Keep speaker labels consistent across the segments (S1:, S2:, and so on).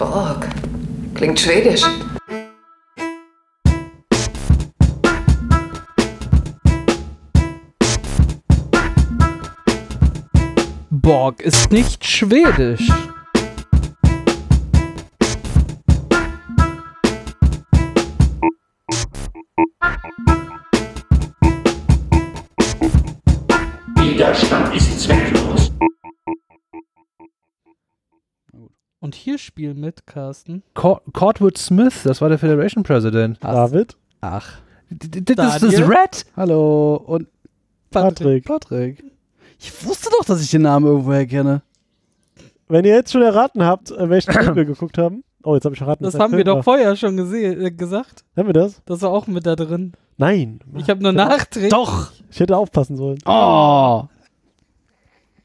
S1: Org. Klingt schwedisch.
S2: Borg ist nicht schwedisch.
S3: Widerstand ist zwecklos.
S2: Und hier spielen mit Carsten.
S4: Cord Cordwood Smith, das war der Federation President.
S5: David.
S4: Ach. Das ist
S2: Daniel?
S4: Red.
S5: Hallo. Und Patrick.
S4: Patrick.
S6: Ich wusste doch, dass ich den Namen irgendwoher kenne.
S5: Wenn ihr jetzt schon erraten habt, äh, welchen Film wir geguckt haben. Oh, jetzt habe ich erraten.
S2: Das
S5: dass er
S2: haben wir
S5: Film
S2: doch
S5: war.
S2: vorher schon gese- äh, gesagt.
S5: Haben wir das?
S2: Das war auch mit da drin.
S5: Nein.
S2: Ich habe nur nachträglich.
S6: Doch.
S5: Ich hätte aufpassen sollen.
S6: Oh.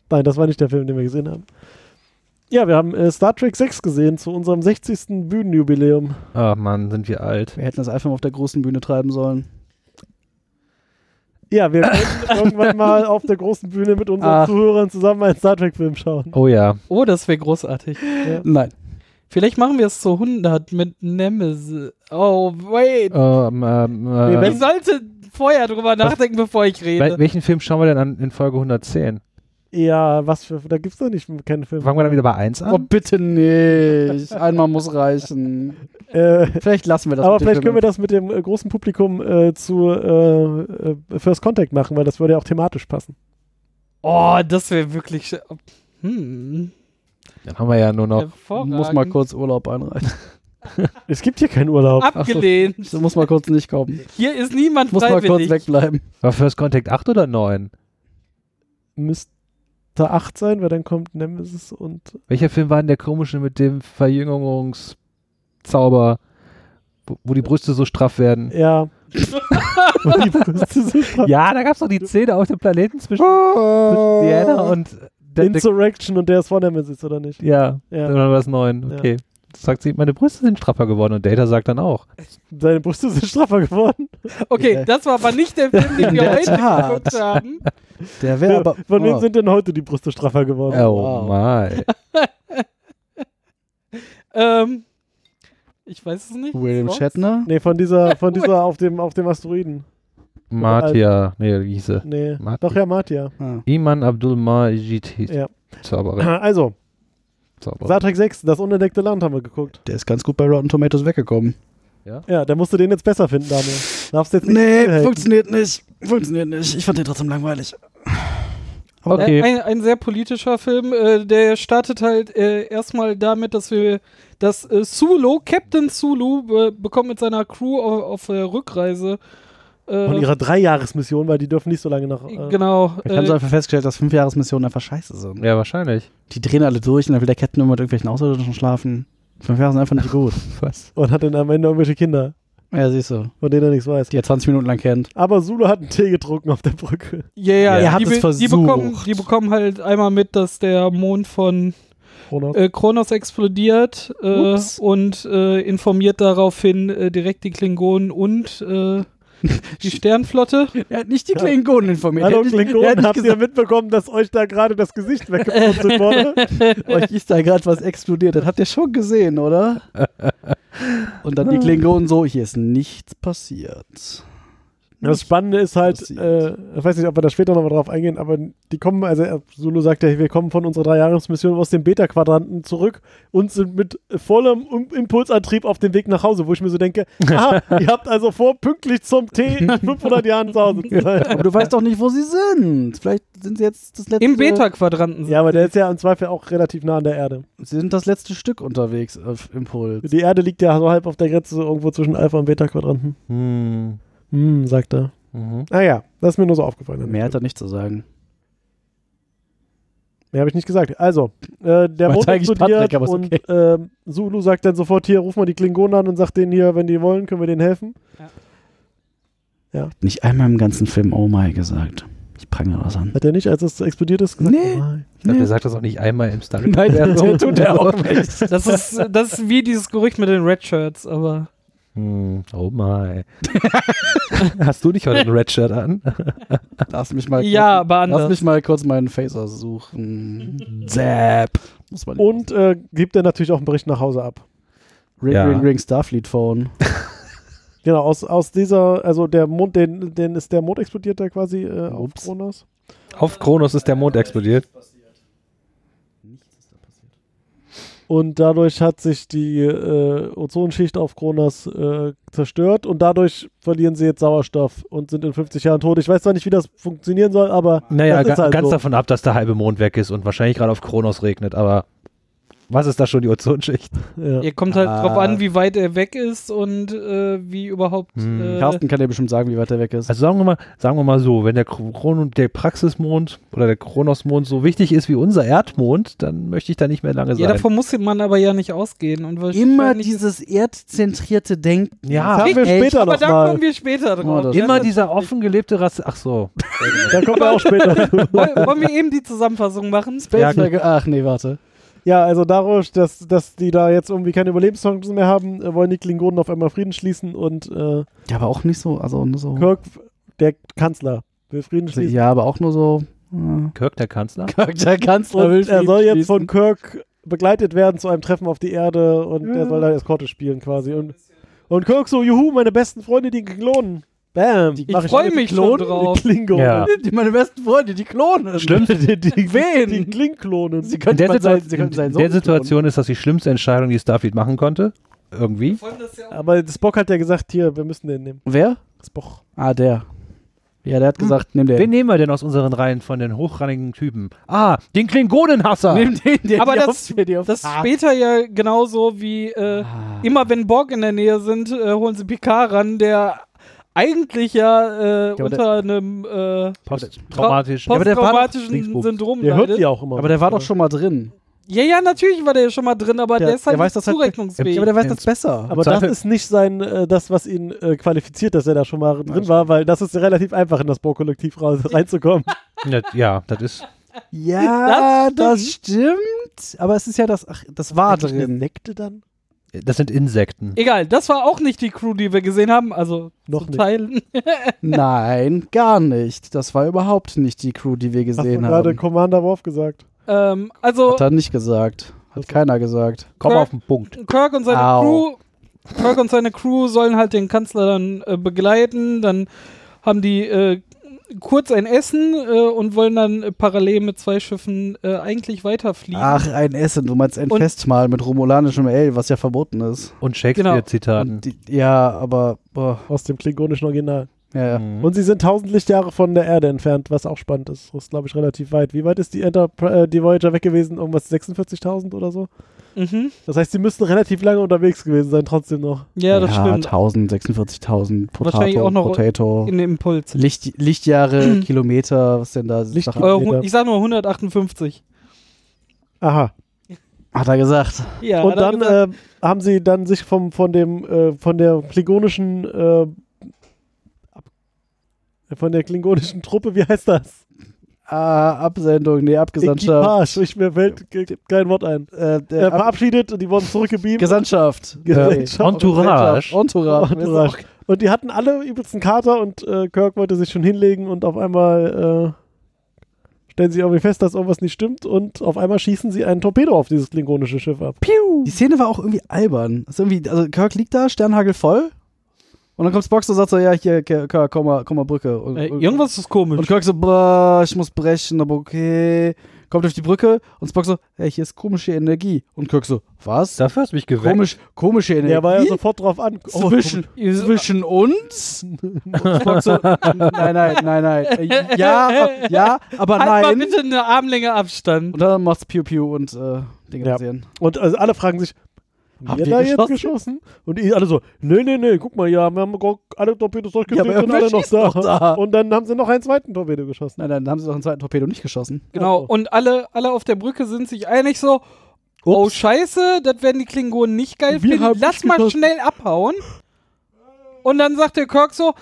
S5: Nein, das war nicht der Film, den wir gesehen haben. Ja, wir haben äh, Star Trek 6 gesehen zu unserem 60. Bühnenjubiläum.
S4: Ach Oh, Mann, sind wir alt.
S6: Wir hätten das einfach mal auf der großen Bühne treiben sollen.
S5: Ja, wir werden irgendwann mal auf der großen Bühne mit unseren
S6: Ach.
S5: Zuhörern zusammen einen Star Trek-Film schauen.
S4: Oh ja.
S2: Oh, das wäre großartig.
S6: Nein.
S2: Vielleicht machen wir es zu 100 mit Nemesis. Oh, wait.
S4: Ähm, ähm,
S5: Nee,
S4: äh,
S2: Ich sollte vorher drüber nachdenken, bevor ich
S4: wel
S2: rede.
S4: welchen Film schauen wir denn an in Folge 110?
S5: Ja, was für. Da gibt's doch nicht keinen Film.
S4: Fangen wir dann wieder bei 1
S6: Oh,
S4: an?
S6: bitte nicht. Einmal muss reichen.
S5: Äh,
S6: Vielleicht lassen wir das.
S5: aber vielleicht können wir das mit dem äh, großen Publikum äh, zu äh, äh, First Contact machen, weil das würde ja auch thematisch passen.
S2: Oh, das wäre wirklich. sch- Hm.
S4: Dann haben wir ja nur noch.
S2: Hervorragend.
S6: Oh, muss mal kurz Urlaub einreichen.
S5: Es gibt hier keinen Urlaub.
S2: Ah. Abgelehnt.
S6: Ich muss mal kurz nicht kommen.
S2: Hier ist niemand
S6: Ich muss mal kurz
S2: freiwillig.
S6: wegbleiben.
S4: War First Contact 8 oder 9?
S5: Müsste 8 sein, weil dann kommt Nemesis und.
S4: Welcher Film war denn der komische mit dem Verjüngungszauber, wo, wo die Brüste so straff werden?
S5: Ja. Und die Brüste so straff-
S4: Ja, da gab es doch die Szene auf dem Planeten zwischen Diana und äh, der, der,
S5: Insurrection und der ist von Nemesis, oder nicht?
S4: ja,
S5: Ja.
S4: oder war es neun?
S5: Ja.
S4: Okay. Sagt sie, meine Brüste sind straffer geworden und Data sagt dann auch.
S5: Seine Brüste sind straffer geworden.
S2: Okay,
S6: Ja.
S2: das war aber nicht der Film, den wir
S6: In der
S2: heute
S6: Tat.
S2: geguckt haben.
S6: Der wäre aber.
S5: Von wem
S6: oh.
S5: sind denn heute die Brüste straffer geworden?
S4: Oh,
S6: Wow.
S4: my.
S2: Ähm, ich weiß es nicht.
S6: William
S2: So?
S6: Shatner?
S5: Nee, von dieser, von dieser auf dem, auf dem Asteroiden.
S4: Martia, nee, wie hieß sie?
S5: Nee.
S4: Marti.
S5: Doch ja, Martia.
S6: Ah.
S4: Iman Abdul Majid hieß
S5: Ja.
S4: Zauberin.
S5: Also,
S4: Zauberin.
S5: Star Trek 6, das unentdeckte Land haben wir geguckt.
S6: Der ist ganz gut bei Rotten Tomatoes weggekommen.
S5: Ja, da musst du den jetzt besser finden, Daniel. Darfst jetzt nicht
S6: Nee,
S5: mithelfen.
S6: funktioniert nicht. Funktioniert nicht. Ich fand den trotzdem langweilig.
S4: Okay.
S2: Äh, Ein, ein, ein sehr politischer Film, äh, der startet halt äh, erstmal damit, dass wir dass äh, Sulu, Captain Sulu, äh, bekommt mit seiner Crew auf, auf äh, Rückreise. Äh,
S5: Von ihrer Dreijahresmission, weil die dürfen nicht so lange nach. Äh,
S2: Genau.
S6: Ich habe so
S2: Äh,
S6: einfach festgestellt, dass Fünfjahresmissionen einfach scheiße sind.
S4: Ja, wahrscheinlich.
S6: Die drehen alle durch und dann will der Captain immer mit irgendwelchen Außerirdischen schlafen. Fünf Jahre sind einfach nicht gut.
S4: Was?
S5: Und hat dann am Ende irgendwelche Kinder,
S6: Ja, siehst du.
S5: von denen er nichts weiß.
S6: Die er 20 Minuten lang kennt.
S5: Aber Sulu hat einen Tee getrunken auf der Brücke.
S2: ja, ja,
S6: Ihr habt
S2: die,
S6: es
S2: be- die,
S6: versucht.
S2: bekommen, die bekommen halt einmal mit, dass der Mond von
S5: Ronak.
S2: äh, Kronos explodiert äh,
S6: Ups.
S2: und äh, informiert daraufhin äh, direkt die Klingonen und äh, die Sternflotte.
S6: Er hat nicht die Klingonen informiert.
S5: Hallo
S6: er hat nicht, er hat
S5: Klingonen,
S6: nicht
S5: habt ihr
S6: gesagt,
S5: mitbekommen, dass euch da gerade das Gesicht weggepustet wurde?
S6: euch ist da gerade was explodiert. Das habt ihr schon gesehen, oder? Und dann die Klingonen so, hier ist nichts passiert.
S5: Das Spannende ist halt,
S6: passiert.
S5: äh, ich weiß nicht, ob wir da später nochmal drauf eingehen, aber die kommen, also äh, Sulu sagt ja, wir kommen von unserer Dreijahresmission aus dem Beta-Quadranten zurück und sind mit vollem Um- Impulsantrieb auf dem Weg nach Hause, wo ich mir so denke, aha, ihr habt also vor, pünktlich zum Tee in 500 Jahren zu Hause zu sein.
S6: Aber du weißt doch nicht, wo sie sind. Vielleicht sind sie jetzt das letzte...
S2: Im Beta-Quadranten.
S5: Ja, aber der ist ja im Zweifel auch relativ nah an der Erde.
S6: Sie sind das letzte Stück unterwegs auf Impuls.
S5: Die Erde liegt ja so halb auf der Grenze, so irgendwo zwischen Alpha und Beta-Quadranten.
S4: Hm.
S5: Hm, sagt er.
S4: Mhm.
S5: Ah ja, das ist mir nur so aufgefallen.
S6: Mehr hat er nicht zu sagen.
S5: Mehr habe ich nicht gesagt. Also, äh, der
S6: War
S5: Mond
S6: eigentlich
S5: explodiert
S6: Patrick, aber ist
S5: und
S6: okay.
S5: ähm, Zulu sagt dann sofort hier, ruf mal die Klingonen an und sagt denen hier, wenn die wollen, können wir denen helfen.
S6: Nicht einmal im ganzen Film Oh my gesagt. Ich prangere das an.
S5: Hat er nicht, als es explodiert ist, gesagt?
S6: Nee.
S5: Nein.
S4: Ich glaube, der sagt das auch nicht einmal im Star
S6: Nein, der tut er auch nicht.
S2: Das ist, das ist wie dieses Gerücht mit den Red Shirts, aber
S4: Hm. Oh my. Hast du nicht heute ein Red Shirt an?
S6: Lass mich mal kurz,
S2: ja, aber
S6: lass
S2: anders.
S6: mich mal kurz meinen Phaser suchen. Zap. Muss man
S5: Und äh, gibt dann natürlich auch einen Bericht nach Hause ab.
S6: Ring,
S4: Ja.
S6: Ring, Ring, Starfleet Phone.
S5: Genau, aus, aus dieser, also der Mond, den, den ist der Mond explodiert da quasi äh, auf
S6: Ups.
S5: Kronos.
S4: Auf Kronos ist der Mond explodiert.
S5: Und dadurch hat sich die äh, Ozonschicht auf Kronos äh, zerstört und dadurch verlieren sie jetzt Sauerstoff und sind in 50 Jahren tot. Ich weiß zwar nicht, wie das funktionieren soll, aber
S4: Naja,
S5: das ist
S4: ga,
S5: halt
S4: ganz
S5: so.
S4: davon ab, dass der halbe Mond weg ist und wahrscheinlich gerade auf Kronos regnet, aber was ist da schon die Ozonschicht?
S5: ja.
S2: Ihr kommt halt
S4: Ah.
S2: drauf an, wie weit er weg ist und äh, wie überhaupt.
S4: Hm.
S2: Äh,
S6: Carsten kann dir bestimmt sagen, wie weit er weg ist.
S4: Also sagen wir mal, sagen wir mal so, wenn der Kronos, der Praxismond oder der Kronosmond so wichtig ist wie unser Erdmond, dann möchte ich da nicht mehr lange
S2: ja,
S4: sein.
S2: davon muss man aber ja nicht ausgehen. Und wahrscheinlich-
S6: Also, Immer dieses erdzentrierte Denken.
S4: Ja,
S5: Das haben wir
S6: Echt?
S5: später
S2: Aber da
S5: nochmal.
S2: kommen wir später drauf.
S6: das-
S4: immer dieser offen gelebte Rass. Ach so.
S5: Da kommen wir auch später. zu.
S2: Woll- Wollen wir eben die Zusammenfassung machen?
S6: Space
S4: Ja,
S6: Wagon- Ach nee, warte.
S5: Ja, also dadurch, dass, dass die da jetzt irgendwie keine Überlebenschancen mehr haben, äh, wollen die Klingonen auf einmal Frieden schließen und äh,
S6: Ja, aber auch nicht so, also nur so.
S5: Kirk, der Kanzler, will Frieden schließen.
S6: Also Ja, aber auch nur so. äh,
S4: Kirk, der Kanzler?
S6: Der Kanzler
S5: Und er soll jetzt von
S6: von
S5: Kirk begleitet werden zu einem Treffen auf die Erde und er soll da Eskorte spielen quasi. Und, und Kirk so, juhu, meine besten Freunde, die Klingonen. Bam.
S2: Ich freu mich schon drauf.
S5: Klingonen.
S4: Ja.
S6: Die, meine besten Freunde, die klonen.
S4: Schlimmste,
S6: Die, die,
S5: Die
S6: wen?
S5: Klinklonen.
S6: Sie könnten
S4: in der,
S6: mal
S4: Situa
S6: sein- sie könnten seinen
S4: in
S6: Sohn
S4: der Situation ist das die schlimmste Entscheidung, die Starfleet machen konnte. Irgendwie.
S5: Aber Spock hat ja gesagt, hier, wir müssen den nehmen.
S6: klonen. Wer? Hm.
S5: Spock.
S6: Ah, der. Ja, der hat gesagt, nimm
S4: Wen
S6: den.
S4: nehmen wir denn aus unseren Reihen von den hochrangigen Typen? Ah, den Klingonenhasser.
S6: Ah. Nimm den, der
S2: Aber
S6: die
S2: das-
S6: auf- der die auf-
S2: Das ist
S6: Ah.
S2: später ja genauso wie äh, immer, wenn Borg in der Nähe sind, äh, holen sie Picard ran, der eigentlich ja, äh,
S6: aber
S2: unter einem äh,
S4: Posttraumatisch.
S2: Trau-
S4: Ja, aber der war doch-
S2: posttraumatischen
S4: Dingsbums.
S2: Syndrom
S5: Der hört
S2: leidet.
S5: die auch immer.
S6: ne? Aber der war doch schon mal drin.
S2: Ja, ja, natürlich war der ja schon mal drin, aber der,
S6: Der-
S2: ist halt
S6: der
S2: nicht
S6: weiß das halt-
S2: zurechnungsfähig.
S6: Ja, aber der weiß das besser.
S5: aber das
S4: Zweifel-
S5: ist nicht sein, äh, das, was ihn äh, qualifiziert, dass er da schon mal drin war, weil das ist relativ einfach, in das Spock-Kollektiv raus- reinzukommen.
S4: Ja, Ja, das ist.
S6: Ja,
S2: Das
S6: das stimmt. Aber es ist ja das, ach, das war drin.
S5: Nekte dann?
S4: Das sind Insekten.
S2: Egal, das war auch nicht die Crew, die wir gesehen haben, also
S5: Noch
S2: zum
S5: nicht.
S2: Teil.
S6: Nein, gar nicht. Das war überhaupt nicht die Crew, die wir
S5: Hast du
S6: gesehen
S5: gerade
S6: haben.
S5: Commander Worf gesagt?
S2: ähm, also
S6: Hat er nicht gesagt. Hat keiner gesagt.
S4: Komm
S2: Kirk-
S4: auf den Punkt.
S2: Kirk und seine
S6: Au.
S2: Crew, Kirk und seine Crew sollen halt den Kanzler dann äh, begleiten, dann haben die äh, kurz ein Essen äh, und wollen dann äh, parallel mit zwei Schiffen äh, eigentlich weiterfliegen.
S6: Ach, ein Essen. Du meinst ein
S2: Und-
S6: Festmahl mit romulanischem Ale, was ja verboten ist.
S4: Und
S6: Genau. Und
S4: Shakespeare-Zitaten.
S6: die, ja, aber. Boah,
S5: Aus dem klingonischen Original.
S6: ja, ja.
S4: Mhm.
S5: Und sie sind 1000 Lichtjahre von der Erde entfernt, was auch spannend ist. Das ist, glaube ich, relativ weit. Wie weit ist die, Enterpri- äh, die Voyager weg gewesen? Irgendwas 46.000 oder so?
S2: Mhm.
S5: Das heißt, sie müssten relativ lange unterwegs gewesen sein, trotzdem noch.
S2: Ja, das
S6: ja,
S2: stimmt.
S6: 1000, 46.000
S2: Wahrscheinlich
S6: Potato,
S2: auch noch
S6: Potato.
S2: In Impuls.
S6: Licht, Lichtjahre, Kilometer, was denn da?
S5: Licht-
S6: Sache-
S2: Äh, hu-
S5: Meter.
S2: ich sag nur 158.
S5: Aha.
S6: Hat er gesagt.
S2: Ja,
S5: Und
S2: hat er
S5: dann
S2: gesagt.
S5: äh, haben sie dann sich vom, von dem, äh, von der klingonischen, äh, von der klingonischen Truppe, wie heißt das?
S6: Ah, Absendung, nee, Abgesandtschaft.
S5: Equipage. Ich, mir fällt ge- kein Wort ein.
S6: Äh,
S5: Äh,
S6: der Ab
S5: verabschiedet und die wurden zurückgebeamt.
S6: Gesandtschaft.
S5: Gesellschaft.
S4: Entourage.
S6: Entourage.
S5: Entourage. Und die hatten alle übelsten Kater und äh, Kirk wollte sich schon hinlegen und auf einmal äh, stellen sie irgendwie fest, dass irgendwas nicht stimmt und auf einmal schießen sie einen Torpedo auf dieses klingonische Schiff ab.
S6: Die Szene war auch irgendwie albern. Ist irgendwie, also Kirk liegt da, Sternhagel voll. Und dann kommt Spock und sagt so, ja, hier, Kirk, komm mal, komm mal Brücke. Und,
S2: Äh, irgendwas ist komisch.
S6: Und Kirk so, bah, ich muss brechen, aber okay. Kommt auf die Brücke und Spock so, hey, hier ist komische Energie. Und Kirk so, was?
S4: Dafür hast du mich geweckt.
S6: Komisch, komische Energie?
S5: Der war ja sofort drauf an. Oh,
S6: zwischen, zwischen uns? Und Spock so, nein, nein, nein, nein. Äh, Ja, ab- ja, aber
S2: halt mal
S6: nein.
S2: bitte eine Armlänge Abstand.
S6: Und dann macht's Piu Piu und äh, Dinge
S5: Ja.
S6: passieren.
S5: und also alle fragen sich, haben
S6: Habt
S5: wir
S6: ihr
S5: da jetzt
S6: geschossen?
S5: geschossen? Und die alle so, nee, nee, nee, guck mal, ja, wir haben gar- alle Torpedos durchgeführt,
S6: Ja, aber
S5: sind alle noch
S6: schießt
S5: da.
S6: noch da.
S5: Und dann haben sie noch einen zweiten Torpedo geschossen.
S6: Nein, dann haben sie doch einen zweiten Torpedo nicht geschossen.
S2: Genau.
S5: Oh.
S2: Und alle, alle auf der Brücke sind sich einig so, oh scheiße, das werden die Klingonen nicht geil
S5: Wir haben
S2: finden. Lass
S5: nicht
S2: mal
S5: geschossen.
S2: schnell abhauen. Und dann sagt der Kirk so,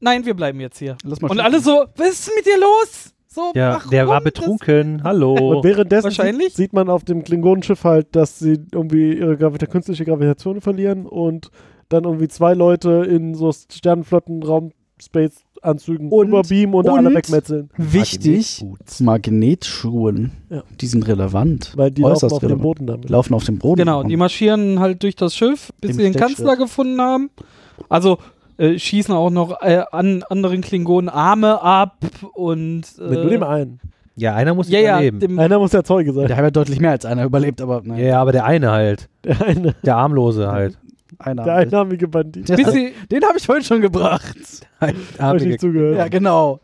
S2: nein, wir bleiben jetzt hier.
S6: Lass mal
S2: Und
S6: schießen.
S2: alle so, was ist mit dir los? So,
S4: Ja,
S2: warum
S4: der war
S2: das-
S4: betrunken.
S5: Und
S4: Hallo.
S5: währenddessen
S2: Wahrscheinlich.
S5: sieht- sieht man auf dem Klingonenschiff halt, dass sie irgendwie ihre Gravita künstliche Gravitation verlieren und dann irgendwie zwei Leute in so Sternenflottenraum Space-Anzügen
S6: Und-
S5: überbeamen und, da alle
S6: und-
S5: wegmetzeln.
S6: Wichtig,
S4: Magnetboots.
S6: Magnetschuhen,
S5: Ja.
S6: die sind relevant.
S5: Weil die
S6: äußerst Äh,
S5: laufen auf dem
S6: relevant.
S5: Boden damit.
S6: Laufen auf dem Boden.
S2: Genau,
S6: rum.
S2: die marschieren halt durch das Schiff, bis
S6: Im
S2: sie den
S6: Steckschiff.
S2: Kanzler gefunden haben. Also äh, schießen auch noch äh, an anderen Klingonen Arme ab und äh,
S5: Mit nur dem einen.
S4: Ja, einer muss
S2: ja, ja,
S4: überleben.
S2: dem,
S5: Einer muss der Zeuge sein.
S6: da haben hm. ja deutlich mehr als einer überlebt, aber nein,
S4: ja, ja, aber der eine halt.
S5: Der eine,
S4: Der Armlose halt.
S6: einer.
S5: der einnamige Bandit.
S6: Der-
S2: bis sie,
S6: Den habe ich heute schon gebracht.
S5: Hab ich nicht
S4: Armige.
S5: zugehört.
S6: Ja, genau.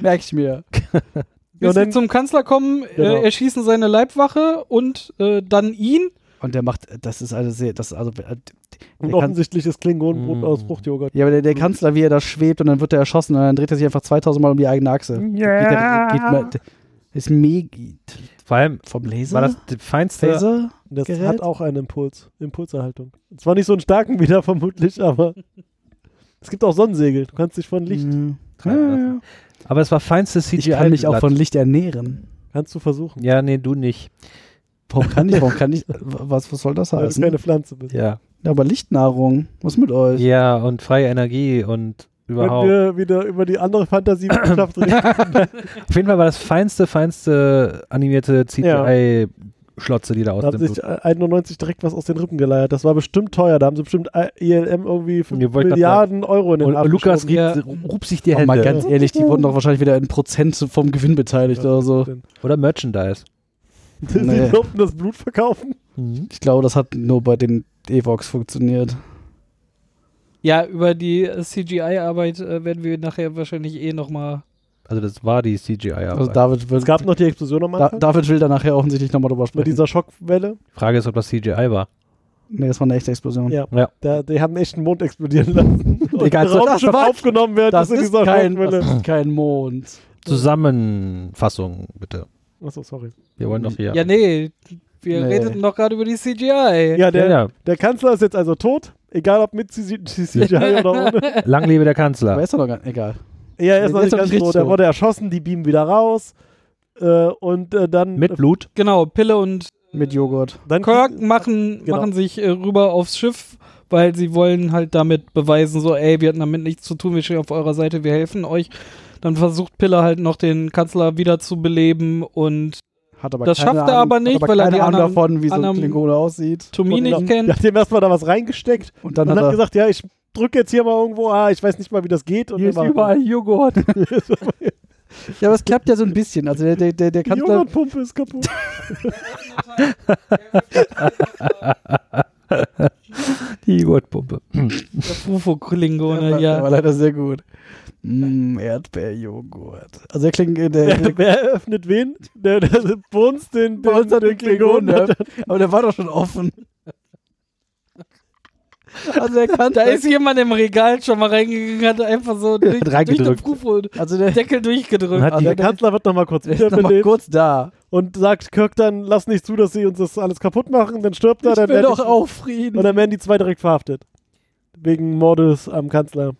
S6: Merk ich mir.
S5: Ja,
S2: bis
S5: und
S2: sie
S5: dann,
S2: zum Kanzler kommen,
S5: Genau.
S2: äh, erschießen seine Leibwache und äh, dann ihn.
S6: Und der macht, das ist eine sehr, das ist also, der
S5: und
S6: kann,
S5: offensichtlich ist Klingonenbrot
S4: Mm.
S5: aus Fruchtjoghurt.
S6: ja, aber der, der Kanzler, wie er da schwebt und dann wird er erschossen und dann dreht er sich einfach 2000 Mal um die eigene Achse. Geht der, geht mal, ist mega.
S4: Vor allem
S6: Vom Laser?
S4: war das die feinste.
S6: Laser?
S5: Das
S6: Gerät?
S5: hat auch einen Impuls. Impulserhaltung. Zwar nicht so einen starken wieder vermutlich, aber es gibt auch Sonnensegel. Du kannst dich von Licht.
S6: Mhm. Ja,
S4: treiben
S6: ja,
S4: lassen.
S6: ja.
S4: Aber es war feinste CGI.
S6: Ich kann mich auch
S4: Blatt.
S6: von Licht ernähren.
S5: Kannst du versuchen.
S4: Ja, nee, du nicht.
S6: Warum kann ich, warum kann ich, was, was soll das
S5: Weil du
S6: heißen?
S5: keine Pflanze bist.
S4: Ja.
S6: Ja, aber Lichtnahrung, was mit euch?
S4: Ja, und freie Energie und
S5: Wenn
S4: überhaupt.
S5: wir wieder über die andere Fantasiewissenschaft reden.
S4: Auf jeden Fall war das feinste, feinste animierte CGI-Schlotze, die da aus
S5: Da haben
S4: dem
S5: sich
S4: Blut.
S5: 91 direkt was aus den Rippen geleiert. Das war bestimmt teuer. Da haben sie bestimmt äh, ILM irgendwie 5
S4: Ja, wollte ich grad
S5: Milliarden Euro in den
S4: Und, und
S5: Hafen
S4: Lukas
S5: geschoben.
S4: rieb,
S2: Ja.
S4: rub sich die
S6: Oh mal
S4: Hände.
S6: ganz ehrlich, die wurden doch wahrscheinlich wieder in Prozent vom Gewinn beteiligt oder so.
S4: Oder Merchandise.
S5: Sie
S6: Nee.
S5: durften das Blut verkaufen.
S6: Ich glaube, das hat nur bei den Evox funktioniert.
S2: Ja, über die äh, CGI-Arbeit äh, werden wir nachher wahrscheinlich eh nochmal.
S4: Also das war die CGI-Arbeit.
S6: Also David will,
S5: Es gab noch die Explosion am
S6: da,
S5: Anfang.
S6: David will da nachher offensichtlich nochmal drüber
S5: mit
S6: sprechen.
S5: dieser Schockwelle.
S4: die Frage ist, ob das CGI war.
S6: Nee, das war eine echte Explosion.
S5: Ja.
S4: Ja.
S5: Da, die haben echt einen Mond explodieren lassen. Und
S4: Egal, so-
S5: Raumschiff
S6: das war-
S5: aufgenommen werden
S6: Das,
S5: ist in
S6: ist
S5: dieser
S6: kein,
S5: Schockwelle.
S6: das ist kein Mond.
S4: Zusammenfassung, bitte.
S5: Achso, sorry.
S4: Wir wollen doch hier.
S2: Ja, nee, wir
S6: Nee.
S2: redeten doch gerade über die CGI.
S5: Ja, der,
S4: Ja, ja.
S5: der Kanzler ist jetzt also tot. Egal ob mit CCI oder ohne.
S4: Lang lebe der
S6: Aber
S4: Kanzler.
S6: ist doch noch gar nicht. Egal.
S5: Ja, er ist
S6: Der
S5: noch
S6: ist
S5: nicht
S6: doch
S5: ganz
S6: nicht richtig
S5: tot. Er
S6: tot.
S5: wurde erschossen, die beamen wieder raus. Äh, und äh, dann.
S4: Mit Blut.
S2: Genau, Pille und
S6: Mit Joghurt.
S5: dann
S2: Kirk machen,
S5: Genau.
S2: machen sich äh, rüber aufs Schiff, weil sie wollen halt damit beweisen, so, ey, wir hatten damit nichts zu tun, wir stehen auf eurer Seite, wir helfen euch. Dann versucht Piller halt noch den Kanzler wiederzubeleben und
S6: Hat aber
S2: Das
S6: keine
S2: schafft er
S6: Ahnung-
S2: aber nicht,
S6: hat aber
S2: weil er
S6: keine
S2: die
S6: Ahnung
S2: anderen-
S6: davon, wie so ein
S2: anderen-
S6: Klingone aussieht.
S2: Tommy
S5: Und
S2: nicht
S5: dann- Der
S2: kennt.
S5: hat dem erstmal da was reingesteckt
S6: Und dann
S5: und
S6: hat
S5: hat
S6: er
S5: gesagt, ja, ich drücke jetzt hier mal irgendwo, ah, ich weiß nicht mal, wie das geht. Und dann war-
S4: Joghurt.
S6: Ja, aber es klappt ja so ein bisschen. Also der, der, der, der
S5: Die
S6: Kanzler,
S5: Joghurtpumpe ist kaputt.
S4: Die Joghurtpumpe.
S2: Der Fufo-Klingone,
S6: der
S2: ne, ja.
S6: war leider sehr gut. Mm, Erdbeerjoghurt. Also der klingt der, der,
S5: Wer- Wer öffnet wen? Der, der Bones den,
S6: Bei
S5: den,
S6: uns hat den
S5: den
S6: Klingonen.
S5: Klingonen.
S6: ne? Aber der war doch schon offen. Also der
S2: Da
S6: Kanzler,
S2: ist jemand im Regal schon mal reingegangen, hat einfach so durch, durch den
S4: reingedrückt.
S2: Fufo-Deckel
S6: also der, Also der
S2: durchgedrückt. Also
S4: Und hat die-
S5: Der Kanzler wird nochmal kurz
S6: ist noch mal
S5: wiederbelebt
S6: kurz da.
S5: und sagt Kirk dann, lass nicht zu, dass sie uns das alles kaputt machen, dann stirbt er,
S6: Ich
S5: dann
S6: will
S5: werden
S6: doch
S5: die-
S6: auch
S5: und
S6: Frieden.
S5: dann werden die zwei direkt verhaftet. Wegen Mordes am Kanzler.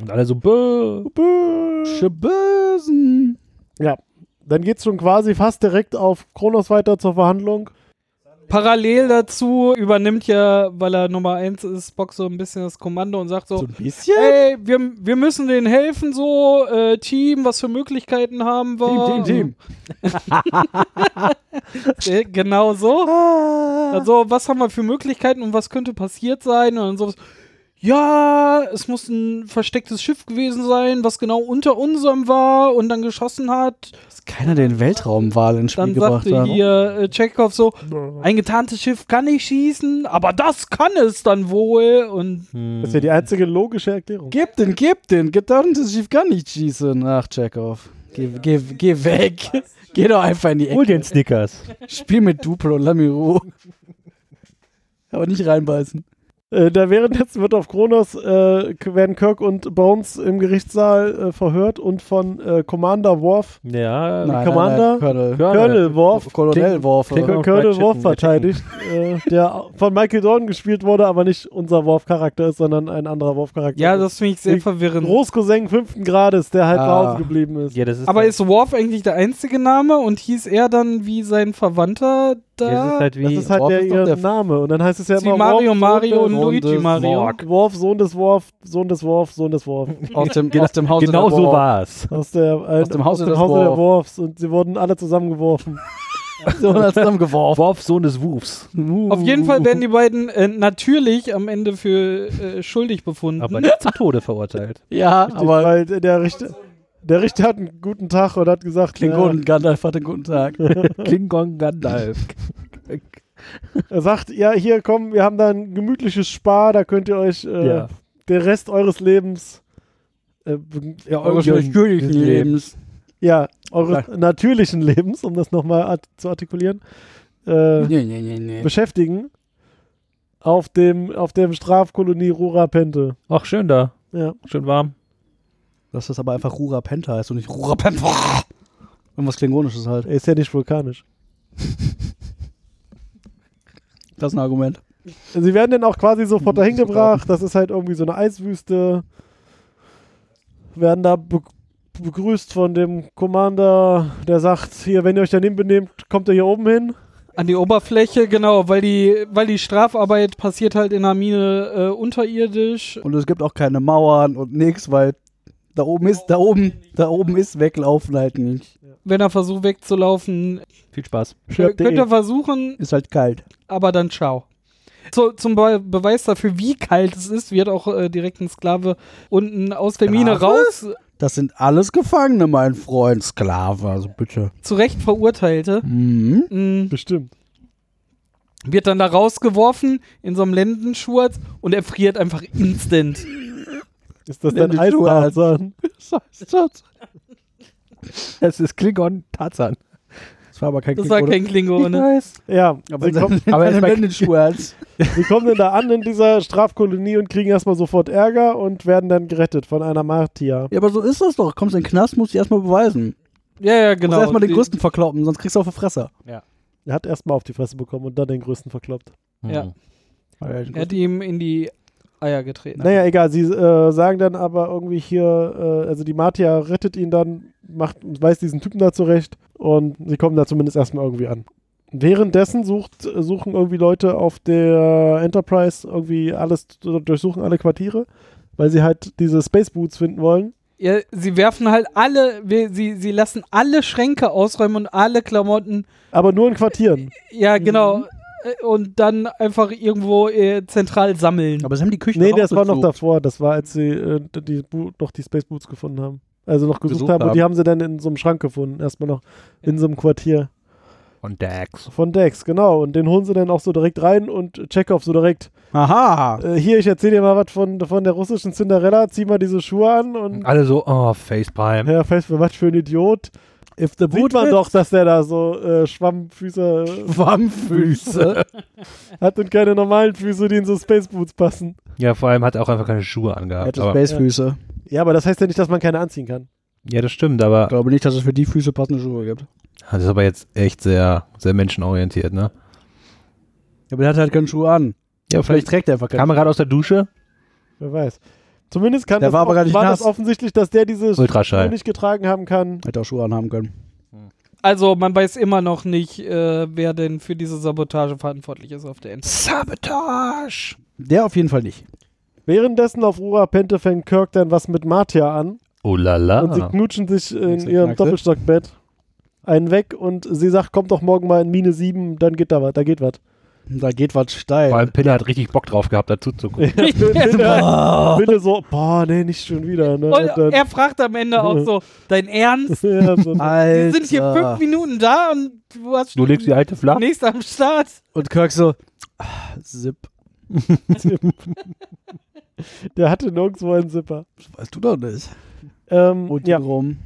S4: Und alle so, bäh.
S5: Bäh.
S6: Bösen.
S5: Ja. Dann geht's schon quasi fast direkt auf Kronos weiter zur Verhandlung.
S2: Parallel dazu übernimmt ja, weil er Nummer 1 ist, Spock so ein bisschen das Kommando und sagt so,
S6: So ein bisschen?
S2: ey, wir, wir müssen denen helfen so, äh, Team, was für Möglichkeiten haben wir? Äh, Genau so.
S6: Ah,
S2: Also, was haben wir für Möglichkeiten und was könnte passiert sein? Und dann sowas. Ja, es muss ein verstecktes Schiff gewesen sein, was genau unter unserem war und dann geschossen hat.
S6: Dass keiner den Weltraumwahl ins Spiel
S2: Dann
S6: gebracht
S2: sagte
S6: hat.
S2: hier äh, Chekhov so, ein getarntes Schiff kann nicht schießen, aber das kann es dann wohl. Und
S5: Das ist ja die einzige logische Erklärung.
S6: Gib den, gib den. Getarntes Schiff kann nicht schießen. Ach, Chekhov. Geh, geh, geh weg. Geh doch einfach in die Ecke.
S4: Hol den Snickers.
S6: Spiel mit Duplo und Lamiro. Aber nicht reinbeißen.
S5: Äh, da währenddessen wird auf Kronos äh, k- werden Kirk und Bones im Gerichtssaal äh, verhört und von äh, Commander Worf,
S4: Ja,
S6: Nein,
S5: Commander?
S6: nein, nein, Colonel.
S4: Colonel.
S5: Colonel Worf,
S6: Colonel Worf.
S4: Klingt-
S5: Colonel,
S4: Colonel Fried
S5: Worf
S4: Chicken.
S5: verteidigt, äh, der au- von Michael Dorn gespielt wurde, aber nicht unser Worf-Charakter ist, sondern ein anderer Worf-Charakter.
S2: ja, das finde ich sehr
S5: Ich-
S2: verwirrend.
S5: Großcousin fünften Grades, der halt
S6: Ah.
S5: zu Hause geblieben ist.
S4: Ja, das ist halt-
S2: Aber
S4: dann-
S2: ist Worf eigentlich der einzige Name und hieß er dann wie sein Verwandter
S4: das
S2: da.
S4: ist halt
S5: Das
S4: wie
S5: ist halt
S6: Worf
S5: der,
S6: ist doch
S5: ihr
S6: der-
S5: Name. Und dann heißt es ja
S2: Das ist wie
S5: immer
S2: Mario,
S5: Worf,
S2: Mario und
S5: Sohn
S2: Luigi
S6: des
S2: Mario.
S5: des, Worf, Sohn des Worf, Sohn des Worf, Sohn des Worf.
S6: Aus dem, aus dem Hause
S4: genau
S6: der
S4: so
S6: Borg.
S4: war's.
S5: Aus, der, äh,
S6: Aus dem Hause des
S5: der
S6: Worf.
S5: Worfs. Und sie wurden alle zusammengeworfen.
S6: So, und hat zusammengeworfen.
S4: Worf, Sohn des Wufs.
S2: Auf jeden Fall werden die beiden äh, natürlich am Ende für äh, schuldig befunden.
S4: Aber nicht zum Tode verurteilt.
S6: Ja, aber
S5: weil der Richter, der Richter hat einen guten Tag und hat gesagt, äh,
S6: Klingonen Gandalf hat einen guten Tag.
S4: Klingon Gandalf. Äh.
S5: ja, er sagt, ja, hier komm, wir haben da ein gemütliches Spa, da könnt ihr euch äh,
S4: Ja.
S5: den Rest eures Lebens äh, ja,
S6: Eures natürlichen Lebens.
S5: ja, eures natürlichen Lebens, um das nochmal art zu artikulieren, äh,
S6: Nee, nee, nee, nee.
S5: beschäftigen auf dem auf dem Strafkolonie Rurapente.
S4: Ach, schön da.
S5: Ja.
S4: Schön warm.
S6: Dass das aber einfach Rura Penta heißt und nicht Rura Penta. Irgendwas Klingonisches halt.
S5: Er ist ja nicht vulkanisch.
S6: Das ist ein Argument.
S5: Sie werden dann auch quasi sofort
S6: Muss
S5: dahin
S6: ich verkaufen.
S5: gebracht. Das Mhm, ist halt irgendwie so eine Eiswüste. Werden da be begrüßt von dem Commander, der sagt, hier, wenn ihr euch daneben benehmt, kommt ihr hier oben hin.
S2: An die Oberfläche, genau, weil die, weil die Strafarbeit passiert halt in der Mine äh, unterirdisch.
S6: Und es gibt auch keine Mauern und nix, weil da oben ist, da oben, da oben ist weglaufen halt nicht.
S2: Wenn er versucht wegzulaufen,
S4: Viel Spaß.
S2: äh,
S5: Stirbt ihr
S2: könnte er
S5: eh.
S2: versuchen,
S6: Ist halt kalt.
S2: aber dann ciao. So, zum Be Beweis dafür, wie kalt es ist, wird auch äh, direkt ein Sklave unten aus der Mine raus
S6: Das sind alles Gefangene, mein Freund. Sklave, also bitte.
S2: zu Recht verurteilte.
S6: Mhm.
S2: Mm,
S5: Bestimmt.
S2: wird dann da rausgeworfen in so einem Lendenschurz und er friert einfach instant.
S5: Ist das
S6: Ja,
S5: dann
S6: die Schuhe an.
S5: Eisbarzahn?
S4: Es ist Klingon Tarzan.
S6: Das war aber kein
S2: Das war kein ne? Klingone.
S4: weiß.
S5: Ja,
S6: Aber,
S5: sie kommen,
S6: aber
S4: aber-
S6: in den Schmerz.
S5: sie kommen dann da an in dieser Strafkolonie und kriegen erstmal sofort Ärger und werden dann gerettet von einer Martia.
S6: Ja, aber so ist das doch. Kommst in den Knast, musst du erstmal beweisen.
S2: Ja, ja,
S6: Genau.
S2: genau.
S6: Musst erstmal den
S2: Die-
S6: Größten verkloppen, sonst kriegst du auf den Fresser.
S5: Er hat erstmal auf die Fresse bekommen und dann den größten verkloppt.
S4: Hm.
S2: Ja. Er
S6: Ja,
S2: hat ihm in die Eier getreten.
S5: Naja, egal, sie äh, sagen dann aber irgendwie hier, äh, also die Martia rettet ihn dann, macht, weiß diesen Typen da zurecht und sie kommen da zumindest erstmal irgendwie an. Währenddessen sucht, äh, suchen irgendwie Leute auf der Enterprise irgendwie alles, durchsuchen alle Quartiere, weil sie halt diese Space Boots finden wollen.
S2: Ja, sie werfen halt alle, wir- sie, sie lassen alle Schränke ausräumen und alle Klamotten.
S5: Aber nur in Quartieren.
S2: Ja, genau. Äh, Und dann einfach irgendwo äh, zentral sammeln.
S6: aber sie haben die Küche
S5: nee,
S6: auch
S5: das war noch
S6: durchsucht.
S5: davor. Das war, als sie äh, die, Bu- noch die Space Boots gefunden haben. Also noch gesucht
S6: Gesucht
S5: haben. Und
S6: haben.
S5: die haben sie dann in so einem Schrank gefunden. Erstmal noch in so einem Quartier.
S4: Und Dax.
S5: Von Dex, genau. Und den holen sie dann auch so direkt rein und Chekhov so direkt.
S6: Aha.
S5: Äh, hier, ich erzähle dir mal was von, von der russischen Cinderella. Zieh mal diese Schuhe an
S6: Mhm.
S5: und.
S4: Alle so, oh, Facepalm.
S5: Herr Fest, was für ein Idiot.
S6: If the
S5: Sieht man doch, dass der da so äh, Schwammfüße
S6: Schwammfüße.
S5: hat und keine normalen Füße, die in so Space Boots passen.
S4: Ja, vor allem hat er auch einfach keine Schuhe angehabt.
S6: Hätte
S4: Aber,
S6: Spacefüße.
S5: Ja, aber das heißt ja nicht, dass man keine anziehen kann.
S4: ja, das stimmt,
S6: Ich
S4: aber
S6: glaube nicht, dass es für die Füße passende Schuhe gibt.
S4: das ist aber jetzt echt sehr, sehr menschenorientiert, ne?
S6: Aber der hat halt keine Schuhe an.
S4: Ja,
S6: Vielleicht
S4: vielleicht
S6: trägt er einfach keine
S4: kam er gerade aus der Dusche.
S5: Wer weiß. Zumindest kann
S6: Der
S5: das
S6: war aber gar nicht
S5: war
S6: nass.
S5: das offensichtlich, dass der diese Schuhe
S4: Ultraschall.
S5: nicht getragen haben kann.
S6: Hätte auch Schuhe anhaben können.
S2: Also man weiß immer noch nicht, äh, wer denn für diese Sabotage verantwortlich ist auf der Insel.
S4: Sabotage!
S6: Der auf jeden Fall nicht.
S5: Währenddessen auf Rura Pente fängt Kirk dann was mit Martia an.
S4: Oh la la.
S5: Und sie knutschen sich in
S6: Ah. Nächste
S5: ihrem
S6: Knackse.
S5: Doppelstockbett einen weg und sie sagt, kommt doch morgen mal in Mine 7, dann geht da was, da geht was.
S6: Da geht was
S4: Vor
S6: steil.
S4: allem Pille hat richtig Bock drauf gehabt, dazu zu gucken.
S5: Bitte, bitte so, boah, nee, nicht schon wieder. Ne?
S2: Und
S5: dann,
S2: er fragt am Ende auch so, dein Ernst?
S5: ja, so,
S6: Alter.
S2: Wir sind hier fünf Minuten da und du hast
S4: Du legst die alte flach.
S2: nächst am Start.
S6: Und Kirk so, ah, Zip.
S5: der hatte nirgendwo einen Zipper.
S6: Das weißt du doch nicht.
S5: Ähm,
S6: Und
S5: ja.
S6: rum.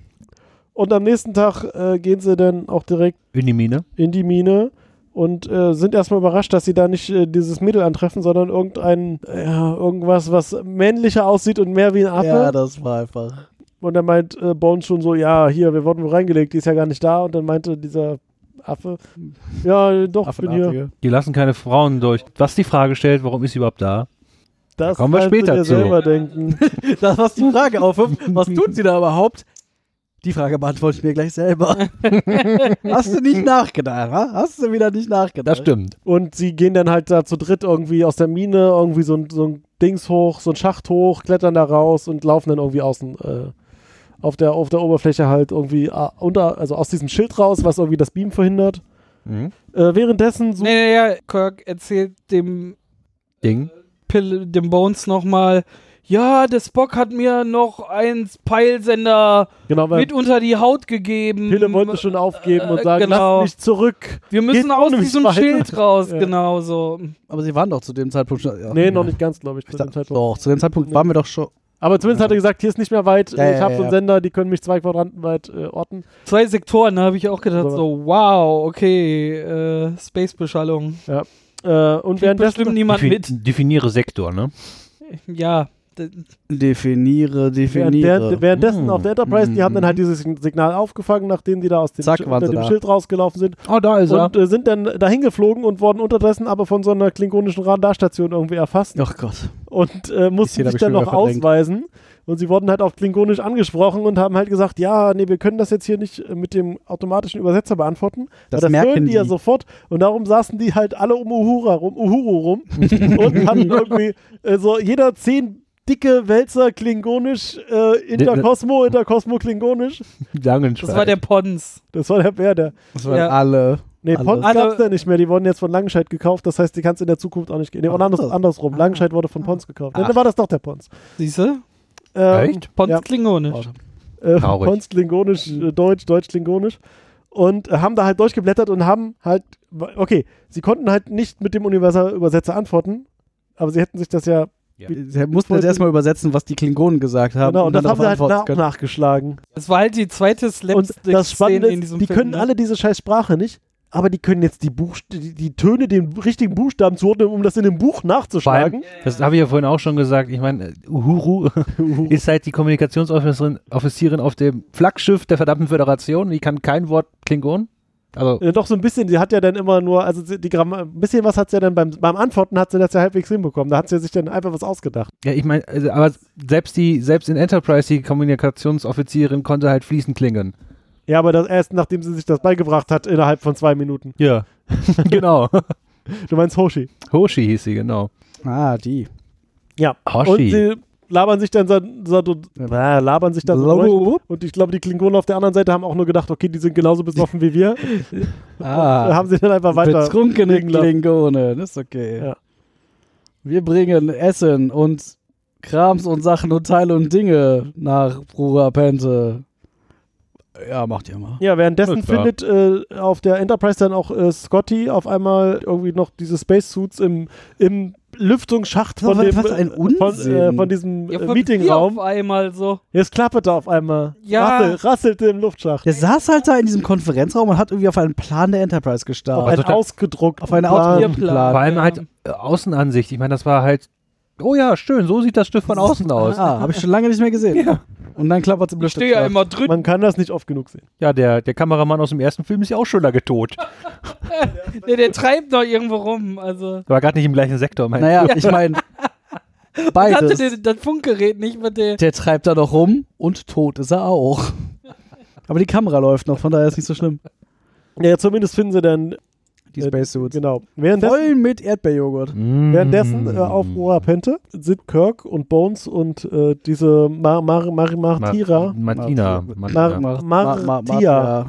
S5: und am nächsten Tag äh, gehen sie dann auch direkt
S4: In die Mine.
S5: in die Mine und äh, sind erstmal überrascht, dass sie da nicht äh, dieses Mädel antreffen, sondern irgendein, ja, irgendwas, was männlicher aussieht und mehr wie ein Affe.
S6: Ja, das war einfach.
S5: Und dann meint äh, Bones schon so, ja, hier, wir wurden wohl reingelegt, die ist ja gar nicht da. Und dann meinte dieser Affe,
S6: Hm.
S5: ja, doch, ich bin hier.
S6: Affenartige.
S4: Die lassen keine Frauen durch. Was die Frage stellt, warum ist sie überhaupt da?
S5: Das
S4: kommen wir
S5: kannst du
S4: später
S5: dir
S4: zu.
S5: selber denken.
S6: Das, was die Frage aufwirft, was tut sie da überhaupt? Die Frage beantworte ich mir gleich selber. Hast du nicht nachgedacht? Ha? Hast du wieder nicht nachgedacht?
S4: Das stimmt.
S5: Und sie gehen dann halt da zu dritt irgendwie aus der Mine, irgendwie so ein, so ein Dings hoch, so ein Schacht hoch, klettern da raus und laufen dann irgendwie außen äh, auf, der, auf der Oberfläche halt irgendwie äh, unter, also aus diesem Schild raus, was irgendwie das Beam verhindert.
S4: Mhm.
S5: Äh, währenddessen so,
S2: Nee, nee, ja, Kirk erzählt dem,
S4: Ding.
S2: Pill, dem Bones nochmal, ja, der Spock hat mir noch einen Peilsender
S5: genau, weil
S2: mit unter die Haut gegeben.
S5: Pille wollte schon aufgeben und
S2: äh,
S5: sagen,
S2: genau.
S5: lass mich zurück.
S2: Wir müssen
S5: Geht
S2: aus
S5: ohne mich
S2: diesem
S5: weiter.
S2: Schild raus,
S5: Ja.
S2: genau so.
S6: Aber sie waren doch zu dem Zeitpunkt schon. Ja.
S5: Nee, noch nicht ganz, glaube ich. Zu
S6: Ich
S5: dem
S6: dachte,
S5: Zeitpunkt.
S6: doch, zu dem Zeitpunkt waren wir doch schon.
S5: Aber zumindest hat er gesagt, hier ist nicht mehr weit,
S6: Ja,
S5: ich
S6: ja,
S5: habe so
S6: ja.
S5: einen Sender, die können mich zwei Quadranten weit äh, orten.
S2: Zwei Sektoren, da habe ich auch gedacht,
S5: So.
S2: so, wow, okay, äh, Space-Beschallung.
S5: Äh, und
S2: Kriegt bestimmt
S5: währenddessen
S2: niemand mit.
S7: Definiere Sektor, ne?
S2: Ja, d-
S6: Definiere,
S5: Während,
S6: definiere.
S5: während, währenddessen
S7: Mm.
S5: auf der Enterprise, die haben dann halt dieses Signal aufgefangen, nachdem die da aus dem,
S6: Mm. Zack,
S5: Sch-
S6: waren
S5: unter
S6: sie
S5: dem
S6: da.
S5: Schild rausgelaufen sind
S4: Oh, da ist
S5: und äh, sind dann dahin geflogen und wurden unterdessen aber von so einer klingonischen Radarstation irgendwie erfasst
S6: Ach Gott.
S5: und äh, mussten
S6: jeder
S5: sich dann
S6: bestimmt
S5: noch
S6: wieder verdrängt.
S5: ausweisen. Und sie wurden halt auf klingonisch angesprochen und haben halt gesagt, ja, nee, wir können das jetzt hier nicht äh, mit dem automatischen Übersetzer beantworten.
S6: Das
S5: Weil
S6: merken
S5: hören die ja
S6: die.
S5: sofort. Und darum saßen die halt alle um Uhura rum, Uhuru rum und haben irgendwie äh, so jeder zehn dicke Wälzer klingonisch, äh, Interkosmo, Interkosmo klingonisch.
S2: das war der Pons.
S5: Das war der Bär, der.
S6: Das waren
S2: Ja.
S6: alle.
S5: Nee,
S6: Alle-
S5: Pons
S2: Alle-
S5: gab's da nicht mehr, die wurden jetzt von Langenscheid gekauft, das heißt, die kannst du in der Zukunft auch nicht gehen. Nee, und anders,
S6: so.
S5: andersrum, Langenscheid wurde von Pons gekauft. Dann
S4: Ach.
S5: war das doch der Pons.
S2: Siehst du?
S5: Ähm,
S4: Echt?
S2: Pons
S5: Ja.
S2: klingonisch.
S5: äh,
S7: Traurig.
S5: Pons klingonisch, äh, Deutsch, Deutsch klingonisch und äh, haben da halt durchgeblättert und haben halt, okay, sie konnten halt nicht mit dem Universal-Übersetzer antworten, aber sie hätten sich das ja,
S6: Sie mussten jetzt
S5: wollten-
S6: erstmal übersetzen, was die Klingonen gesagt haben.
S5: genau, und das
S6: dann
S5: haben sie
S6: darauf
S5: halt nach,
S6: antworten können.
S5: nachgeschlagen.
S2: Es war halt die zweite
S5: Und das
S2: Slapstick-Szene
S5: Spannende
S2: in
S5: ist,
S2: diesem
S5: die
S2: Film.
S5: können
S2: ne?
S5: alle diese scheiß Sprache nicht, aber die können jetzt die, Buchst die, die Töne den richtigen Buchstaben zuordnen, um das in dem Buch nachzuschlagen.
S7: Das habe ich ja vorhin auch schon gesagt. Ich meine, Uhuru ist halt die Kommunikationsoffizierin Offizierin auf dem Flaggschiff der verdammten Föderation. Die kann kein Wort Klingon. Also,
S5: Äh, doch so ein bisschen, die hat ja dann immer nur, also sie- die Grammar, ein bisschen was hat sie ja dann beim, beim Antworten hat sie das ja halbwegs hinbekommen. Da hat sie sich dann einfach was ausgedacht.
S7: ja, ich meine, also, aber selbst die, selbst in Enterprise, die Kommunikationsoffizierin konnte halt fließend klingen.
S5: Ja, aber das erst nachdem sie sich das beigebracht hat, innerhalb von zwei Minuten.
S7: Ja. genau.
S5: Du meinst Hoshi.
S7: Hoshi hieß sie, genau.
S6: Ah, die.
S5: Ja.
S7: Hoshi.
S5: Und sie labern sich dann so, so, so äh, labern sich dann so durch. und ich glaube, die Klingonen auf der anderen Seite haben auch nur gedacht, okay, die sind genauso besoffen wie wir. Da
S6: Ah,
S5: haben sie dann einfach weiter.
S6: betrunkene
S5: liegen lassen.
S6: Klingonen. Ist okay.
S5: Ja.
S6: Wir bringen Essen und Krams und Sachen und Teile und Dinge nach Rurapente. Ja, macht ihr mal.
S5: Ja, währenddessen
S7: Na klar.
S5: findet äh, auf der Enterprise dann auch äh, Scotty auf einmal irgendwie noch diese Spacesuits im, im Lüftungsschacht von
S6: Was-
S5: dem
S6: was ein
S5: äh, von, äh,
S6: Unsinn.
S5: von diesem
S2: Ja,
S5: äh,
S2: von
S5: Meetingraum.
S2: dir Auf einmal so.
S5: Jetzt klappert er auf einmal.
S2: Ja.
S5: Rassel, rasselte im Luftschacht.
S6: Der saß halt da in diesem Konferenzraum und hat irgendwie auf einen Plan der Enterprise
S5: Auf
S2: Also,
S6: gestarrt.
S5: einen ausgedruckt.
S6: Auf eine Autoplan.
S7: Vor allem halt äh, Außenansicht. Ich meine, das war halt, oh ja, schön, so sieht das Schiff von außen aus.
S6: Ah, habe ich schon lange nicht mehr gesehen.
S7: Ja.
S6: Und dann klappert's im
S2: Ich stehe ja
S6: Lüftungsschlag.
S2: immer drin.
S5: Man kann das nicht oft genug sehen.
S7: Ja, der, der Kameramann aus dem ersten Film ist ja auch schon lange tot.
S2: Der, der treibt noch irgendwo rum. Also.
S7: War gerade nicht im gleichen Sektor, mein
S6: Naja, ich meine,
S2: Ich hatte
S6: beides.
S2: den, das Funkgerät nicht mit der.
S6: Der treibt da noch rum und tot ist er auch. Aber die Kamera läuft noch, von daher ist nicht so schlimm.
S5: Ja, zumindest finden sie dann,
S6: Die
S5: Äh,
S6: Spacesuits.
S5: genau. Währenddessen,
S6: Voll mit Erdbeerjoghurt.
S7: Hm.
S5: währenddessen äh, auf Urapente sind Kirk und Bones und äh, diese Mar Mar Mar Martira.
S7: Martina.
S5: Mar
S7: Martina.
S5: Mar Martia,
S6: Martia.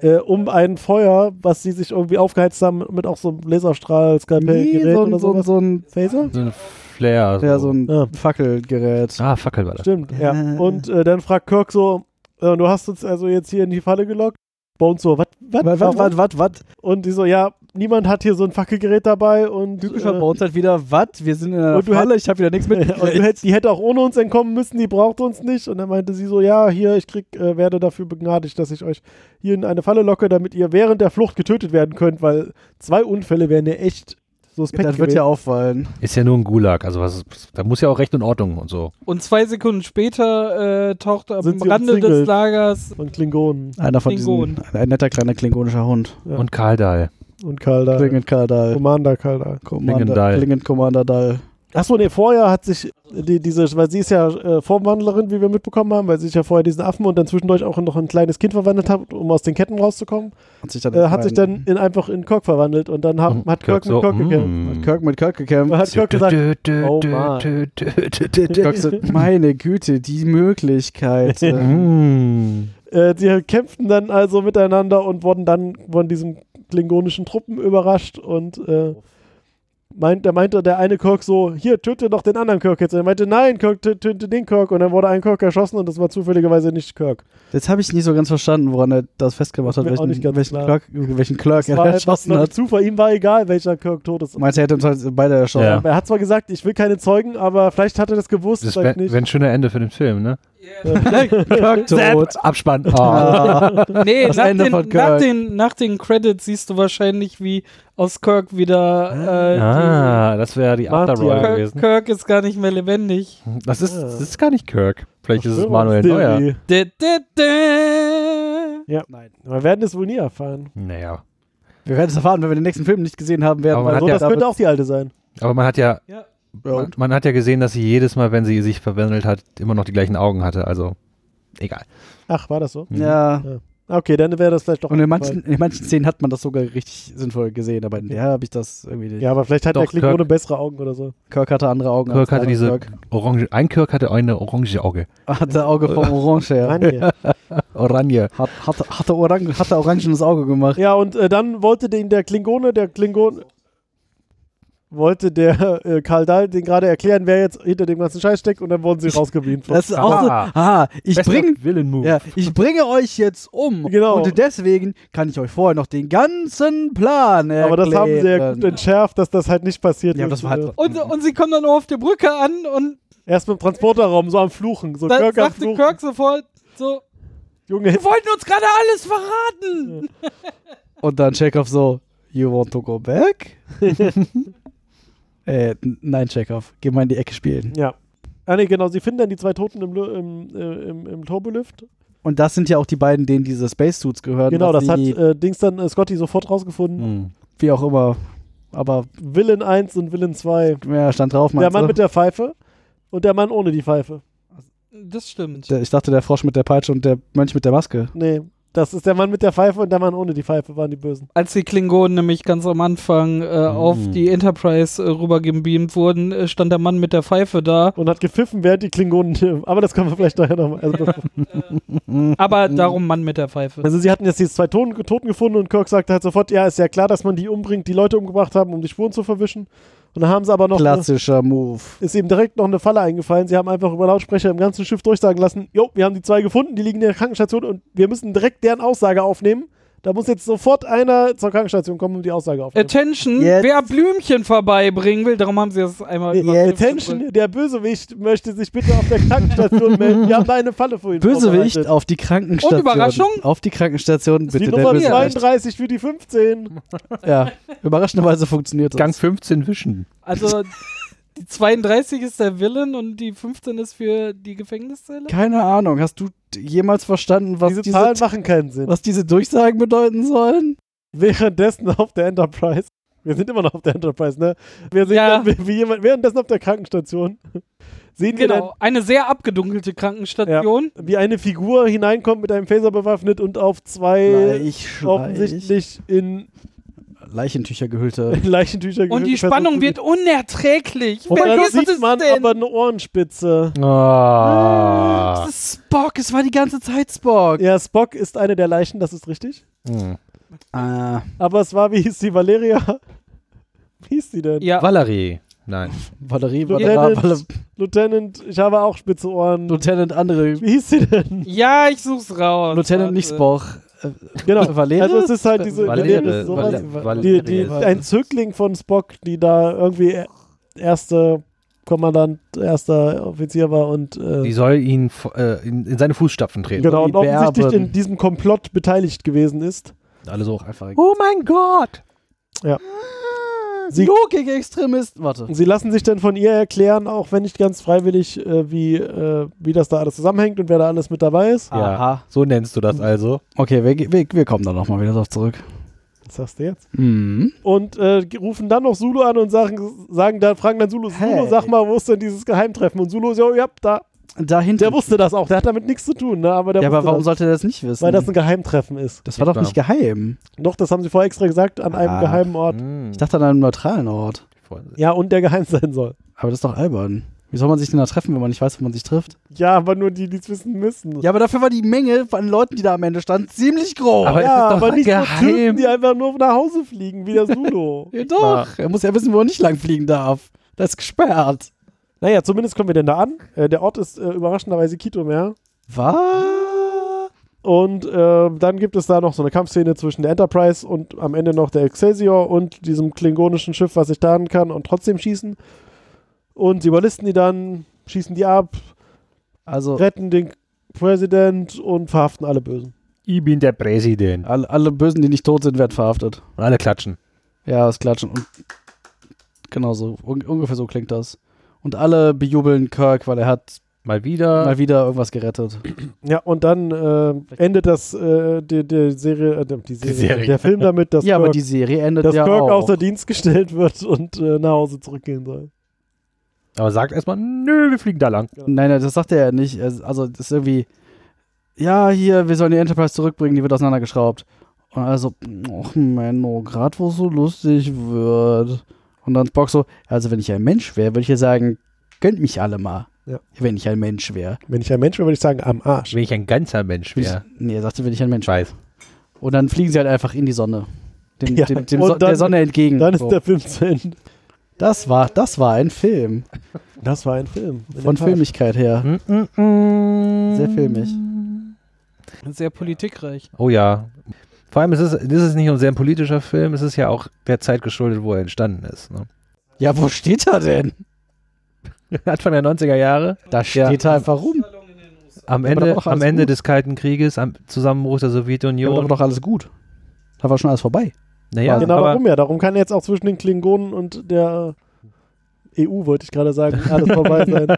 S5: äh, um ein Feuer, was sie sich irgendwie aufgeheizt haben mit auch so einem Laserstrahl, Skalpellgerät
S6: Nee, so, ein-
S5: oder
S6: so, ein-
S5: sowas.
S6: so ein,
S5: Phaser?
S7: So ein Flair.
S6: ja, so ein
S5: Ja.
S6: Fackelgerät.
S7: ah, Fackel war das.
S5: Stimmt, ja.
S6: Äh.
S5: Und äh, dann fragt Kirk so, äh, du hast uns also jetzt hier in die Falle gelockt? Bones so, was,
S6: Was, was, was, was, was?
S5: Und die so, ja, niemand hat hier so ein Fackelgerät dabei und,
S6: Typischer
S5: äh,
S6: bei uns halt wieder, was? Wir sind in einer
S5: Und du
S6: Falle, ich habe wieder nichts
S5: und du
S6: mitgekriegt.
S5: hättest, die hätte auch ohne uns entkommen müssen, die braucht uns nicht. Und dann meinte sie so, ja, hier, ich krieg, äh, werde dafür begnadigt, dass ich euch hier in eine Falle locke, damit ihr während der Flucht getötet werden könnt, weil zwei Unfälle wären ja echt suspekt
S6: Das wird
S5: gewesen.
S6: ja auffallen.
S7: Ist ja nur ein Gulag. Also, was, ist- da muss ja auch Recht und Ordnung und so.
S2: Und zwei Sekunden später äh, taucht am
S5: Sind sie
S2: Rande des
S5: umzingelt?
S2: Lagers
S5: von Klingonen
S6: Einer von diesen,
S2: Klingonen.
S6: ein netter kleiner klingonischer Hund.
S5: Ja.
S7: Und Karl Dahl.
S5: und Kaldal.
S6: Klingend Kaldal.
S5: Commander Kaldal.
S6: Äh, um, Commander,
S7: Klingendal.
S6: Klingend Commander Dal.
S5: Achso, nee, vorher hat sich die, diese, weil sie ist ja äh, Formwandlerin, wie wir mitbekommen haben, weil sie sich ja vorher diesen Affen und dann zwischendurch auch noch ein kleines Kind verwandelt hat, um aus den Ketten rauszukommen,
S6: Hat sich dann,
S5: äh, hat sich dann in, einfach in Kirk verwandelt und dann
S6: Mhm.
S5: haben, hat Kirk, mit Kirk gekämpft.
S6: Hat Kirk mit Kirk gekämpft.
S5: Hm. Hat Kirk gesagt, oh Mann.
S6: Kirk so, meine Güte, die Möglichkeit.
S5: Mhm.
S6: äh,
S7: Hm.
S5: Äh, die kämpften dann also miteinander und wurden dann von diesen klingonischen Truppen überrascht und äh, meint, da meinte der eine Kirk so, hier, töte doch den anderen Kirk jetzt. Und er meinte, nein, Kirk, tö- töte den Kirk. Und dann wurde ein Kirk erschossen und das war zufälligerweise nicht Kirk.
S6: Jetzt habe ich nicht so ganz verstanden, woran er das festgemacht hat,
S5: Mir auch
S6: welchen,
S5: nicht ganz
S6: welchen,
S5: klar.
S6: Kirk, welchen Kirk
S5: Das
S6: er
S5: war halt einfach
S6: erschossen
S5: nur
S6: hat.
S5: Zufall. Ihm war egal, welcher Kirk tot ist.
S6: Meinte, er hätte uns halt beide erschossen.
S7: Ja.
S5: Aber Er hat zwar gesagt, ich will keine Zeugen, aber vielleicht hat er das gewusst,
S7: Das
S5: vielleicht
S7: wäre
S5: nicht.
S7: wär ein schöner Ende für den Film, ne?
S6: Kirk tot.
S7: Abspann. Oh.
S6: Ah.
S2: Nee,
S6: Das
S2: nach
S6: Ende
S2: den,
S6: von Kirk.
S2: nach, den, nach den Credits siehst du wahrscheinlich, wie aus Kirk wieder. Äh,
S7: Ah, das wäre die Afterroll
S2: die,
S5: Martial.
S2: Kirk,
S7: gewesen. Hm.
S2: Kirk ist gar nicht mehr lebendig.
S7: Das ist, das ist gar nicht Kirk. Vielleicht ist es Manuel Neuer.
S5: Theorie.
S2: Da, da, da.
S5: Ja. Nein. Wir werden es wohl nie erfahren.
S7: Naja.
S6: Wir werden es erfahren, wenn wir den nächsten Film nicht gesehen haben werden.
S7: Aber man
S6: wir
S7: hat
S5: Also,
S7: ja
S5: das könnte auch die alte sein.
S7: Aber man hat ja,
S2: Ja.
S7: man, man hat ja gesehen, dass sie jedes Mal, wenn sie sich verwandelt hat, immer noch die gleichen Augen hatte. Also, egal.
S5: Ach, war das so?
S7: Hm.
S6: ja.
S5: Okay, dann wäre das vielleicht doch.
S6: Hm. Und in
S5: Fall.
S6: manchen, in manchen Szenen hat man das sogar richtig sinnvoll gesehen, aber in der habe ich das irgendwie nicht.
S5: Ja, aber vielleicht hat
S7: Doch,
S5: der Klingone
S7: Kirk-
S5: bessere Augen oder so.
S6: Kirk hatte andere Augen. als
S7: Kirk
S6: der
S7: hatte
S6: andere
S7: diese
S6: Kirk.
S7: orange, ein Kirk hatte eine orange Auge.
S6: Hatte Auge vom Orange her.
S5: Mann, ey.
S7: Oranje.
S6: Hat, hatte, hatte, Orang, hatte orangenes Auge gemacht.
S5: ja, und äh, dann wollte den der Klingone, der Klingon, wollte der äh, Karl Dahl den gerade erklären, wer jetzt hinter dem ganzen Scheiß steckt und dann wurden sie rausgeblieben.
S6: Das ist auch so.
S7: Ah.
S6: Ah, ich bringe
S7: Willen-Move.
S6: Ja, ich bringe euch jetzt um.
S5: Genau.
S6: Und deswegen kann ich euch vorher noch den ganzen Plan erklären.
S5: aber das haben sie ja gut entschärft, dass das halt nicht passiert
S6: ne? Ja,
S5: ist.
S6: das war halt.
S2: Und, und sie kommen dann nur auf der Brücke an und
S5: Erst mit dem Transporterraum, so am Fluchen. So
S2: dann
S5: Kirk am
S2: sagte
S5: Fluchen.
S2: Kirk sofort so,
S5: Junge,
S2: wir wollten uns gerade alles verraten.
S6: Und dann Chekhov so, you want to go back? äh, n- nein, Chekhov, geh mal in die Ecke spielen.
S5: ja. Ah nee, genau, sie finden dann die zwei Toten im, Lu- im, äh, im, im Turbolift.
S6: Und das sind ja auch die beiden, denen diese Spacesuits gehören.
S5: Genau,
S6: was
S5: das hat
S6: die-
S5: äh, Dings dann äh, Scotty sofort
S6: Hm.
S5: rausgefunden.
S6: wie auch immer. Aber
S5: Willen 1 und Willen 2.
S6: ja, stand drauf,
S5: Der
S6: meinst
S5: Mann
S6: du?
S5: mit der Pfeife und der Mann ohne die Pfeife.
S2: Das stimmt.
S6: Der- ich dachte, der Frosch mit der Peitsche und der Mönch mit der Maske.
S5: Nee, das ist der Mann mit der Pfeife und der Mann ohne die Pfeife waren die Bösen.
S2: Als die Klingonen nämlich ganz am Anfang äh, auf
S5: Mhm.
S2: die Enterprise äh, rübergebeamt wurden, äh, stand der Mann mit der Pfeife da.
S5: Und hat gepfiffen, während die Klingonen. Aber das kommen wir vielleicht nachher nochmal. Also, das-
S2: Aber darum Mann mit der Pfeife.
S5: also, sie hatten jetzt diese zwei Toten, Toten gefunden und Kirk sagte halt sofort: Ja, ist ja klar, dass man die umbringt, die Leute umgebracht haben, um die Spuren zu verwischen. Und dann haben sie aber noch.
S6: Klassischer Move.
S5: Eine, ist ihm direkt noch eine Falle eingefallen. Sie haben einfach über Lautsprecher im ganzen Schiff durchsagen lassen: Jo, wir haben die zwei gefunden, die liegen in der Krankenstation und wir müssen direkt deren Aussage aufnehmen. Da muss jetzt sofort einer zur Krankenstation kommen und die Aussage aufnehmen.
S2: Attention,
S6: Jetzt.
S2: wer Blümchen vorbeibringen will, darum haben sie das einmal
S5: Die
S2: übersetzt.
S5: Attention, der Bösewicht möchte sich bitte auf der Krankenstation melden. Wir haben da eine Falle für ihn.
S6: Bösewicht
S5: vorbereitet.
S6: auf die Krankenstation.
S2: Und Überraschung?
S6: Auf die Krankenstation, bitte.
S5: Die
S6: der
S5: Nummer
S6: Bösewicht.
S5: 32 für die 15.
S6: Ja, überraschenderweise funktioniert das.
S7: Gang 15 wischen.
S2: Also die 32 ist der Villain und die 15 ist für die Gefängniszelle.
S6: Keine Ahnung, hast du d- jemals verstanden, was
S5: Diese
S6: diese,
S5: Zahlen machen keinen Sinn.
S6: was diese Durchsagen bedeuten sollen?
S5: Währenddessen auf der Enterprise. Wir sind immer noch auf der Enterprise, ne? Wir sehen
S2: Ja.
S5: dann, wie, wie jemand, währenddessen auf der Krankenstation sehen wir
S2: Genau, eine sehr abgedunkelte Krankenstation.
S5: dann, wie eine Figur hineinkommt mit einem Phaser bewaffnet und auf
S6: Äh,
S5: zwei
S6: Bleich, Offensichtlich.
S5: offensichtlich in
S6: Leichentücher gehüllte.
S5: Leichentücher
S2: Und die
S5: gehüllte
S6: halt
S2: Spannung
S5: Person-
S2: wird unerträglich.
S5: Und dann
S2: Vergiss
S5: sieht
S2: es
S5: man
S2: denn.
S5: aber eine Ohrenspitze.
S7: Ah.
S6: Das ist Spock, es war die ganze Zeit Spock.
S5: Ja, Spock ist eine der Leichen, das ist richtig.
S7: Hm.
S6: Ah,
S5: Aber es war, wie hieß die, Valeria? Wie hieß die denn?
S2: ja,
S7: Valerie. Nein.
S6: Valerie, Valerie,
S5: Lieutenant,
S6: Valerie,
S5: Lieutenant, ich habe auch spitze Ohren.
S6: Lieutenant andere.
S5: Wie hieß sie denn?
S2: ja, ich such's raus.
S6: Lieutenant nicht
S2: Warte.
S6: Spock. Äh,
S5: Genau.
S6: Valerie?
S5: Also es ist halt diese
S7: Valerie.
S5: sowas.
S7: Vale-
S5: die, die,
S7: Valerie.
S5: ein Zögling von Spock, die da irgendwie e- erste Kommandant, erster Offizier war und äh,
S7: Die soll ihn f- äh, in, in seine Fußstapfen treten.
S5: genau und
S6: die Berben.
S5: offensichtlich in diesem Komplott beteiligt gewesen ist.
S7: Alle so einfach.
S6: Oh mein Gott!
S5: Ja. Sie-
S6: Logik-Extremist. Warte.
S5: Sie lassen sich dann von ihr erklären, auch wenn nicht ganz freiwillig, äh, wie, äh, wie das da alles zusammenhängt und wer da alles mit dabei ist.
S7: Ja.
S6: Aha.
S7: So nennst du das also.
S6: Okay, wir, wir, wir kommen da nochmal wieder drauf zurück.
S5: Was sagst du jetzt?
S6: Mhm.
S5: Und äh, ge- rufen dann noch Zulu an und sagen, sagen dann, fragen dann Zulu, Zulu,
S6: Hey.
S5: sag mal, wo ist denn dieses Geheimtreffen? Und Zulu ist ja, ja, da.
S6: Dahinter.
S5: Der wusste das auch, der hat damit nichts zu tun, ne? Aber der
S6: ja, aber
S5: wusste
S6: warum
S5: das,
S6: sollte er das nicht wissen?
S5: Weil das ein Geheimtreffen ist.
S6: das war doch nicht geheim.
S5: Noch, das haben sie vorher extra gesagt, an einem
S6: Ah.
S5: geheimen Ort.
S7: hm.
S6: Ich dachte an einem neutralen Ort.
S5: Ja, und der geheim sein soll.
S6: Aber das ist doch albern. Wie soll man sich denn da treffen, wenn man nicht weiß, wo man sich trifft?
S5: Ja, aber nur die, die es wissen müssen.
S6: Ja, aber dafür war die Menge an Leuten, die da am Ende stand, ziemlich groß.
S7: Aber
S5: Ja,
S7: es ist doch
S5: aber nicht so Typen,
S7: geheim.
S5: die einfach nur nach Hause fliegen, wie der Zulu.
S6: ja, doch. Er muss ja wissen, wo er nicht lang fliegen darf. Das ist gesperrt.
S5: naja, zumindest kommen wir denn da an. Äh, der Ort ist äh, überraschenderweise Kitomer.
S6: Was?
S5: Und äh, dann gibt es da noch so eine Kampfszene zwischen der Enterprise und am Ende noch der Excelsior und diesem klingonischen Schiff, was ich tarnen kann und trotzdem schießen. Und sie überlisten die dann, schießen die ab,
S6: Also,
S5: retten den Präsident und verhaften alle Bösen.
S7: Ich bin der Präsident.
S6: alle, alle Bösen, die nicht tot sind, werden verhaftet.
S7: Und alle klatschen.
S6: Ja, das Klatschen. Und genau so. Un ungefähr so klingt das. Und alle bejubeln Kirk, weil er hat
S7: Mal wieder.
S6: mal wieder irgendwas gerettet.
S5: Ja, und dann äh, endet das, äh, die, die Serie, äh, die Serie,
S7: Serie.
S5: der Film damit, dass
S6: ja, aber
S5: Kirk
S6: die Serie endet
S5: dass
S6: ja
S5: Kirk
S6: auch.
S5: außer Dienst gestellt wird und äh, nach Hause zurückgehen soll.
S7: aber sagt erstmal, nö, wir fliegen da lang.
S6: nein, nein, das sagt er ja nicht. Er- Also, das ist irgendwie, ja, hier, wir sollen die Enterprise zurückbringen, die wird auseinandergeschraubt. Und also, ach Menno, gerade wo es so lustig wird. Und dann Spock so, also wenn ich ein Mensch wäre, würde ich ja sagen, gönnt mich alle mal.
S5: Ja.
S6: Wenn ich ein Mensch wäre.
S5: Wenn ich ein Mensch wäre, würde ich sagen, am Arsch.
S7: Wenn ich ein ganzer Mensch wäre.
S6: Nee, er sagte, wenn ich ein Mensch
S7: Ich weiß.
S6: Und dann fliegen sie halt einfach in die Sonne. Dem,
S5: Ja,
S6: dem, dem
S5: und
S6: so
S5: dann-
S6: der Sonne entgegen.
S5: Dann ist
S6: So.
S5: der Film zu Ende.
S6: das, war, das war ein Film.
S5: Das war ein Film.
S6: Von Filmigkeit her.
S7: Mm, mm, mm.
S6: Sehr filmig.
S2: Sehr politikreich.
S7: Oh ja. Vor allem ist es, das ist nicht nur sehr ein politischer Film, es ist ja auch der Zeit geschuldet, wo er entstanden ist. Ne?
S6: Ja, wo steht er denn?
S7: Anfang der 90er Jahre,
S6: Da steht er einfach rum.
S7: am
S6: aber
S7: Ende,
S6: doch alles
S7: am Ende
S6: gut.
S7: des Kalten Krieges, am Zusammenbruch der
S6: Ja, aber
S7: Sowjetunion.
S6: doch alles gut. Da war schon alles vorbei.
S7: naja,
S5: Genau
S7: aber,
S5: darum ja. Darum kann jetzt auch zwischen den Klingonen und der EU, wollte ich gerade sagen, alles vorbei sein.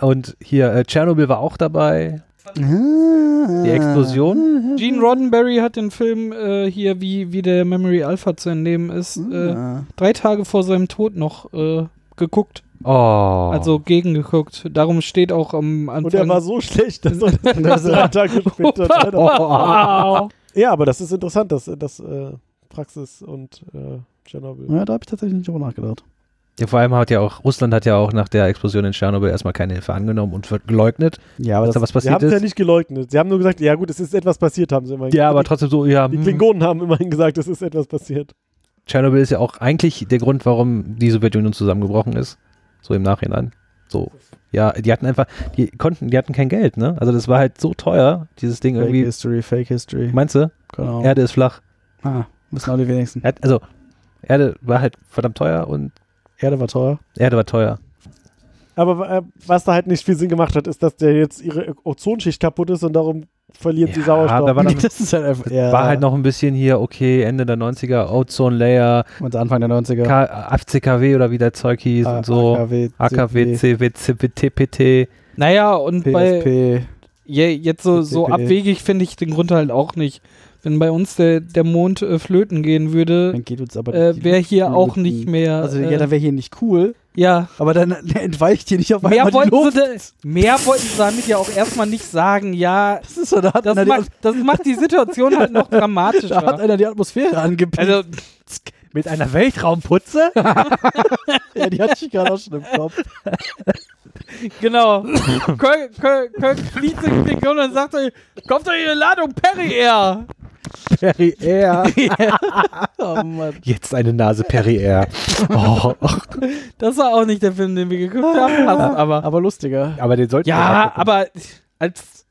S7: Und hier, äh, Tschernobyl war auch dabei. Die
S6: Die
S7: Explosion.
S2: Gene Roddenberry hat den Film äh, hier, wie, wie der Memory Alpha zu entnehmen ist,
S6: Hm,
S2: äh,
S6: Ah.
S2: drei Tage vor seinem Tod noch äh, geguckt.
S7: Oh.
S2: Also gegengeguckt. Darum steht auch am Anfang.
S5: Und er war so schlecht, dass er das drei Tage später leider-
S7: Oh.
S2: Wow.
S5: Ja, aber das ist interessant, dass das äh, Praxis und äh, Tschernobyl.
S6: Ja, da habe ich tatsächlich nicht drüber nachgedacht.
S7: ja, vor allem hat ja auch, Russland hat ja auch nach der Explosion in Tschernobyl erstmal keine Hilfe angenommen und wird geleugnet,
S6: Ja, aber
S7: dass
S6: das,
S7: da was
S5: Sie
S7: passiert
S5: haben es ja
S7: ist.
S5: nicht geleugnet. Sie haben nur gesagt, ja gut, es ist etwas passiert, haben sie immerhin
S7: Ja, aber
S5: gesagt.
S7: trotzdem so, ja,
S5: Die
S7: hm,
S5: Klingonen haben immerhin gesagt, es ist etwas passiert.
S7: Tschernobyl ist ja auch eigentlich der Grund, warum die Sowjetunion zusammengebrochen ist. So im Nachhinein. So. Ja, die hatten einfach, die konnten, die hatten kein Geld, ne? Also das war halt so teuer, dieses Ding
S6: Fake
S7: irgendwie.
S6: History, Fake History.
S7: Meinst du?
S6: Genau.
S7: Erde ist flach.
S6: ah, wissen alle die wenigsten.
S7: Er hat- Also, Erde war halt verdammt teuer und
S6: Erde war teuer.
S7: Erde war teuer.
S5: Aber äh, was da halt nicht viel Sinn gemacht hat, ist, dass der jetzt ihre Ozonschicht kaputt ist und darum verliert die
S7: Ja,
S5: Sauerstoff.
S7: da war dann-
S6: das ist halt einfach. Ja.
S7: War halt noch ein bisschen hier, okay, Ende der 90er, Ozone Layer,
S6: Und Anfang der 90er.
S7: K 80 KW oder wie der Zeug hieß
S6: Ah,
S7: und so.
S6: AKW,
S7: AKW,
S6: CP,
S7: CW, CPTPT.
S2: Naja, und bei
S6: PSP.
S2: je, jetzt so, so
S6: PPE.
S2: abwegig finde ich den Grund halt auch nicht. Wenn bei uns der, der Mond äh, flöten gehen würde,
S6: Dann geht uns aber
S2: äh,
S6: die
S2: wäre hier
S6: Luft
S2: auch
S6: flöten.
S2: nicht mehr.
S6: Also,
S2: äh,
S6: ja, dann wäre hier nicht cool,
S2: ja.
S6: aber dann entweicht hier nicht auf einmal
S2: Mehr
S6: die
S2: wollten,
S6: Luft.
S2: sie, da- mehr wollten sie damit ja auch erstmal nicht sagen. Ja,
S6: Das ist so, da hat,
S2: das,
S6: einer, die,
S2: macht, das macht die Situation halt noch
S6: At- da hat
S2: dramatischer.
S6: einer die Atmosphäre angepinnt.
S2: Also,
S7: Mit einer Weltraumputze?
S6: ja, die hatte ich gerade auch schon im Kopf.
S2: genau. Kirk, Kirk, Kirk flieht sich den Grund und sagt: euch, Kommt doch hier eine Ladung Perry Air.
S7: Perry Air.
S6: Oh Mann.
S7: Jetzt eine Nase Perry Air. Oh,
S2: Das war auch nicht der Film, den wir geguckt haben. Passt aber.
S6: Aber lustiger.
S7: aber den sollten wir
S2: Ja,
S7: mal gucken.
S2: aber als,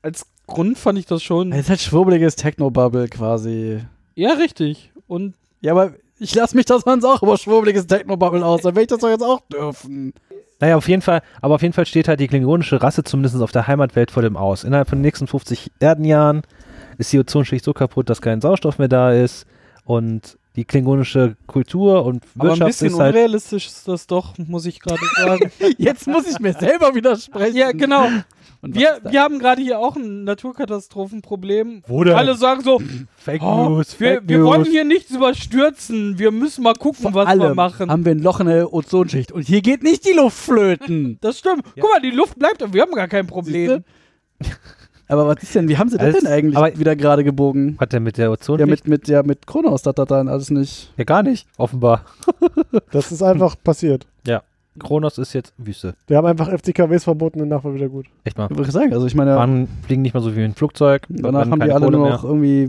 S2: als Grund fand ich das schon.
S6: Es ist halt schwurbeliges Technobubble quasi.
S2: ja, richtig. Und
S6: Ja, aber ich lasse mich das sonst auch über schwurbeliges Technobubble aus. Dann will ich das doch jetzt auch dürfen.
S7: Naja, auf jeden Fall, aber auf jeden Fall steht halt die klingonische Rasse zumindest auf der Heimatwelt vor dem Aus. Innerhalb von den nächsten 50 Erdenjahren ist die Ozonschicht so kaputt, dass kein Sauerstoff mehr da ist. Und Die klingonische Kultur und
S2: Aber ein
S7: Wirtschaft
S2: bisschen
S7: ist halt.
S2: unrealistisch ist das doch, muss ich gerade sagen.
S6: Jetzt muss ich mir selber widersprechen.
S2: ja, genau.
S6: Und was
S2: Wir,
S6: ist da?
S2: wir haben gerade hier auch ein Naturkatastrophenproblem.
S7: Wo denn?
S2: Alle sagen so,
S7: Fake
S2: oh, wir, wir wollen hier nichts überstürzen. Wir müssen mal gucken,
S6: Vor
S2: was wir
S6: allem
S2: machen.
S6: haben wir ein Loch in der Ozonschicht. Und hier geht nicht die Luft flöten.
S2: Das stimmt. Guck mal, die Luft bleibt und wir haben gar kein Problem.
S6: Aber was ist denn, wie haben sie das
S7: Alles-
S6: denn eigentlich
S7: aber-
S6: wieder gerade gebogen?
S7: Hat der mit der Ozon?
S6: Ja, mit, mit, ja, mit Kronos hat das dann alles nicht.
S7: ja, gar nicht, offenbar.
S5: Das ist einfach passiert.
S7: Kronos ist jetzt Wüste.
S5: Wir haben einfach FCKWs verboten und nachher wieder gut.
S7: Echt mal.
S6: Ich würde sagen, also ich meine,
S7: Wann fliegen nicht mal so viel ein Flugzeug?
S6: danach
S7: wann
S6: haben die
S7: keine
S6: alle
S7: Kohle
S6: nur
S7: mehr.
S6: noch irgendwie,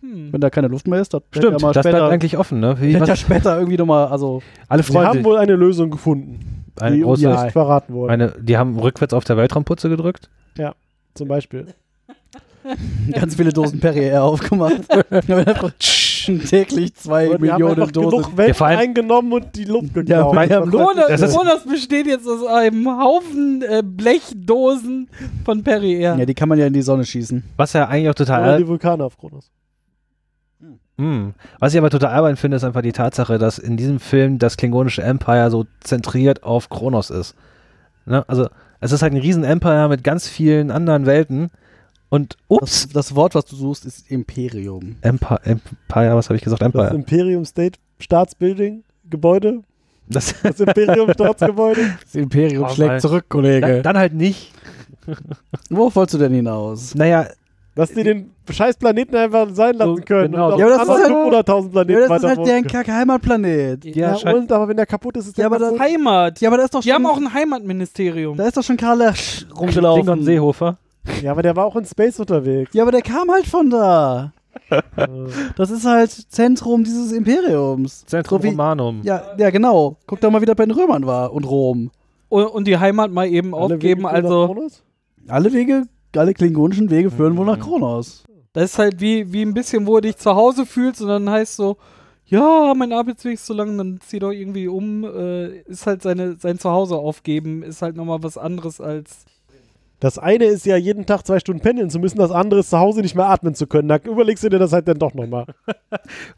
S2: Hm.
S6: wenn da keine Luft mehr ist, das wird
S7: Stimmt,
S6: ja mal
S7: das bleibt
S6: später,
S7: eigentlich offen, ne? Wie,
S6: wird ja
S7: was,
S6: später irgendwie nochmal, also
S7: alle
S5: Sie haben
S7: Freunde,
S5: wohl eine Lösung gefunden,
S7: eine
S5: die uns
S7: große,
S5: nicht verraten wurde.
S7: eine, die haben rückwärts auf der Weltraumputze gedrückt.
S5: Zum Beispiel.
S6: ganz viele Dosen Perrier aufgemacht. täglich zwei
S5: Und wir haben
S6: Millionen
S5: einfach
S6: Dosen.
S5: genug Wellen
S7: Ja, vor allem-
S5: eingenommen und die Luft
S6: Ja,
S5: geklaut.
S6: weil ja,
S7: Das
S2: Kronos,
S7: ist-
S2: Kronos besteht jetzt aus einem Haufen äh, Blechdosen von Perrier.
S6: ja, die kann man ja in die Sonne schießen.
S7: Was ja eigentlich auch
S5: Oder
S7: total.
S5: die Vulkane auf Kronos.
S7: Hm. Was ich aber total albern finde, ist einfach die Tatsache, dass in diesem Film das klingonische Empire so zentriert auf Kronos ist. Ne? Also, es ist halt ein Riesen-Empire mit ganz vielen anderen Welten. Und, ups,
S6: Das, das Wort, was du suchst, ist Imperium.
S7: Empire, Empire, was habe ich gesagt?
S5: Das
S7: Empire.
S5: Imperium State Staatsbuilding, Gebäude,
S7: Das,
S5: das Imperium Staatsgebäude.
S6: Das Imperium
S7: Oh,
S6: schlägt
S7: Mann.
S6: zurück, Kollege.
S7: dann, dann halt nicht.
S6: Worauf wolltest du denn hinaus?
S7: Naja,
S5: Dass die den scheiß Planeten einfach sein lassen
S7: So,
S5: können.
S7: genau.
S5: Und
S6: Ja, aber das
S5: auf
S6: ist halt-
S5: anderen 500.000 Planeten
S6: Ja, das ist
S5: weiter
S6: halt deren kacke Heimatplanet.
S2: Ja,
S7: ja,
S5: ja,
S7: scheint-
S5: und, aber wenn der kaputt ist, ist der
S6: Ja, aber das-
S2: halt
S5: kaputt.
S2: Heimat.
S6: Ja, aber da ist doch
S2: Die
S6: schon,
S2: haben auch ein Heimatministerium.
S6: da ist doch schon Karl Lesch
S7: Klingon
S6: rumgelaufen.
S7: Seehofer.
S5: Ja, aber der war auch in Space unterwegs.
S6: Ja, aber der kam halt von da. Das ist halt Zentrum dieses Imperiums.
S7: Zentrum
S6: So wie-
S7: Romanum.
S6: Ja, ja, genau. Guck doch mal, wie das bei den Römern war und Rom.
S2: Und, und die Heimat mal eben
S5: Alle
S2: aufgeben.
S5: Wege führen nach
S2: Also,
S5: Kronos?
S6: Alle Wege, alle klingonischen Wege führen wohl nach Kronos.
S2: das ist halt wie, wie ein bisschen, wo du dich zu Hause fühlst und dann heißt so, ja, mein Arbeitsweg ist so lang, dann zieh doch irgendwie um. Äh, ist halt seine, sein Zuhause aufgeben, ist halt nochmal was anderes als.
S5: Das eine ist ja, jeden Tag zwei Stunden pendeln zu müssen, das andere ist zu Hause nicht mehr atmen zu können. Da überlegst du dir das halt dann doch nochmal.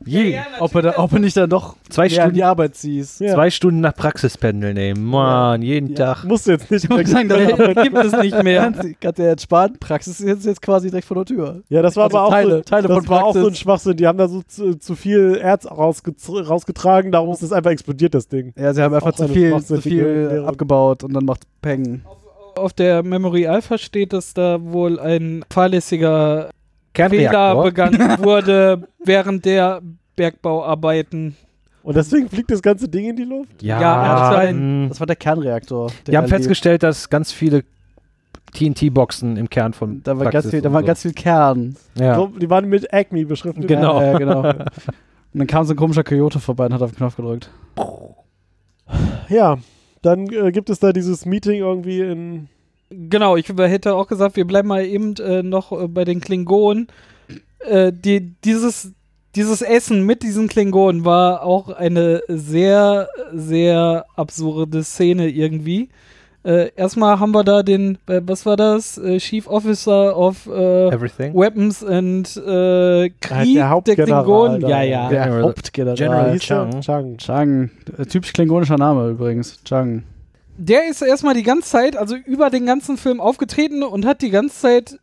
S7: Je,
S6: Ob er, da, ob er nicht dann doch
S7: Zwei
S6: mehr in
S7: Stunden,
S6: die Arbeit ziehst.
S5: Ja.
S7: zwei Stunden nach Praxispendel nehmen. Mann, jeden
S6: Ja.
S7: Tag.
S5: Musst du jetzt nicht.
S6: muss sagen, das-
S2: gibt es nicht mehr.
S6: Kannst kannst du ja jetzt sparen. Praxis ist jetzt- jetzt quasi direkt vor der Tür.
S5: Ja, das war
S6: Also
S5: aber auch,
S6: Teile-
S5: so,
S6: Teile
S5: das
S6: von
S5: war auch so ein
S6: Praxis.
S5: Schwachsinn. Die haben da so zu, zu viel Erz rausgez- rausgetragen, darum ist das einfach explodiert, das Ding.
S6: Ja, sie haben einfach
S5: Auch
S6: zu
S5: eine
S6: viel, zu
S5: schwachsinnige
S6: viel
S5: Erklärung.
S6: abgebaut und dann macht Peng.
S2: Auf der Memory Alpha steht, dass da wohl ein fahrlässiger Fehler
S7: Kernreaktor.
S2: begangen wurde während der Bergbauarbeiten.
S5: Und deswegen fliegt das ganze Ding in die Luft.
S2: Ja,
S7: ja,
S2: also-
S7: mh.
S6: Das war der Kernreaktor.
S7: Die haben
S6: festgestellt.
S7: festgestellt, dass ganz viele TNT-Boxen im Kern von
S6: Da war, ganz
S7: Praxis
S6: viel, da
S7: und
S6: war
S7: so.
S6: ganz viel Kern.
S7: ja.
S5: So, die waren mit Acme beschriftet.
S7: Genau.
S6: Ja, ja, genau. Und dann kam so ein komischer Coyote vorbei und hat auf den Knopf gedrückt.
S5: Ja, dann äh, gibt es da dieses Meeting irgendwie in.
S2: Genau, ich hätte auch gesagt, wir bleiben mal eben äh, noch äh, bei den Klingonen. Äh, die, dieses, dieses Essen mit diesen Klingonen war auch eine sehr, sehr absurde Szene irgendwie. Äh, erstmal haben wir da den, äh, was war das? Äh, Chief Officer of äh,
S7: Everything.
S2: Weapons and äh, Krieg
S5: Hauptgeneral da.
S2: Ja, ja.
S7: Ja.
S6: Der Hauptgeneral.
S7: General. Äh,
S5: hieß der?
S7: Chang.
S5: Chang.
S6: Ah, Chang. Äh, Typisch klingonischer Name übrigens. Chang.
S2: Der ist erstmal die ganze Zeit, also über den ganzen Film aufgetreten und hat die ganze Zeit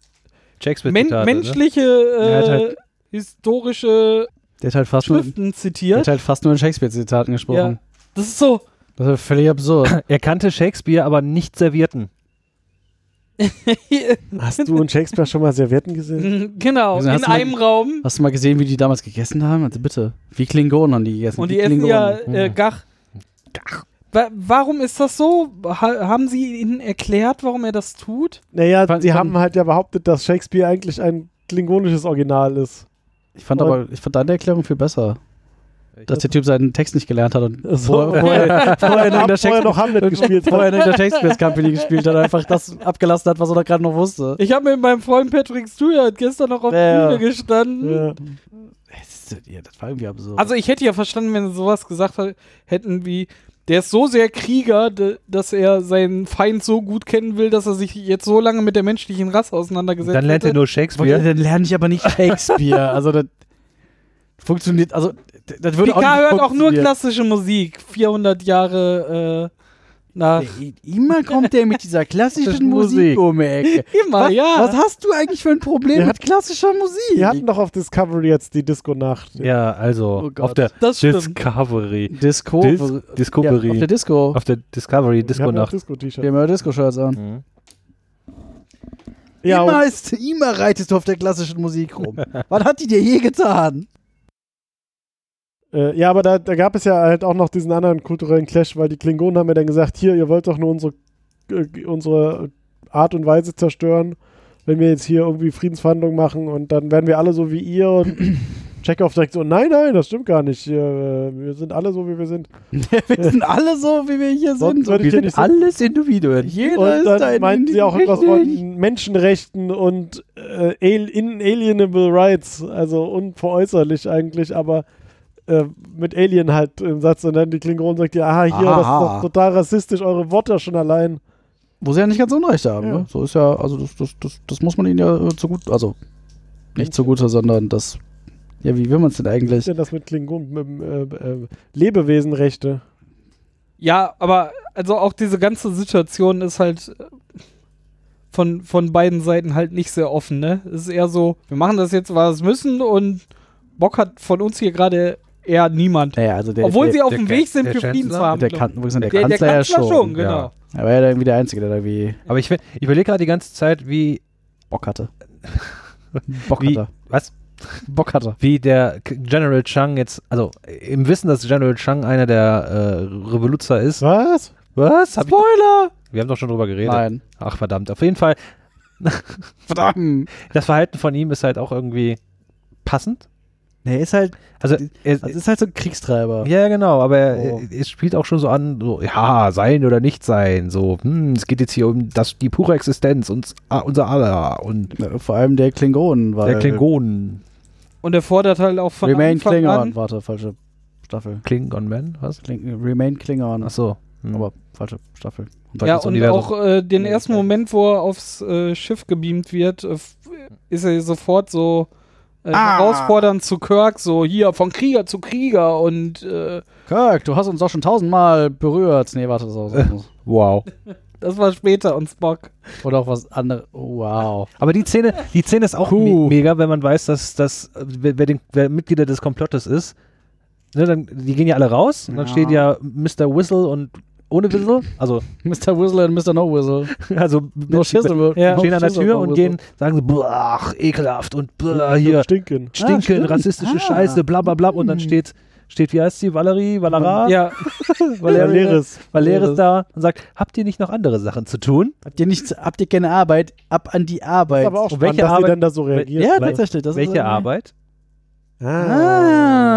S7: Shakespeare
S2: Men
S7: Zitate, ne?
S2: menschliche,
S7: Er hat
S2: äh,
S7: halt-
S2: historische
S6: Der hat halt fast nur,
S2: Schriften
S6: der hat
S2: zitiert.
S6: halt fast nur in Shakespeare-Zitaten gesprochen.
S2: Ja. Das ist so,
S6: Das ist völlig absurd.
S7: Er kannte Shakespeare, aber nicht Servierten.
S5: Hast du und Shakespeare schon mal Servietten gesehen?
S2: genau,
S6: Wieso
S2: in
S6: hast du mal-
S2: einem Raum.
S6: Hast du mal gesehen, wie die damals gegessen haben? Also bitte. Wie Klingonen haben die gegessen?
S2: Und
S6: Wie
S2: die essen ja
S6: Klingonen.
S2: äh, Gach. Wa warum ist das so? Ha haben sie ihnen erklärt, warum er das tut?
S5: Naja,
S6: Fand-
S5: sie
S6: fand-
S5: haben halt ja behauptet, dass Shakespeare eigentlich ein klingonisches Original ist.
S6: Ich fand aber, ich fand deine Erklärung viel besser. Dass der Typ seinen Text nicht gelernt hat und
S5: So,
S6: vorher, vorher, vorher noch in
S5: Hab
S6: der
S5: vorher
S6: Shakespeare
S5: noch Hamlet gespielt.
S6: Wo er in der Shakespeare Company gespielt hat, einfach das abgelassen hat, was er da gerade noch wusste.
S2: Ich habe mit meinem Freund Patrick Stewart gestern noch auf
S6: Ja,
S2: der Bühne gestanden.
S5: Ja.
S6: Ja, das war irgendwie absurd.
S2: Also ich hätte ja verstanden, wenn sie sowas gesagt hat- hätten wie, der ist so sehr Krieger, d- dass er seinen Feind so gut kennen will, dass er sich jetzt so lange mit der menschlichen Rasse auseinandergesetzt
S7: Dann lernt er
S2: hätte.
S7: nur
S6: dann
S7: Shakespeare.
S6: lerne ich aber nicht Shakespeare. also das, Funktioniert, also, d- das würde auch
S2: Picard
S6: nicht
S2: hört auch nur
S6: funktionieren.
S2: klassische Musik. 400 Jahre äh, nach.
S6: I- Immer kommt der mit dieser klassischen Musik
S4: Musik.
S6: um die Ecke.
S2: Immer,
S6: was,
S2: ja.
S6: was hast du eigentlich für ein Problem
S5: Ja.
S6: mit klassischer Musik?
S5: Wir hatten doch auf Discovery jetzt die Disco-Nacht.
S4: Ja, also
S6: Oh Gott.
S4: auf der
S2: Das stimmt.
S4: Discovery.
S6: Disco.
S4: Dis Discovery.
S6: Ja, auf der Disco.
S4: auf der Discovery
S5: Wir haben ja auch
S4: Disco-Nacht.
S6: Wir haben
S5: Disco-T-Shirt.
S6: ja Disco-Shirts an.
S4: Mhm.
S5: Ja,
S6: immer,
S5: und
S6: ist, immer reitest du auf der klassischen Musik rum. Was hat die dir je getan?
S5: Äh, ja, aber da, da gab es ja halt auch noch diesen anderen kulturellen Clash, weil die Klingonen haben ja dann gesagt, hier, ihr wollt doch nur unsere, äh, unsere Art und Weise zerstören, wenn wir jetzt hier irgendwie Friedensverhandlungen machen und dann werden wir alle so wie ihr und Chekhov direkt so, nein, nein, das stimmt gar nicht, äh, wir sind alle so, wie wir sind.
S6: Wir sind alle so, wie wir hier
S5: Sonst
S6: sind.
S5: würde ich
S6: wir
S5: hier nicht
S6: sind alles Individuen. Jeder
S5: Und
S6: Genau, ist
S5: dann
S6: ein
S5: meinten sie auch etwas
S6: Individuum.
S5: von Menschenrechten und äh, al- inalienable rights, also unveräußerlich eigentlich, aber äh, mit Alien halt im Satz. Und dann die Klingonen sagt ja, aha, hier, das ist
S6: Aha.
S5: doch total rassistisch, eure Worte schon allein.
S6: Wo sie ja nicht ganz Unrecht haben.
S5: Ja.
S6: Ne? So ist ja, also das, das, das, das muss man ihnen ja äh, zugute, also nicht zugute, sondern das, ja, wie will man es denn
S5: Was ist
S6: eigentlich?
S5: denn das mit Klingonen, mit, dem, äh, äh, Lebewesenrechte?
S2: Ja, aber also auch diese ganze Situation ist halt äh, von, von beiden Seiten halt nicht sehr offen, ne? Es ist eher so, wir machen das jetzt, weil wir es müssen und Bock hat von uns hier gerade eher niemand.
S6: Naja, also der,
S2: Obwohl sie
S6: der,
S2: auf
S7: der
S2: dem
S7: Kan-
S2: Weg sind
S7: der
S2: für
S7: Chancellor?
S6: der,
S2: Friedensverhandlungen.
S6: der, kan wo gesagt, der,
S2: Der- der
S6: Kanzler ja schon.
S2: genau.
S7: ja.
S6: Er war ja irgendwie der Einzige, der da wie
S7: Aber ich, ich überlege gerade die ganze Zeit, wie.
S6: Bock hatte. Bock
S7: wie
S6: hatte.
S7: was?
S6: Bock hatte.
S7: Wie der K- General Chang jetzt, also äh, im Wissen, dass General Chang einer der äh, Revoluzer ist.
S5: Was?
S7: Was? Hab Spoiler! Ich, wir haben doch schon drüber geredet.
S6: Nein.
S7: Ach verdammt, auf jeden Fall.
S6: Verdammt.
S7: Das Verhalten von ihm ist halt auch irgendwie passend.
S6: Nee, ist halt,
S7: Also, er,
S6: also ist halt so ein Kriegstreiber.
S7: ja, ja, genau, aber er,
S6: Oh.
S7: es spielt auch schon so an, so, ja, sein oder nicht sein, so, hm, es geht jetzt hier um das, die pure Existenz, uns, ah, unser aller und
S6: Ja, Ne, Vor allem der Klingonen, weil.
S7: der Klingonen,
S2: Und er fordert halt auch von
S6: Remain
S2: Anfang
S6: Klingon.
S2: an,
S6: Warte, falsche Staffel.
S7: Klingon Man, was?
S6: Kling Remain Klingon.
S7: Ach so. Hm.
S6: Aber falsche Staffel.
S7: Weil
S2: ja,
S7: das
S2: und
S7: Universum-
S2: auch äh, den
S7: Nee,
S2: ersten
S7: okay.
S2: Moment, wo er aufs äh, Schiff gebeamt wird, äh, f- ist er sofort so äh,
S6: Ah.
S2: herausfordernd zu Kirk, so hier von Krieger zu Krieger und äh,
S6: Kirk, du hast uns doch schon tausendmal berührt. Nee, warte, das ist auch was anderes.
S7: Wow.
S2: das war später und Spock.
S6: Oder auch was anderes. Wow.
S7: Aber die Szene, die Szene ist auch me mega, wenn man weiß, dass, dass äh, wer, wer, den, wer Mitglieder des Komplottes ist. Ne, dann, die gehen ja alle raus. Und dann
S6: Ja.
S7: steht ja Mr. Whistle und ohne Whistle, also,
S6: Mr. Whistle und Mr. No Whistle.
S7: also
S6: No Shizzle.
S2: Ja.
S6: no
S7: stehen an der
S6: Shizzle,
S7: Tür
S6: no
S7: und
S6: Whistle.
S7: gehen, sagen so, "Boah, ekelhaft und blah, Ah, hier
S5: Stinken.
S7: stinken,
S6: stimmt.
S7: rassistische
S6: Ah.
S7: Scheiße, bla bla bla. Und dann steht, steht wie heißt sie, Valerie, Valara,
S2: Ja,
S7: Valerie,
S5: Leeres.
S7: Valeris da und sagt, habt ihr nicht noch andere Sachen zu tun?
S6: Habt ihr, nichts, habt ihr keine Arbeit? Ab an die Arbeit.
S5: Aber auch
S7: Und
S5: spannend,
S7: welche
S5: dass die
S7: Arbeit-
S5: dann da so reagieren.
S6: ja,
S7: Weil-
S6: tatsächlich. Das ist
S7: Welche
S6: irgendwie-
S7: Arbeit?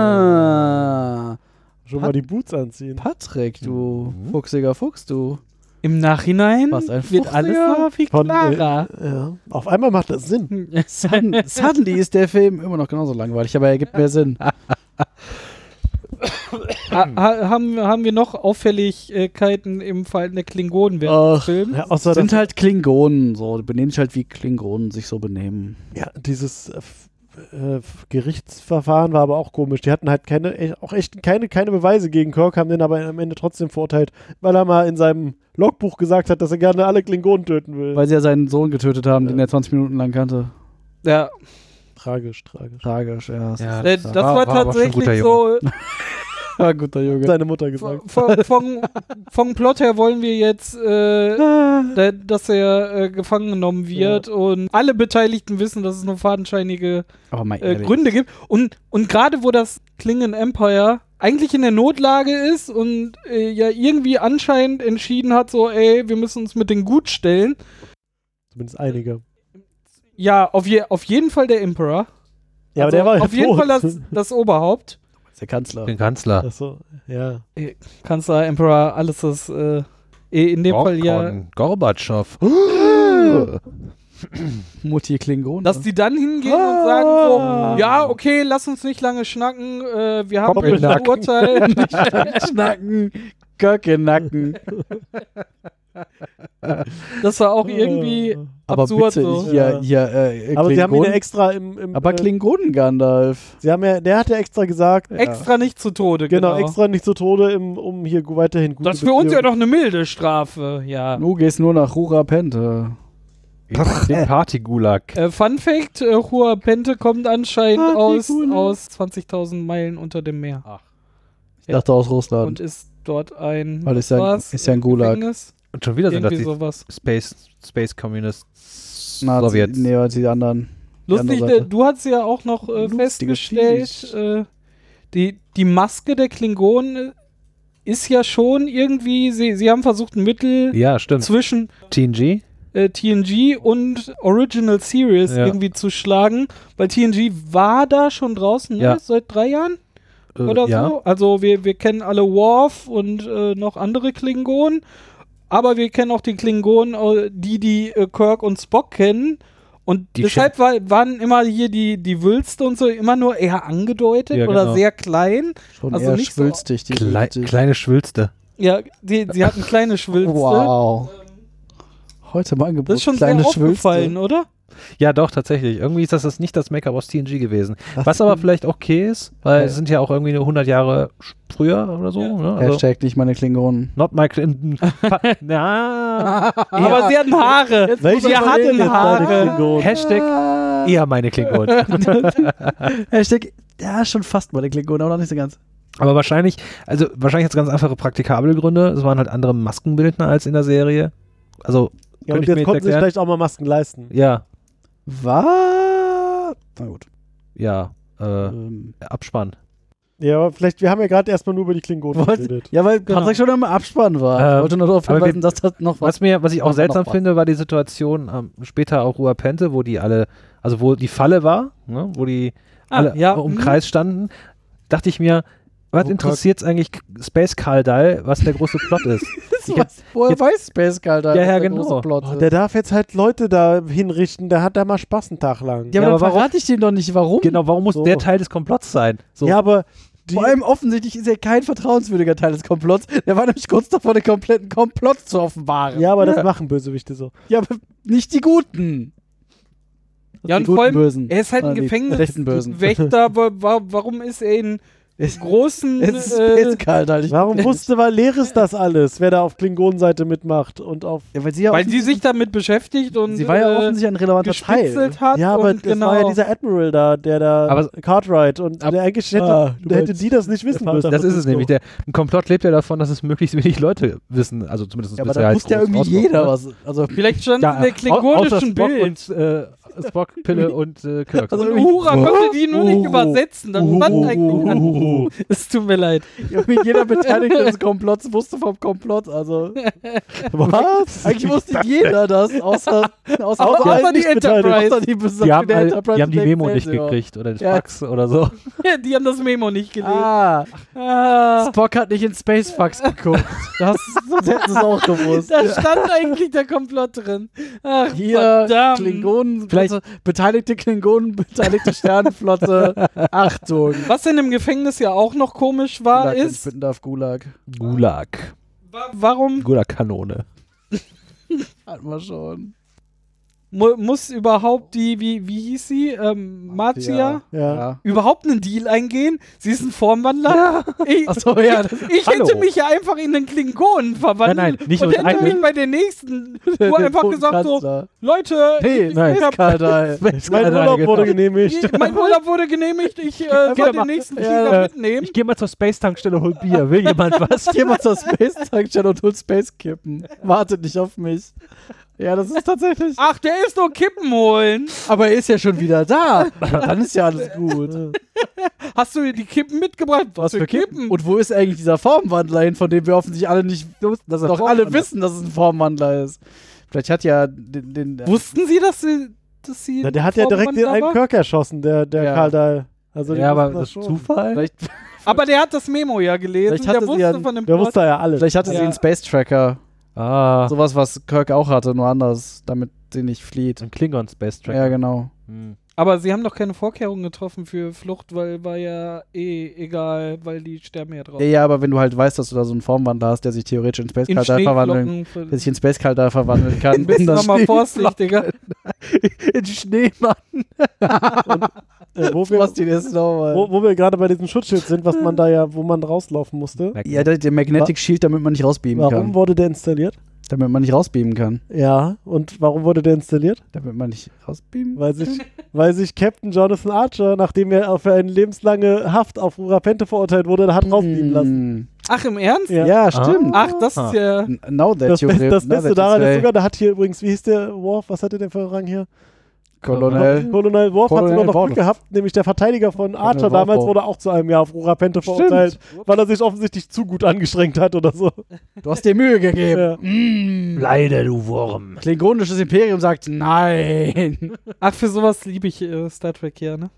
S6: Ah.
S5: Schon mal die Boots anziehen.
S6: Patrick, du fuchsiger Fuchs, du.
S2: im Nachhinein
S6: Was ein
S2: wird alles
S6: Fruchtiger
S2: noch viel
S5: von, äh,
S2: klarer.
S5: Ja. Auf einmal macht das
S2: Hm.
S5: Sinn.
S6: Sudden, suddenly ist der Film immer noch genauso langweilig, aber er gibt mehr Sinn.
S2: ha, ha, haben, haben wir noch Auffälligkeiten im Verhalten der Klingonen während
S6: Ach.
S2: des Films?
S5: Ja, außer dass
S6: Sind halt Klingonen, so. Die benehmen sich halt wie Klingonen sich so benehmen.
S5: Ja, dieses äh, f- äh, f- Gerichtsverfahren war aber auch komisch. Die hatten halt keine, e- auch echt keine, keine Beweise gegen Kirk, haben den aber am Ende trotzdem verurteilt, weil er mal in seinem Logbuch gesagt hat, dass er gerne alle Klingonen töten will.
S6: Weil sie ja seinen Sohn getötet haben, den er 20 Minuten lang kannte.
S2: Ja,
S5: tragisch, tragisch.
S6: Tragisch, ja.
S7: Ja,
S2: äh, das war,
S7: aber schon ein guter
S2: tatsächlich
S7: Junge.
S2: so.
S6: Ja, Ah, guter Junge.
S5: Seine Mutter gesagt.
S2: Von, von, vom Plot her wollen wir jetzt, äh, da- dass er äh, gefangen genommen wird und alle Beteiligten wissen, dass es nur fadenscheinige
S6: Aber mal
S2: äh,
S6: ehrlich.
S2: Gründe gibt. Und, und gerade wo das Klingon Empire eigentlich in der Notlage ist und äh, ja irgendwie anscheinend entschieden hat, so, ey, wir müssen uns mit den gut stellen.
S5: Zumindest einige.
S2: Ja, auf, je, auf jeden Fall der Emperor.
S5: Ja, aber
S2: Also
S5: der war ja
S2: auf jeden
S5: tot.
S2: Fall das, das Oberhaupt.
S6: Der Kanzler.
S7: Den Kanzler.
S5: Ach so, ja.
S2: Kanzler, Emperor, alles das, äh, eh, in dem Fall ja.
S7: Gorkon, Gorbatschow.
S6: Mutti Klingon.
S2: Dass die dann hingehen und
S5: Ah.
S2: sagen so, ja, okay, lass uns nicht lange schnacken, äh, wir haben
S5: Koppeln
S2: ein
S5: nacken.
S2: Urteil.
S6: schnacken. Köcke nacken.
S2: Das war auch irgendwie,
S5: Ah.
S6: Aber
S2: absurd
S6: bitte,
S2: so.
S5: Ja.
S6: hier, hier, äh,
S5: Aber sie haben ihn ja
S6: Klingonen.
S5: extra im. im
S6: aber
S5: äh,
S6: Klingonen Gandalf.
S5: sie haben ja, der hat ja extra gesagt.
S2: Extra nicht zu Tode,
S5: Genau,
S2: genau.
S5: extra nicht zu Tode, im, um hier gu- weiterhin gut
S2: Das ist für uns ja doch eine milde Strafe, ja.
S6: Du gehst nur nach Hurapente.
S4: Den Party-Gulag.
S2: Äh, Fun Fact: äh, Hua Pente kommt anscheinend
S6: Ah, wie
S2: aus,
S6: cool.
S2: aus 20.000 Meilen unter dem Meer
S6: Ich dachte aus Russland.
S2: und ist dort ein.
S6: Ähm, Weil ist ja ein-
S2: was?
S6: ist ja ein Gulag.
S2: Gefängnis?
S7: Und schon wieder sind das
S2: Irgendwie
S7: die
S2: sowas.
S7: Space, Space Communists
S6: Nazi,
S7: Sowjets.
S6: Nee, was die anderen. Die andere
S2: Lustig,
S6: Seite.
S2: äh, du hast ja auch noch äh,
S6: Lustige
S2: festgestellt,
S6: Schicht.
S2: äh, die, die Maske der Klingonen äh, ist ja schon irgendwie, sie, sie haben versucht, ein Mittel
S7: Ja, stimmt.
S2: zwischen
S7: TNG.
S2: äh, TNG und Original Series
S7: Ja.
S2: irgendwie zu schlagen, weil TNG war da schon draußen, ne?
S7: Ja.
S2: seit drei Jahren
S7: Äh,
S2: oder
S7: ja.
S2: so. Also wir, wir kennen alle Worf und äh, noch andere Klingonen, aber wir kennen auch die Klingonen, äh, die die äh, Kirk und Spock kennen. Und
S7: Die
S2: deshalb war, waren immer hier die, die Wülste und so immer nur eher angedeutet
S7: Ja,
S2: oder
S7: genau.
S2: sehr klein.
S6: Schon
S2: also
S6: eher
S2: nicht so-
S6: schwülstig, die
S7: Klei
S6: Wüste.
S7: kleine Schwülste.
S2: Ja, die,
S7: Äh,
S2: sie hatten kleine Schwülste.
S6: Wow. Heute mal Angebot.
S2: Das ist schon
S6: kleine
S2: sehr
S6: Schwülste.
S2: aufgefallen, oder?
S7: Ja, doch, tatsächlich. Irgendwie ist das, das nicht das Make-up aus TNG gewesen. Was aber vielleicht auch okay ist, weil es sind ja auch irgendwie nur 100 Jahre sch- früher oder so.
S2: Ja.
S7: Ne? Also,
S6: Hashtag nicht meine Klingonen.
S7: not my Clinton. Na,
S2: Aber sie hatten Haare.
S5: Welche
S2: Sie hatten
S5: hatten
S2: Haare.
S5: Haare?
S7: Hashtag eher meine Klingonen.
S6: Hashtag, ja, schon fast meine Klingonen, aber noch nicht so ganz.
S7: Aber wahrscheinlich, also wahrscheinlich hat es ganz einfache praktikable Gründe. Es waren halt andere Maskenbildner als in der Serie. Also, könnte
S5: Ja, und
S7: ich mir
S5: jetzt konnten
S7: jetzt
S5: sie sich
S7: erklären.
S5: vielleicht auch mal Masken leisten.
S7: Ja,
S6: Was? Na gut.
S7: ja, äh,
S6: Ähm,
S7: Abspann.
S5: Ja, aber vielleicht, wir haben ja gerade erstmal nur über die Klingonen
S6: Wollt-
S5: geredet.
S6: ja, weil Patrick schon im Abspann war.
S7: Ähm,
S6: Genau. ich wollte nur darauf
S7: aber wir-
S6: hinweisen, dass das noch was.
S7: Was mir, was ich auch
S6: Noch-
S7: seltsam
S6: noch was.
S7: finde, war die Situation am- später auch Ruapente, wo die alle, also wo die Falle war, ne, wo die
S2: Ah,
S7: alle
S2: ja,
S7: im
S2: mhm.
S7: Kreis standen, dachte ich mir, was
S6: Kirk-
S7: interessiert eigentlich K- Space Kaldal, was der große Plot ist? Ich hab-
S6: Was? Woher
S7: jetzt-
S6: weiß Space Guy da?
S7: Ja, ja,
S6: was der
S7: genau.
S6: große Plot
S5: Oh,
S6: ist?
S5: der darf jetzt halt Leute da hinrichten, der hat da mal Spaß einen Tag lang.
S6: ja, aber
S7: Ja,
S6: dann
S7: aber warum-
S6: verrate ich dem doch nicht, warum.
S7: genau, warum muss
S5: So.
S7: der Teil des Komplotts sein? So,
S5: Ja, aber die,
S6: Vor allem offensichtlich ist er kein vertrauenswürdiger Teil des Komplotts. Der war nämlich kurz davor, den kompletten Komplott zu offenbaren.
S5: ja, aber das machen Bösewichte so.
S6: Ja, aber nicht die Guten.
S2: Ja, und
S6: die Ah, guten
S2: vor allem,
S6: Bösen.
S2: er ist halt ein
S6: Oder die rechten Bösen.
S2: Gefängniswächter. wa wa warum ist er in
S6: Es,
S2: großen.
S6: es ist
S2: äh,
S6: eiskalt, halt. Ich,
S5: Warum wusste Valeris das alles, wer da auf Klingonenseite mitmacht und auf.
S6: ja, weil sie ja
S2: weil
S6: offen-
S2: sie sich damit beschäftigt und
S6: sie war ja
S2: äh,
S6: offensichtlich ein relevanter Teil.
S2: gespitzelt hat.
S5: Ja, aber
S2: und
S5: das
S2: genau.
S5: war ja dieser Admiral da, der da
S7: Aber-
S5: Cartwright und
S7: Ab-
S5: der eigentlich hätte,
S6: Ah, du
S5: der hätte
S6: meinst-
S5: die das nicht wissen müssen.
S7: das ist es nämlich. Der, ein Komplott lebt ja davon, dass es möglichst wenig Leute wissen, also zumindest
S6: Ja, aber
S7: bisher
S6: da
S7: als
S6: wusste ja
S7: groß
S6: irgendwie
S7: rauskommt,
S6: jeder
S7: ne?
S6: was. Also,
S2: Vielleicht stand
S7: Ja,
S2: in der
S7: au- außer
S2: klingonischen
S7: Spock
S2: Bild.
S7: Und, äh, Spock, Pille und äh, Kirk.
S6: also
S2: Und Uhura konnte die nur nicht übersetzen. Dann
S6: Uhu.
S2: stand eigentlich an. Es tut mir leid.
S6: irgendwie jeder Beteiligte des Komplotts wusste vom Komplott. Also,
S5: Was?
S6: eigentlich wusste jeder das, außer, außer,
S2: Aber
S6: außer,
S2: außer die
S5: nicht beteiligt.
S2: Enterprise.
S6: die,
S7: die haben,
S6: der
S7: halt-
S6: Enterprise
S7: die haben die
S6: Black
S7: Memo nicht
S6: Sailor.
S7: gekriegt oder das
S6: Ja.
S7: Fax oder so.
S2: Die haben das Memo nicht gelesen.
S6: Ah,
S2: Ah.
S6: Spock hat nicht in Spacefax geguckt. Das, das hätten sie es auch gewusst.
S2: Da stand eigentlich der Komplott drin. Ach,
S6: Hier,
S2: verdammt.
S6: Klingonen,
S7: Vielleicht-
S6: also beteiligte Klingonen, beteiligte Sternenflotte. Achtung.
S2: Was in dem Gefängnis ja auch noch komisch war,
S6: Gulag, wenn ich
S2: ist,
S6: bitten darf, Gulag.
S7: Gulag.
S2: wa- warum
S7: Gulag-Kanone.
S6: Hatten wir schon.
S2: mu muss überhaupt die, wie, wie hieß sie, ähm, Marzia,
S6: Ja.
S5: Ja.
S2: überhaupt einen Deal eingehen? Sie ist ein Formwandler. Ich,
S6: Ach so, ja, das-
S2: ich hätte
S7: hallo.
S2: mich ja einfach in den Klingonen verwandelt
S7: Nein, nein, nicht
S2: und
S7: nur in
S2: hätte
S7: einen.
S2: mich bei der nächsten nur
S6: Der
S2: einfach
S6: Toten
S2: gesagt so,
S6: Kanzler.
S2: Leute,
S6: Hey,
S2: ich,
S6: nein,
S2: ich hab,
S6: Skandal.
S5: Mein Urlaub
S7: genau.
S5: wurde genehmigt.
S2: ich, mein Urlaub wurde genehmigt, ich äh, soll
S7: mal.
S2: den nächsten
S6: Ja,
S2: Flieger
S7: äh,
S2: mitnehmen.
S7: Ich gehe mal zur Space-Tankstelle, hol Bier. Will jemand was?
S6: Geh mal zur Space-Tankstelle und hol Space-Kippen. Wartet nicht auf mich. Ja, das ist tatsächlich.
S2: Ach, der ist nur Kippen holen.
S6: Ah, Aber er ist ja schon wieder da. Dann ist ja alles gut.
S2: Hast du die Kippen mitgebracht?
S6: Was für Kippen? Und wo ist eigentlich dieser Formwandler hin, von dem wir offensichtlich alle nicht wussten, dass er doch alle wissen, dass es ein Formwandler ist? Vielleicht hat ja den, den
S2: Wussten sie, dass sie, dass sie
S5: Na, der hat ja direkt den
S2: Formwandler war?
S5: einen Kirk erschossen, der, der
S6: Ja.
S5: Karl da. Also die
S7: ja, aber
S5: wussten
S7: das
S5: schon.
S7: Zufall?
S6: vielleicht,
S2: Aber der hat das Memo ja gelesen.
S6: Vielleicht hatte
S2: Der
S6: sie
S2: wusste
S6: ja-
S2: von dem
S5: Der
S2: Plot.
S5: wusste ja alles.
S6: vielleicht hatte sie
S2: Ja.
S6: einen Space Tracker,
S7: Ah,
S6: sowas was Kirk auch hatte, nur anders, damit sie nicht flieht.
S7: ein Klingon-Space-Track.
S6: Ja, genau.
S7: Hm.
S2: Aber sie haben doch keine Vorkehrungen getroffen für Flucht, weil war ja eh egal, weil die sterben ja drauf.
S6: Ja, ja, aber wenn du halt weißt, dass du da so einen Formwandler hast, der sich theoretisch in Space
S2: In
S6: Calder verwandeln
S2: Schneeflocken.
S6: der sich in Space Calder verwandeln kann.
S2: Bist
S6: dann
S2: nochmal vorsichtig, Digga.
S6: in Schneemann.
S5: Äh, wo, wir,
S6: Was die das nochmal.
S5: wo, wo wir gerade bei diesem Schutzschild sind, was man da ja, wo man rauslaufen musste.
S6: Ja, der, der Magnetic Shield, damit man nicht rausbeamen
S5: Warum
S6: kann.
S5: wurde der installiert?
S6: Damit man nicht rausbeamen kann.
S5: Ja, und warum wurde der installiert?
S6: Damit man nicht rausbeamen
S5: Weil sich, weil sich Captain Jonathan Archer, nachdem er für eine lebenslange Haft auf Rapente verurteilt wurde, hat rausbieben lassen.
S6: Hm.
S2: Ach, im Ernst?
S5: Ja. Ah.
S6: Ja,
S7: Ah,
S6: stimmt.
S2: Ach, das ist ja.
S6: N- Now that
S5: Das,
S6: you
S5: Beste, das
S6: now
S5: Beste
S6: that
S5: daran
S6: you
S5: ist
S6: say.
S5: sogar, da hat hier übrigens, wie hieß der Worf, was hatte der für einen Rang hier?
S6: Colonel.
S5: Colonel Worf hat
S6: Colonel
S5: sogar noch
S6: Worf.
S5: Glück gehabt, nämlich der Verteidiger von Archer
S6: Worf
S5: damals
S6: auch.
S5: wurde auch zu einem Jahr auf Rapente verurteilt, weil er sich offensichtlich zu gut angeschränkt hat oder so.
S6: Du hast dir Mühe gegeben. Hm.
S5: Ja.
S7: Leider, du Wurm.
S6: Klingonisches Imperium sagt nein.
S2: Ach, für sowas liebe ich äh, Star Trek ja, ne?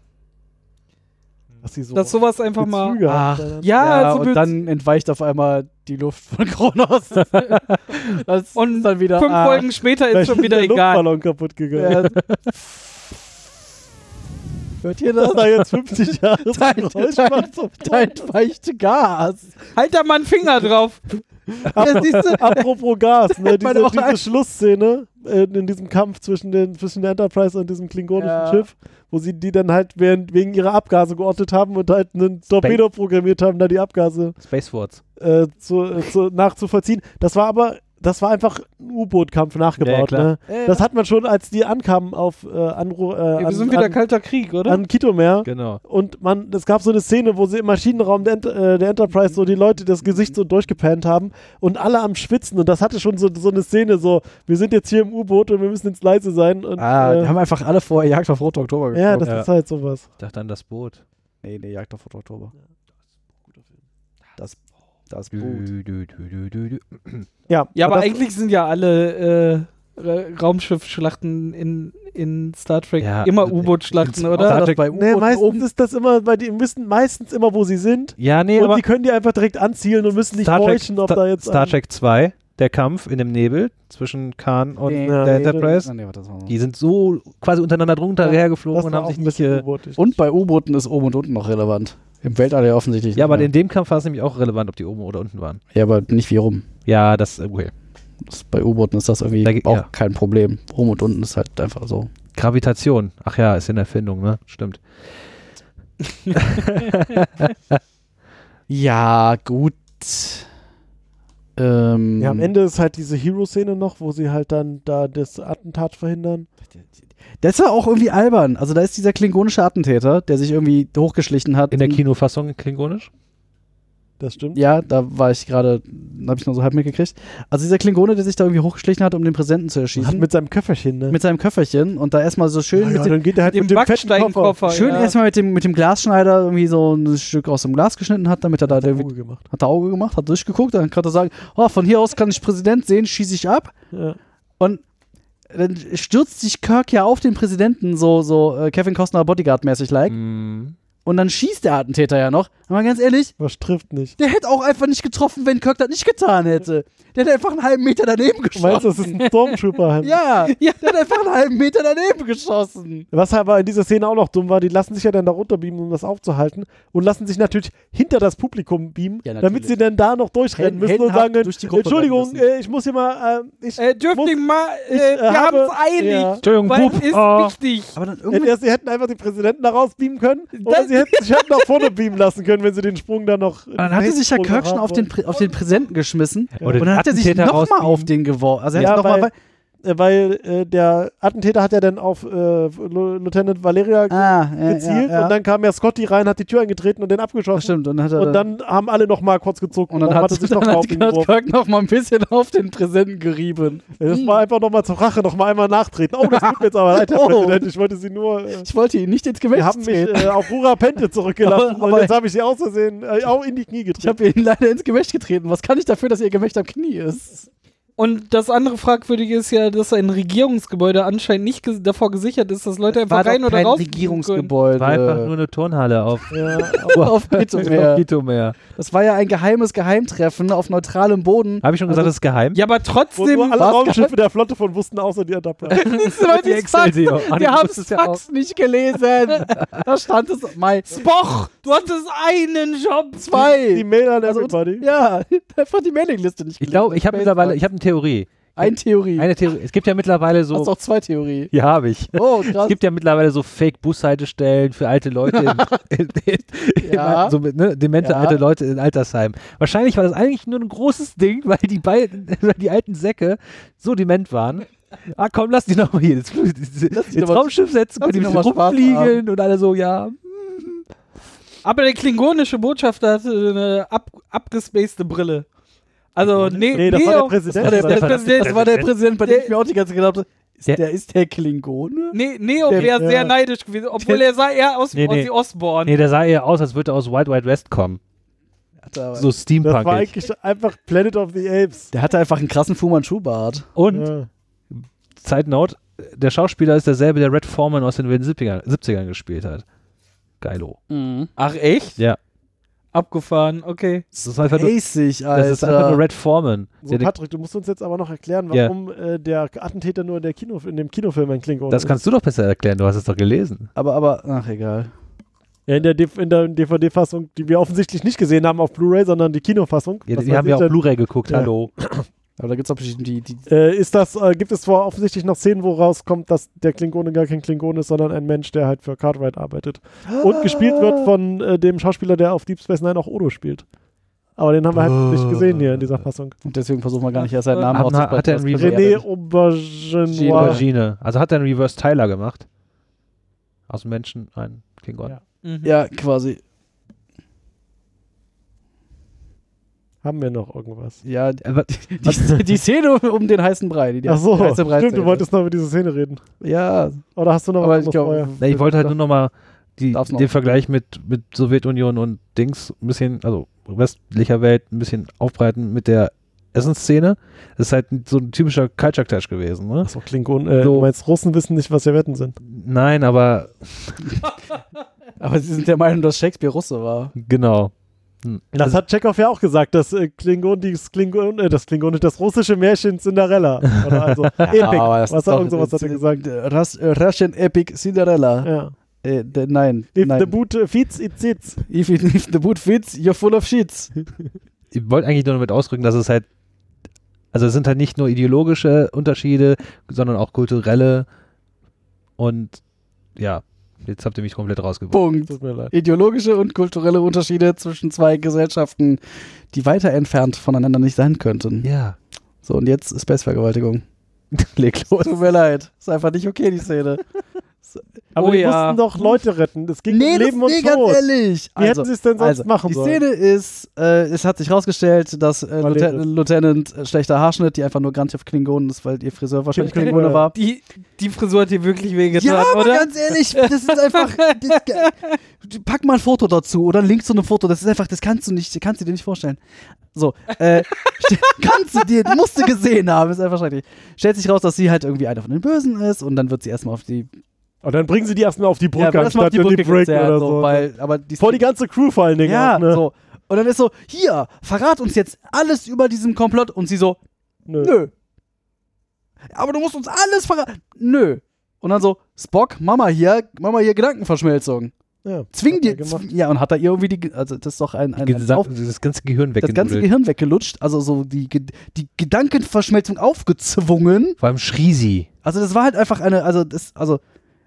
S5: Dass sie so
S2: Dass sowas einfach mal.
S5: Bezüge
S6: Ach,
S5: haben.
S2: Ja,
S5: also
S2: so
S6: und
S2: Bez-
S6: dann entweicht auf einmal die Luft von Kronos. das
S2: Und
S6: ist dann wieder
S2: Fünf
S6: ah,
S2: Folgen später ist
S5: Vielleicht
S2: schon wieder
S5: der
S2: egal.
S5: Luftballon kaputt gegangen.
S6: ja. Hört ihr das?
S5: Das war jetzt 50 Jahre
S6: Dein,
S5: Geräusch
S6: dein,
S5: macht so-
S6: dein weichte Gas.
S2: Halt da mal einen Finger drauf.
S6: Ja, siehst du?
S5: Apropos Gas, ne,
S6: Meine
S5: diese,
S6: Ohren.
S5: diese Schlussszene äh, in diesem Kampf zwischen, den, zwischen der Enterprise und diesem klingonischen
S6: Ja.
S5: Schiff, wo sie die dann halt während, wegen ihrer Abgase geortet haben und halt einen Torpedo programmiert haben, da die Abgase
S7: Space Words.
S5: äh, zu, äh, zu, nachzuvollziehen. Das war aber, das war einfach ein U-Boot-Kampf
S7: Ja,
S5: nachgebaut.
S7: klar.
S5: ne? Das hat man schon, als die ankamen auf äh, Anru äh,
S2: Ja,
S5: an,
S2: wir sind wieder
S5: an,
S2: kalter Krieg, oder?
S5: an Kitomer.
S7: Genau.
S5: Und man, es gab so eine Szene, wo sie im Maschinenraum der, Ent äh, der Enterprise so die Leute das Gesicht so durchgepannt haben und alle am Schwitzen. Und das hatte schon so, so eine Szene, so, wir sind jetzt hier im U-Boot und wir müssen jetzt leise sein. Und,
S6: Ah, die
S5: äh,
S6: haben einfach alle vorher Jagd auf Rote Oktober geguckt.
S5: ja, das
S7: Ja.
S5: ist halt sowas.
S7: Ich dachte an das Boot.
S6: Nee, nee, Jagd auf Rote Oktober. Das, das Boot.
S7: Dü, dü, dü, dü, dü, dü.
S5: Ja,
S2: Ja, aber
S5: das,
S2: eigentlich sind ja alle äh, Ra- Raumschiffschlachten in, in Star Trek
S7: Ja,
S2: immer
S7: in-
S2: U-Boot-Schlachten,
S7: in-
S2: oder?
S7: Star
S6: War das
S7: Trek-
S6: bei
S5: Nee,
S6: U-Booten oben?
S5: meistens ist das immer, weil die wissen meistens immer, wo sie sind.
S7: Ja, nee,
S5: und
S7: aber
S5: die können die einfach direkt anzielen und müssen nicht
S7: Star Trek,
S5: horchen, ob
S7: Star,
S5: da jetzt.
S7: Star
S5: ein-
S7: Trek 2, der Kampf in dem Nebel zwischen Khan und
S6: Nee,
S7: der
S5: nee,
S7: Enterprise,
S6: Ah, nee, warte, das war so.
S7: die sind so quasi untereinander drunter hergeflogen
S5: das
S7: und
S5: war
S7: haben
S5: auch
S7: sich
S5: ein
S7: nicht. äh,
S5: bisschen
S7: Ge
S5: U-Boot. ich-
S6: Und bei U-Booten ist oben und unten noch relevant. Im Weltall ja offensichtlich.
S7: ja, aber
S6: nicht
S7: in dem Kampf war es nämlich auch relevant, ob die oben oder unten waren.
S6: mehr. ja, aber nicht wie rum.
S7: Ja, das, äh, okay.
S6: Das, bei U-Booten ist das irgendwie
S7: Da geht-
S6: auch
S7: ja.
S6: kein Problem. Rum und unten ist halt einfach so.
S7: Gravitation. Ach ja, ist in Erfindung, ne? Stimmt.
S6: Ja, gut. Ähm,
S5: Ja, am Ende ist halt diese Hero-Szene noch, wo sie halt dann da das Attentat verhindern.
S6: Das war auch irgendwie albern. Also da ist dieser klingonische Attentäter, der sich irgendwie hochgeschlichen hat.
S7: In der Kinofassung in klingonisch?
S5: Das stimmt.
S6: Ja, da war ich gerade, habe ich nur so halb mitgekriegt. Also dieser Klingone, der sich da irgendwie hochgeschlichen hat, um den Präsenten zu
S5: Hat
S6: erschießen.
S5: mit seinem Köfferchen, ne?
S6: mit seinem Köfferchen und da erstmal so schön
S5: Ja,
S6: mit
S5: ja,
S6: dem
S5: dann geht er halt
S2: Dem
S5: mit dem fetten
S2: Backsteinkoffer.
S6: Schön
S2: ja.
S6: erstmal mit dem, mit dem Glasschneider irgendwie so ein Stück aus dem Glas geschnitten hat, damit er da
S5: Koffer.
S6: irgendwie,
S5: Auge gemacht.
S6: hat er Auge gemacht, hat durchgeguckt, dann kann er sagen, oh, von hier aus kann ich Präsident sehen, schieße ich ab.
S5: Ja.
S6: Und dann stürzt sich Kirk ja auf den Präsidenten, so, so äh, Kevin Costner Bodyguard-mäßig
S5: Äh, Mhm.
S6: like. Und dann schießt der Attentäter ja noch. Aber ganz ehrlich,
S5: Was trifft nicht.
S6: der hätte auch einfach nicht getroffen, wenn Kirk das nicht getan hätte. Der hätte einfach einen halben Meter daneben
S5: Du meinst,
S6: geschossen.
S5: das ist ein Stormtrooper?
S6: Ja, ja, der hätte einfach einen halben Meter daneben geschossen.
S5: Was aber in dieser Szene auch noch dumm war, die lassen sich ja dann da runterbeamen, um das aufzuhalten und lassen sich natürlich hinter das Publikum beamen,
S6: Ja, natürlich.
S5: damit sie dann da noch durchrennen
S6: Helden-
S5: müssen und
S6: heldenhaft
S5: sagen,
S6: durch die Gruppe
S5: Entschuldigung,
S6: rennen müssen.
S5: äh, ich muss hier mal, äh, ich,
S2: Äh, dürft
S5: muss,
S2: ihr mal, äh,
S5: ich, äh,
S2: wir
S5: habe-
S2: haben's eilig.
S5: Ja.
S7: Entschuldigung,
S2: Weil
S7: Bub.
S2: ist
S7: Ah.
S2: wichtig.
S6: Aber dann
S5: Hätten
S6: irgendwann
S5: erst- sie hätten einfach den Präsidenten da rausbeamen können oder
S2: Das-
S5: sie hätten sich hätten nach vorne beamen lassen können, wenn sie den Sprung dann noch...
S6: Dann hatte sich ja Kirk schon auf den, Prä- auf den Präsidenten geschmissen.
S7: Oder
S6: Und dann hat er sich
S7: Attentäter
S6: nochmal
S7: rausbeamen.
S6: auf den geworfen. Also er
S5: Ja,
S6: hat noch mal,
S5: weil- Äh, weil äh, der Attentäter hat ja dann auf äh, Lu- Lieutenant Valeria
S6: ah, ja,
S5: gezielt
S6: ja, ja.
S5: und dann kam ja Scotty rein, hat die Tür eingetreten und den abgeschossen.
S6: Ach, stimmt. Und dann hat er
S5: Und dann haben alle noch mal kurz gezuckt
S6: und dann hat,
S5: er sich noch
S6: dann
S5: mal
S6: hat
S5: auf ihn geworfen.
S6: Kirk noch mal ein bisschen auf den Präsidenten gerieben. Hm.
S5: Das war einfach noch mal zur Rache, noch mal einmal nachtreten. Oh, das tut mir jetzt aber leid, Herr
S6: Oh.
S5: Präsident. Ich wollte Sie nur... Äh,
S6: Ich wollte ihn nicht ins
S5: wir
S6: Gewicht
S5: haben mich
S6: treten.
S5: äh, auf Rura Pente zurückgelassen
S6: Aber- aber-
S5: und jetzt habe ich Sie aus Versehen äh, auch in die Knie
S6: Ich
S5: getreten.
S6: habe ihn leider ins Gewicht getreten. Was kann ich dafür, dass ihr Gewicht am Knie ist?
S2: Und das andere Fragwürdige ist ja, dass ein Regierungsgebäude anscheinend nicht ges davor gesichert ist, dass Leute einfach
S6: War
S2: rein
S6: doch
S2: oder
S6: kein
S2: raus.
S6: Regierungsgebäude.
S7: War einfach nur eine Turnhalle auf,
S5: äh, Ja,
S6: auf
S7: auf
S6: Mittelmeer.
S7: Gitomeer.
S6: Das war ja ein geheimes Geheimtreffen auf neutralem Boden. Also,
S7: Habe ich schon
S5: Also,
S7: gesagt, das ist geheim?
S2: Ja, aber
S5: wo nur
S2: trotzdem.
S5: alle
S6: war's
S5: Raumschiffe der Flotte von wussten, außer die Adapter.
S6: Diese Leute,
S7: die
S6: die
S7: Excel
S6: Fax,
S7: sehen. Ah, nee,
S6: die
S7: du
S6: haben das
S7: musstest ja
S6: Fax nicht gelesen. Da stand es mal
S2: Boch, du hattest einen Job.
S5: Die
S6: zwei.
S5: Mail an
S6: Also,
S5: everybody.
S6: ja, einfach die Mailingliste nicht
S7: Ich glaube, ich habe mittlerweile, ich habe eine Theorie.
S6: Ein Theorie.
S7: Eine Theorie. Es gibt ja mittlerweile
S6: Du hast
S7: so.
S6: auch zwei Theorie.
S7: Ja, habe ich.
S6: Oh,
S7: Es
S6: krass.
S7: gibt ja mittlerweile so Fake-Bushaltestellen für alte Leute, in, in, in,
S6: Ja.
S7: so mit, ne, demente
S6: Ja.
S7: alte Leute in Altersheimen. Wahrscheinlich war das eigentlich nur ein großes Ding, weil die, beiden, weil die alten Säcke so dement waren. Ah komm, lass die nochmal hier ins, ins,
S6: die noch mal-
S7: Raumschiff setzen,
S6: lass
S7: können die
S6: die
S7: ein
S6: noch
S7: bisschen
S6: mal Spaß
S7: rumfliegeln und alle so, ja.
S2: Aber der klingonische Botschafter hatte eine ab abgespacede Brille. Also, nee,
S5: Nee, das war der Präsident.
S2: Das war der
S7: Das war der-
S2: Präsident.
S6: Das war der Präsident, bei dem
S2: Der-
S6: ich mir auch die ganze Zeit gedacht habe, ist
S7: Der-
S6: der, ist der Klingone?
S2: Nee, Ne, Neo
S6: Der-
S2: wäre
S5: ja.
S2: sehr neidisch gewesen, obwohl er sah eher aus
S7: Nee,
S2: aus
S7: nee.
S2: wie Osborne.
S7: Nee, der sah eher aus, als würde er aus Wild Wild West kommen. So
S5: Das war
S7: steampunkig.
S5: eigentlich einfach Planet of the Apes.
S6: Der hatte einfach einen krassen Fu Manchu-Bart.
S7: Und,
S5: Ja.
S7: Side Note, der Schauspieler ist derselbe, der Red Foreman aus den 70ern, 70ern gespielt hat. Geilo.
S2: Ach echt?
S7: Ja.
S2: Abgefahren, okay.
S7: Das ist
S6: halt
S7: einfach nur,
S6: Riesig, Alter.
S7: das ist einfach nur Red Foreman.
S5: So,
S7: Der-
S5: Patrick, du musst uns jetzt aber noch erklären,
S7: Ja.
S5: warum äh, der Attentäter nur in, der Kino, in dem Kinofilm ein Klingon
S7: das kannst du doch besser erklären, du hast es doch gelesen.
S6: aber, aber, ach, egal.
S5: ist. Ja, in der, DV in der DVD-Fassung, die wir offensichtlich nicht gesehen haben auf Blu-ray, sondern die Kinofassung.
S7: Ja,
S5: Was
S7: die
S5: weiß
S7: haben
S5: ich
S7: ja auch
S5: denn,
S7: Blu-ray geguckt,
S5: Ja.
S7: hallo.
S6: Aber da gibt es auch bestimmt die, die,
S5: äh, ist das, äh, gibt es zwar offensichtlich noch Szenen, wo rauskommt, dass der Klingone gar kein Klingon ist, sondern ein Mensch, der halt für Cartwright arbeitet. Und gespielt wird von äh, dem Schauspieler, der auf Deep Space Nine auch Odo spielt. Aber den haben wir
S7: Oh.
S5: halt nicht gesehen hier in dieser Fassung.
S6: Und deswegen versuchen wir gar nicht erst seinen Namen
S7: Hat- hat-
S6: auszusprechen.
S7: hat er
S6: das
S7: einen
S6: können wir
S5: René
S6: ja
S7: Die
S5: Aubergenois.
S7: Aubergine. Also hat er einen Reverse Tyler gemacht. Aus dem Menschen einen Klingon.
S5: Ja.
S2: Mhm.
S6: nicht. Ja, quasi.
S5: Haben wir noch irgendwas?
S6: Ja, die,
S7: Aber,
S6: die, die Szene um den heißen Brei. Die, die
S5: Ach so,
S6: heiße Brei
S5: stimmt, du wolltest noch über diese Szene reden.
S6: Ja,
S5: Oder hast du noch
S6: aber
S5: was
S6: ich glaube.
S5: vorher?
S7: Na, ich wollte halt nur nochmal
S6: Darf's noch.
S7: den Vergleich mit, mit Sowjetunion und Dings ein bisschen, also westlicher Welt ein bisschen aufbreiten mit der Essensszene. Das ist halt so ein typischer Kaltschaktasch gewesen, ne?
S5: Achso, Klingon, äh,
S7: So.
S5: du meinst, Russen wissen nicht, was Servietten sind.
S7: Nein, aber
S6: Aber sie sind der Meinung, dass Shakespeare Russe war.
S7: genau.
S5: Das
S6: Also
S5: hat Chekhov ja auch gesagt, dass äh, Klingon, die- das Klingon, äh, das Klingon, das russische Märchen Cinderella. Oder also Epic.
S6: aber
S5: was
S6: das ist
S5: hat
S6: doch-
S5: irgend sowas hat er gesagt?
S6: Rus äh, Russian Epic Cinderella.
S5: Ja.
S6: Äh, de, nein.
S5: If
S6: nein.
S5: the boot feeds, it sits.
S6: if, it, if the boot fits, you're full of shits.
S7: ich wollte eigentlich nur damit ausdrücken, dass es halt, also es sind halt nicht nur ideologische Unterschiede, sondern auch kulturelle und ja, jetzt habt ihr mich komplett rausgeworfen.
S6: Punkt.
S5: Tut mir leid.
S6: Ideologische und kulturelle Unterschiede zwischen zwei Gesellschaften, die weiter entfernt voneinander nicht sein könnten.
S7: Ja,
S6: So, und jetzt Space-Vergewaltigung.
S7: leg los.
S6: Tut mir leid. Ist einfach nicht okay, die Szene.
S5: Aber
S2: Oh
S5: die
S2: ja.
S5: mussten doch Leute retten. Es ging
S6: Nee,
S5: um Leben
S6: das, nee,
S5: und
S6: ganz
S5: Tod.
S6: ehrlich. Also,
S5: Wie hätten sie es denn sonst machen
S6: die
S5: sollen?
S6: Szene ist, äh, es hat sich herausgestellt, dass äh,
S5: Weil
S6: Lieutenant,
S5: er-
S6: Lieutenant äh, schlechter Haarschnitt, die einfach nur grantig auf Klingonen ist, weil ihr Friseur wahrscheinlich
S5: Klingonen,
S6: Klingone
S5: ja.
S6: war.
S2: Die, die Frisur hat dir wirklich wehgetan,
S6: ja, aber
S2: oder?
S6: ganz ehrlich, das ist einfach. das, pack mal ein Foto dazu oder einen Link zu einem Foto. Das ist einfach, das kannst du nicht, kannst du dir nicht vorstellen. So, äh, ste- kannst du dir, musst du gesehen haben, ist einfach schrecklich. Stellt sich raus, dass sie halt irgendwie einer von den Bösen ist und dann wird sie erstmal auf die
S5: Und dann bringen sie die erstmal auf die Brücke,
S6: wird erstmal
S5: anstatt in die Brücke
S6: gezerrt,
S5: oder so.
S6: weil, aber die
S5: Vor die ganze Crew vor allen Dingen.
S6: ja,
S5: auch, ne?
S6: so. Und dann ist so, hier, verrat uns jetzt alles über diesen Komplott. Und sie so,
S5: Nö.
S6: nö. Aber du musst uns alles verraten. Nö. Und dann so, Spock, Mama hier, Mama hier Gedankenverschmelzung.
S5: Ja,
S6: Zwing
S5: hat er
S6: dir.
S5: gemacht.
S6: zw- Ja, und hat da irgendwie die, Ge- also das ist doch ein, ein, ein
S7: Gesa-
S6: auf,
S7: Das ganze Gehirn
S6: das ganze
S7: weggedudelt.
S6: Gehirn weggelutscht. Also so die, Ge- die Gedankenverschmelzung aufgezwungen.
S7: Vor allem schrie sie.
S6: Also das war halt einfach eine, also das, also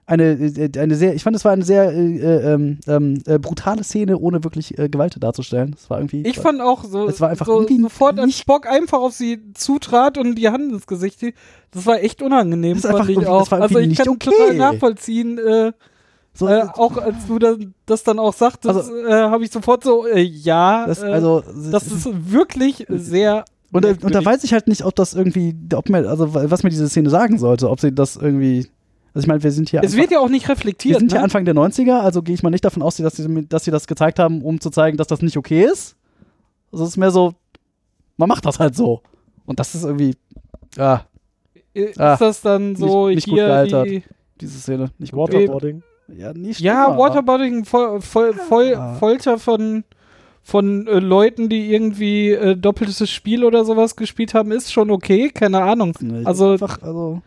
S6: eine, äh, eine sehr, ich fand, es war eine sehr äh, äh, ähm, ähm, äh, brutale Szene, ohne wirklich äh, Gewalt darzustellen. Das war irgendwie.
S2: Ich fand auch so,
S6: Es war einfach
S2: so
S6: irgendwie
S2: sofort als
S6: nicht-
S2: Spock einfach auf sie zutrat und die Hand ins Gesicht hielt. Das war echt unangenehm,
S6: Das ist
S2: fand
S6: einfach
S2: ich
S6: irgendwie-
S2: auch.
S6: das war
S2: also ich
S6: irgendwie
S2: kann
S6: nicht
S2: total
S6: okay.
S2: nachvollziehen, äh,
S6: so,
S2: äh, auch als du das, das dann auch sagtest,
S6: Also-
S2: äh, habe ich sofort so, äh, ja,
S6: das,
S2: äh,
S6: also,
S2: das ist wirklich sehr
S6: und, da- und da
S2: merkwürdig.
S6: weiß ich halt nicht, ob das irgendwie, ob mir, also was mir diese Szene sagen sollte, ob sie das irgendwie, also ich meine, wir sind hier,
S2: Es
S6: Anfang,
S2: wird ja auch nicht
S6: wir
S2: reflektiert.
S6: sind hier
S2: ne?
S6: Anfang der 90er, also gehe ich mal nicht davon aus, dass sie, dass sie das gezeigt haben, um zu zeigen, dass das nicht okay ist. Also es ist mehr so, man macht das halt so. Und das ist irgendwie, Ah,
S2: Ist
S6: Ah,
S2: das dann so
S6: nicht- nicht gut
S2: hier
S6: gealtert.
S2: die.
S6: diese Szene. Nicht gut.
S5: Waterboarding.
S6: Ja, nicht
S2: Ja,
S6: schlimmer.
S2: Waterboarding, voll, voll, voll Folter von, von äh, Leuten, die irgendwie äh, doppeltes Spiel oder sowas gespielt haben, ist schon okay, keine Ahnung.
S6: Nee,
S2: Also
S6: einfach, also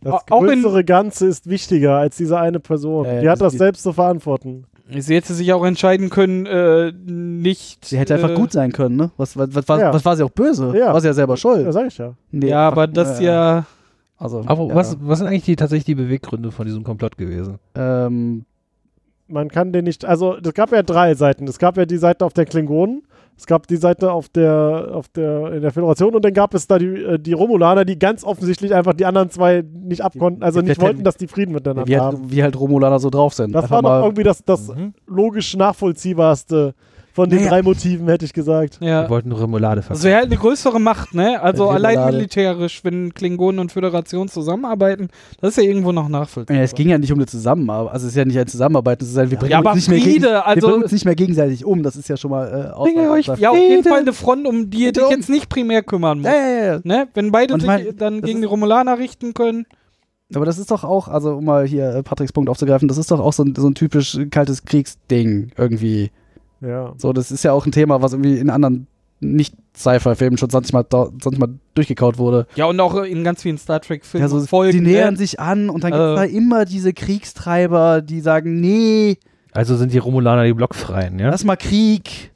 S5: Das
S2: Auch in-
S5: größere Ganze ist wichtiger als diese eine Person.
S6: Ja, ja,
S5: die hat
S6: das-
S5: das selbst zu verantworten.
S2: sie hätte sich auch entscheiden können, äh, nicht.
S6: sie hätte einfach
S2: äh,
S6: gut sein können, ne? Was, was, was, was,
S5: Ja.
S6: was war sie auch böse?
S5: Ja.
S6: War sie ja selber schuld.
S5: Ja, sag ich ja.
S6: Nee,
S2: Ja, aber
S6: einfach-
S2: das
S6: äh,
S2: ja.
S6: Also,
S7: Aber
S6: ja.
S7: was, was sind eigentlich die, tatsächlich die Beweggründe von diesem Komplott gewesen?
S6: Ähm,
S5: Man kann den nicht. Also, es gab ja drei Seiten. Es gab ja die Seite auf der Klingonen, es gab die Seite auf der, auf der, in der Föderation und dann gab es da die, äh, die Romulaner, die ganz offensieflich einfach die anderen zwei nicht abkonnten, also
S6: die-
S5: nicht
S6: die-
S5: wollten, dass die Frieden miteinander
S6: wie,
S5: haben.
S6: halt, wie halt Romulaner so drauf sind.
S5: Das
S6: einfach
S5: war doch
S6: mal,
S5: irgendwie das, das
S2: Mhm.
S5: logisch nachvollziehbarste von den
S6: Naja.
S5: drei Motiven, hätte ich gesagt.
S2: ja.
S7: Wir wollten Remoulade
S2: Das
S6: Also
S7: verkaufen.
S2: wäre halt eine größere Macht, ne? Also
S6: Ja,
S2: allein
S6: Limonade.
S2: militärisch, wenn Klingonen und Föderation zusammenarbeiten, das ist ja irgendwo noch nachvollziehbar.
S6: ja, es ging ja nicht um eine Zusammenarbeit. Also es ist ja nicht ein Zusammenarbeiten, es ist ein, wir bringen,
S2: aber
S6: uns, nicht mehr
S2: Friede,
S6: gegen,
S2: also-
S6: wir bringen uns nicht mehr gegenseitig um. Das ist ja schon mal äh,
S2: Bringe euch
S6: aussagekräftig.
S2: ja auf jeden Fall eine Front, um die ihr dich
S6: um.
S2: jetzt nicht primär kümmern musst.
S6: ja, ja, ja.
S2: Ne? Wenn beide
S6: Und
S2: sich
S6: ich mein,
S2: dann
S6: das
S2: gegen
S6: ist-
S2: die Romulaner richten können.
S6: Aber das ist doch auch, also um mal hier äh, Patricks Punkt aufzugreifen, das ist doch auch so ein, so ein typisch äh, kaltes Kriegsding irgendwie.
S5: Ja.
S6: So, das ist ja auch ein Thema, was irgendwie in anderen Nicht-Sci-Fi-Filmen schon 20 mal, da- 20 mal durchgekaut wurde.
S2: Ja, und auch in ganz vielen Star Trek-Filmen.
S6: Ja, so,
S2: folgen,
S6: die nähern
S2: ne?
S6: sich an und dann
S2: Äh.
S6: gibt's da immer diese Kriegstreiber, die sagen, nee,
S7: Also sind die Romulaner die Blockfreien, ja?
S6: lass mal Krieg.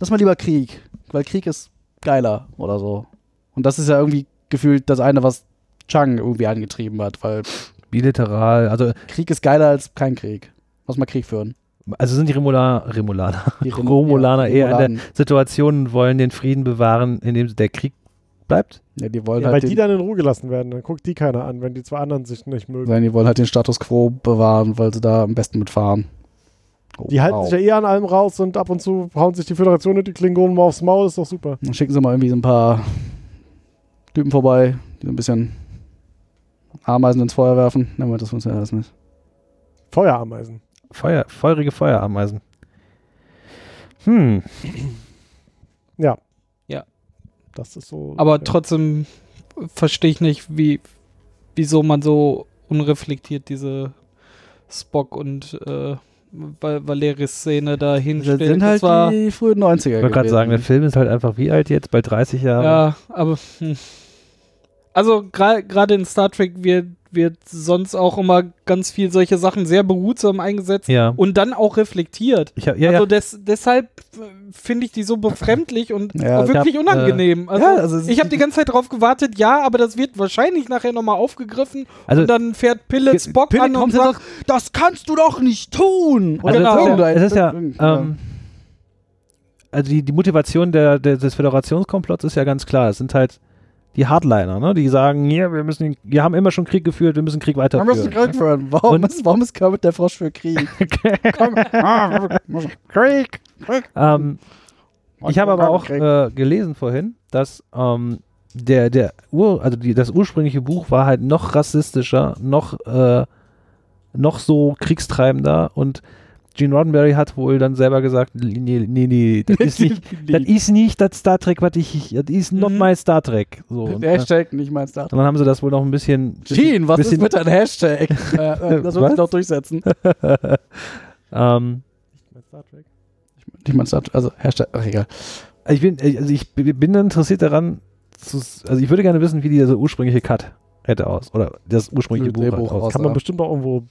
S6: Lass mal lieber Krieg. Weil Krieg ist geiler oder so. Und das ist ja irgendwie gefühlt das eine, was Chang irgendwie angetrieben hat, weil
S7: Bilateral, also,
S6: Krieg ist geiler als kein Krieg. Lass mal Krieg führen.
S7: also sind die Remulaner, Remulaner,
S6: Die Rom-
S7: Romulaner
S6: ja,
S7: eher in der
S6: Romulanen.
S7: Situation und wollen den Frieden bewahren, indem der Krieg bleibt?
S6: Ja, die wollen
S5: Ja, weil
S6: halt
S5: die
S6: den,
S5: dann in Ruhe gelassen werden, dann guckt die keiner an, wenn die zwei anderen sich nicht mögen.
S6: Nein, die wollen halt den Status quo bewahren, weil sie da am besten mitfahren. Oh,
S5: Die halten
S6: wow.
S5: sich ja eh an allem raus und ab und zu hauen sich die Föderation und die Klingonen mal aufs Maul, ist doch super.
S6: Dann schicken sie mal irgendwie so ein paar Typen vorbei, die so ein bisschen Ameisen ins Feuer werfen. Nein, aber das funktioniert alles nicht.
S5: Feuerameisen.
S7: Feuer, feurige Feuerameisen. Hm,
S5: Ja.
S2: Ja.
S5: Das ist so.
S2: Aber
S5: ja.
S2: trotzdem verstehe ich nicht, wie, wieso man so unreflektiert diese Spock und äh, Val- Valeris-Szene da
S6: Das
S2: hinstellt.
S6: sind
S2: das
S6: halt
S2: war,
S6: die frühen 90er.
S7: ich wollte gerade
S6: gewesen.
S7: sagen, der Film ist halt einfach wie alt jetzt? Bei 30 Jahren?
S2: Ja, aber. Hm. Also, gra- gerade in Star Trek wird, wird sonst auch immer ganz viel solche Sachen sehr behutsam eingesetzt
S7: Ja.
S2: und dann auch reflektiert.
S7: Ich hab, ja,
S2: also,
S7: ja.
S2: des, deshalb äh, finde ich die so befremdlich und
S6: Ja,
S2: auch
S6: ich
S2: wirklich
S7: hab, äh,
S2: unangenehm. Also,
S6: ja, also es ist
S2: ich habe
S6: die-
S2: die ganze Zeit drauf gewartet, ja, aber das wird wahrscheinlich nachher nochmal aufgegriffen
S7: Also,
S2: und dann fährt Pille Spock
S6: Pille
S2: an und
S6: kommt und
S2: sagt,
S6: sagt, das kannst du doch nicht tun!
S7: Also
S2: Genau.
S7: es ist ja, es ist ja,
S6: Irgendein-
S7: ähm, also die, die Motivation der, der, des Föderationskomplotts ist ja ganz klar. Es sind halt die Hardliner, ne? die sagen, ja, wir müssen, wir haben immer schon Krieg geführt, wir müssen Krieg
S6: wir müssen
S7: weiterführen.
S6: Krieg führen. Warum
S7: Und-
S6: ist, warum ist Kermit der Frosch für Krieg? Komm, ah, wir müssen-
S7: Krieg!
S6: Krieg.
S7: Ähm, ich habe aber auch
S6: Krieg.
S7: äh, gelesen vorhin, dass ähm, der, der Ur, also die, das ursprüngliche Buch war halt noch rassistischer, noch, äh, noch so kriegstreibender und Gene Roddenberry hat wohl dann selber gesagt, nee, nee, nee, das ist nicht, das ist nicht das Star Trek, was ich, das ist not
S2: Mhm.
S7: my Star Trek. So, und, äh,
S6: Hashtag, nicht mein Star
S7: und dann haben sie das wohl noch ein bisschen,
S6: Gene, was ist
S7: bisschen
S6: mit deinem Hashtag? äh, äh, das wird
S7: Was?
S6: sich doch durchsetzen.
S7: ähm,
S6: Nicht mein Star also Hashtag, ach egal.
S7: also ich bin, also ich bin interessiert daran, zu, also ich würde gerne wissen, wie dieser ursprüngliche Cut hätte aus, oder das ursprüngliche Buch,
S6: Drehbuch
S7: halt aus.
S6: aus.
S5: Kann man bestimmt auch irgendwo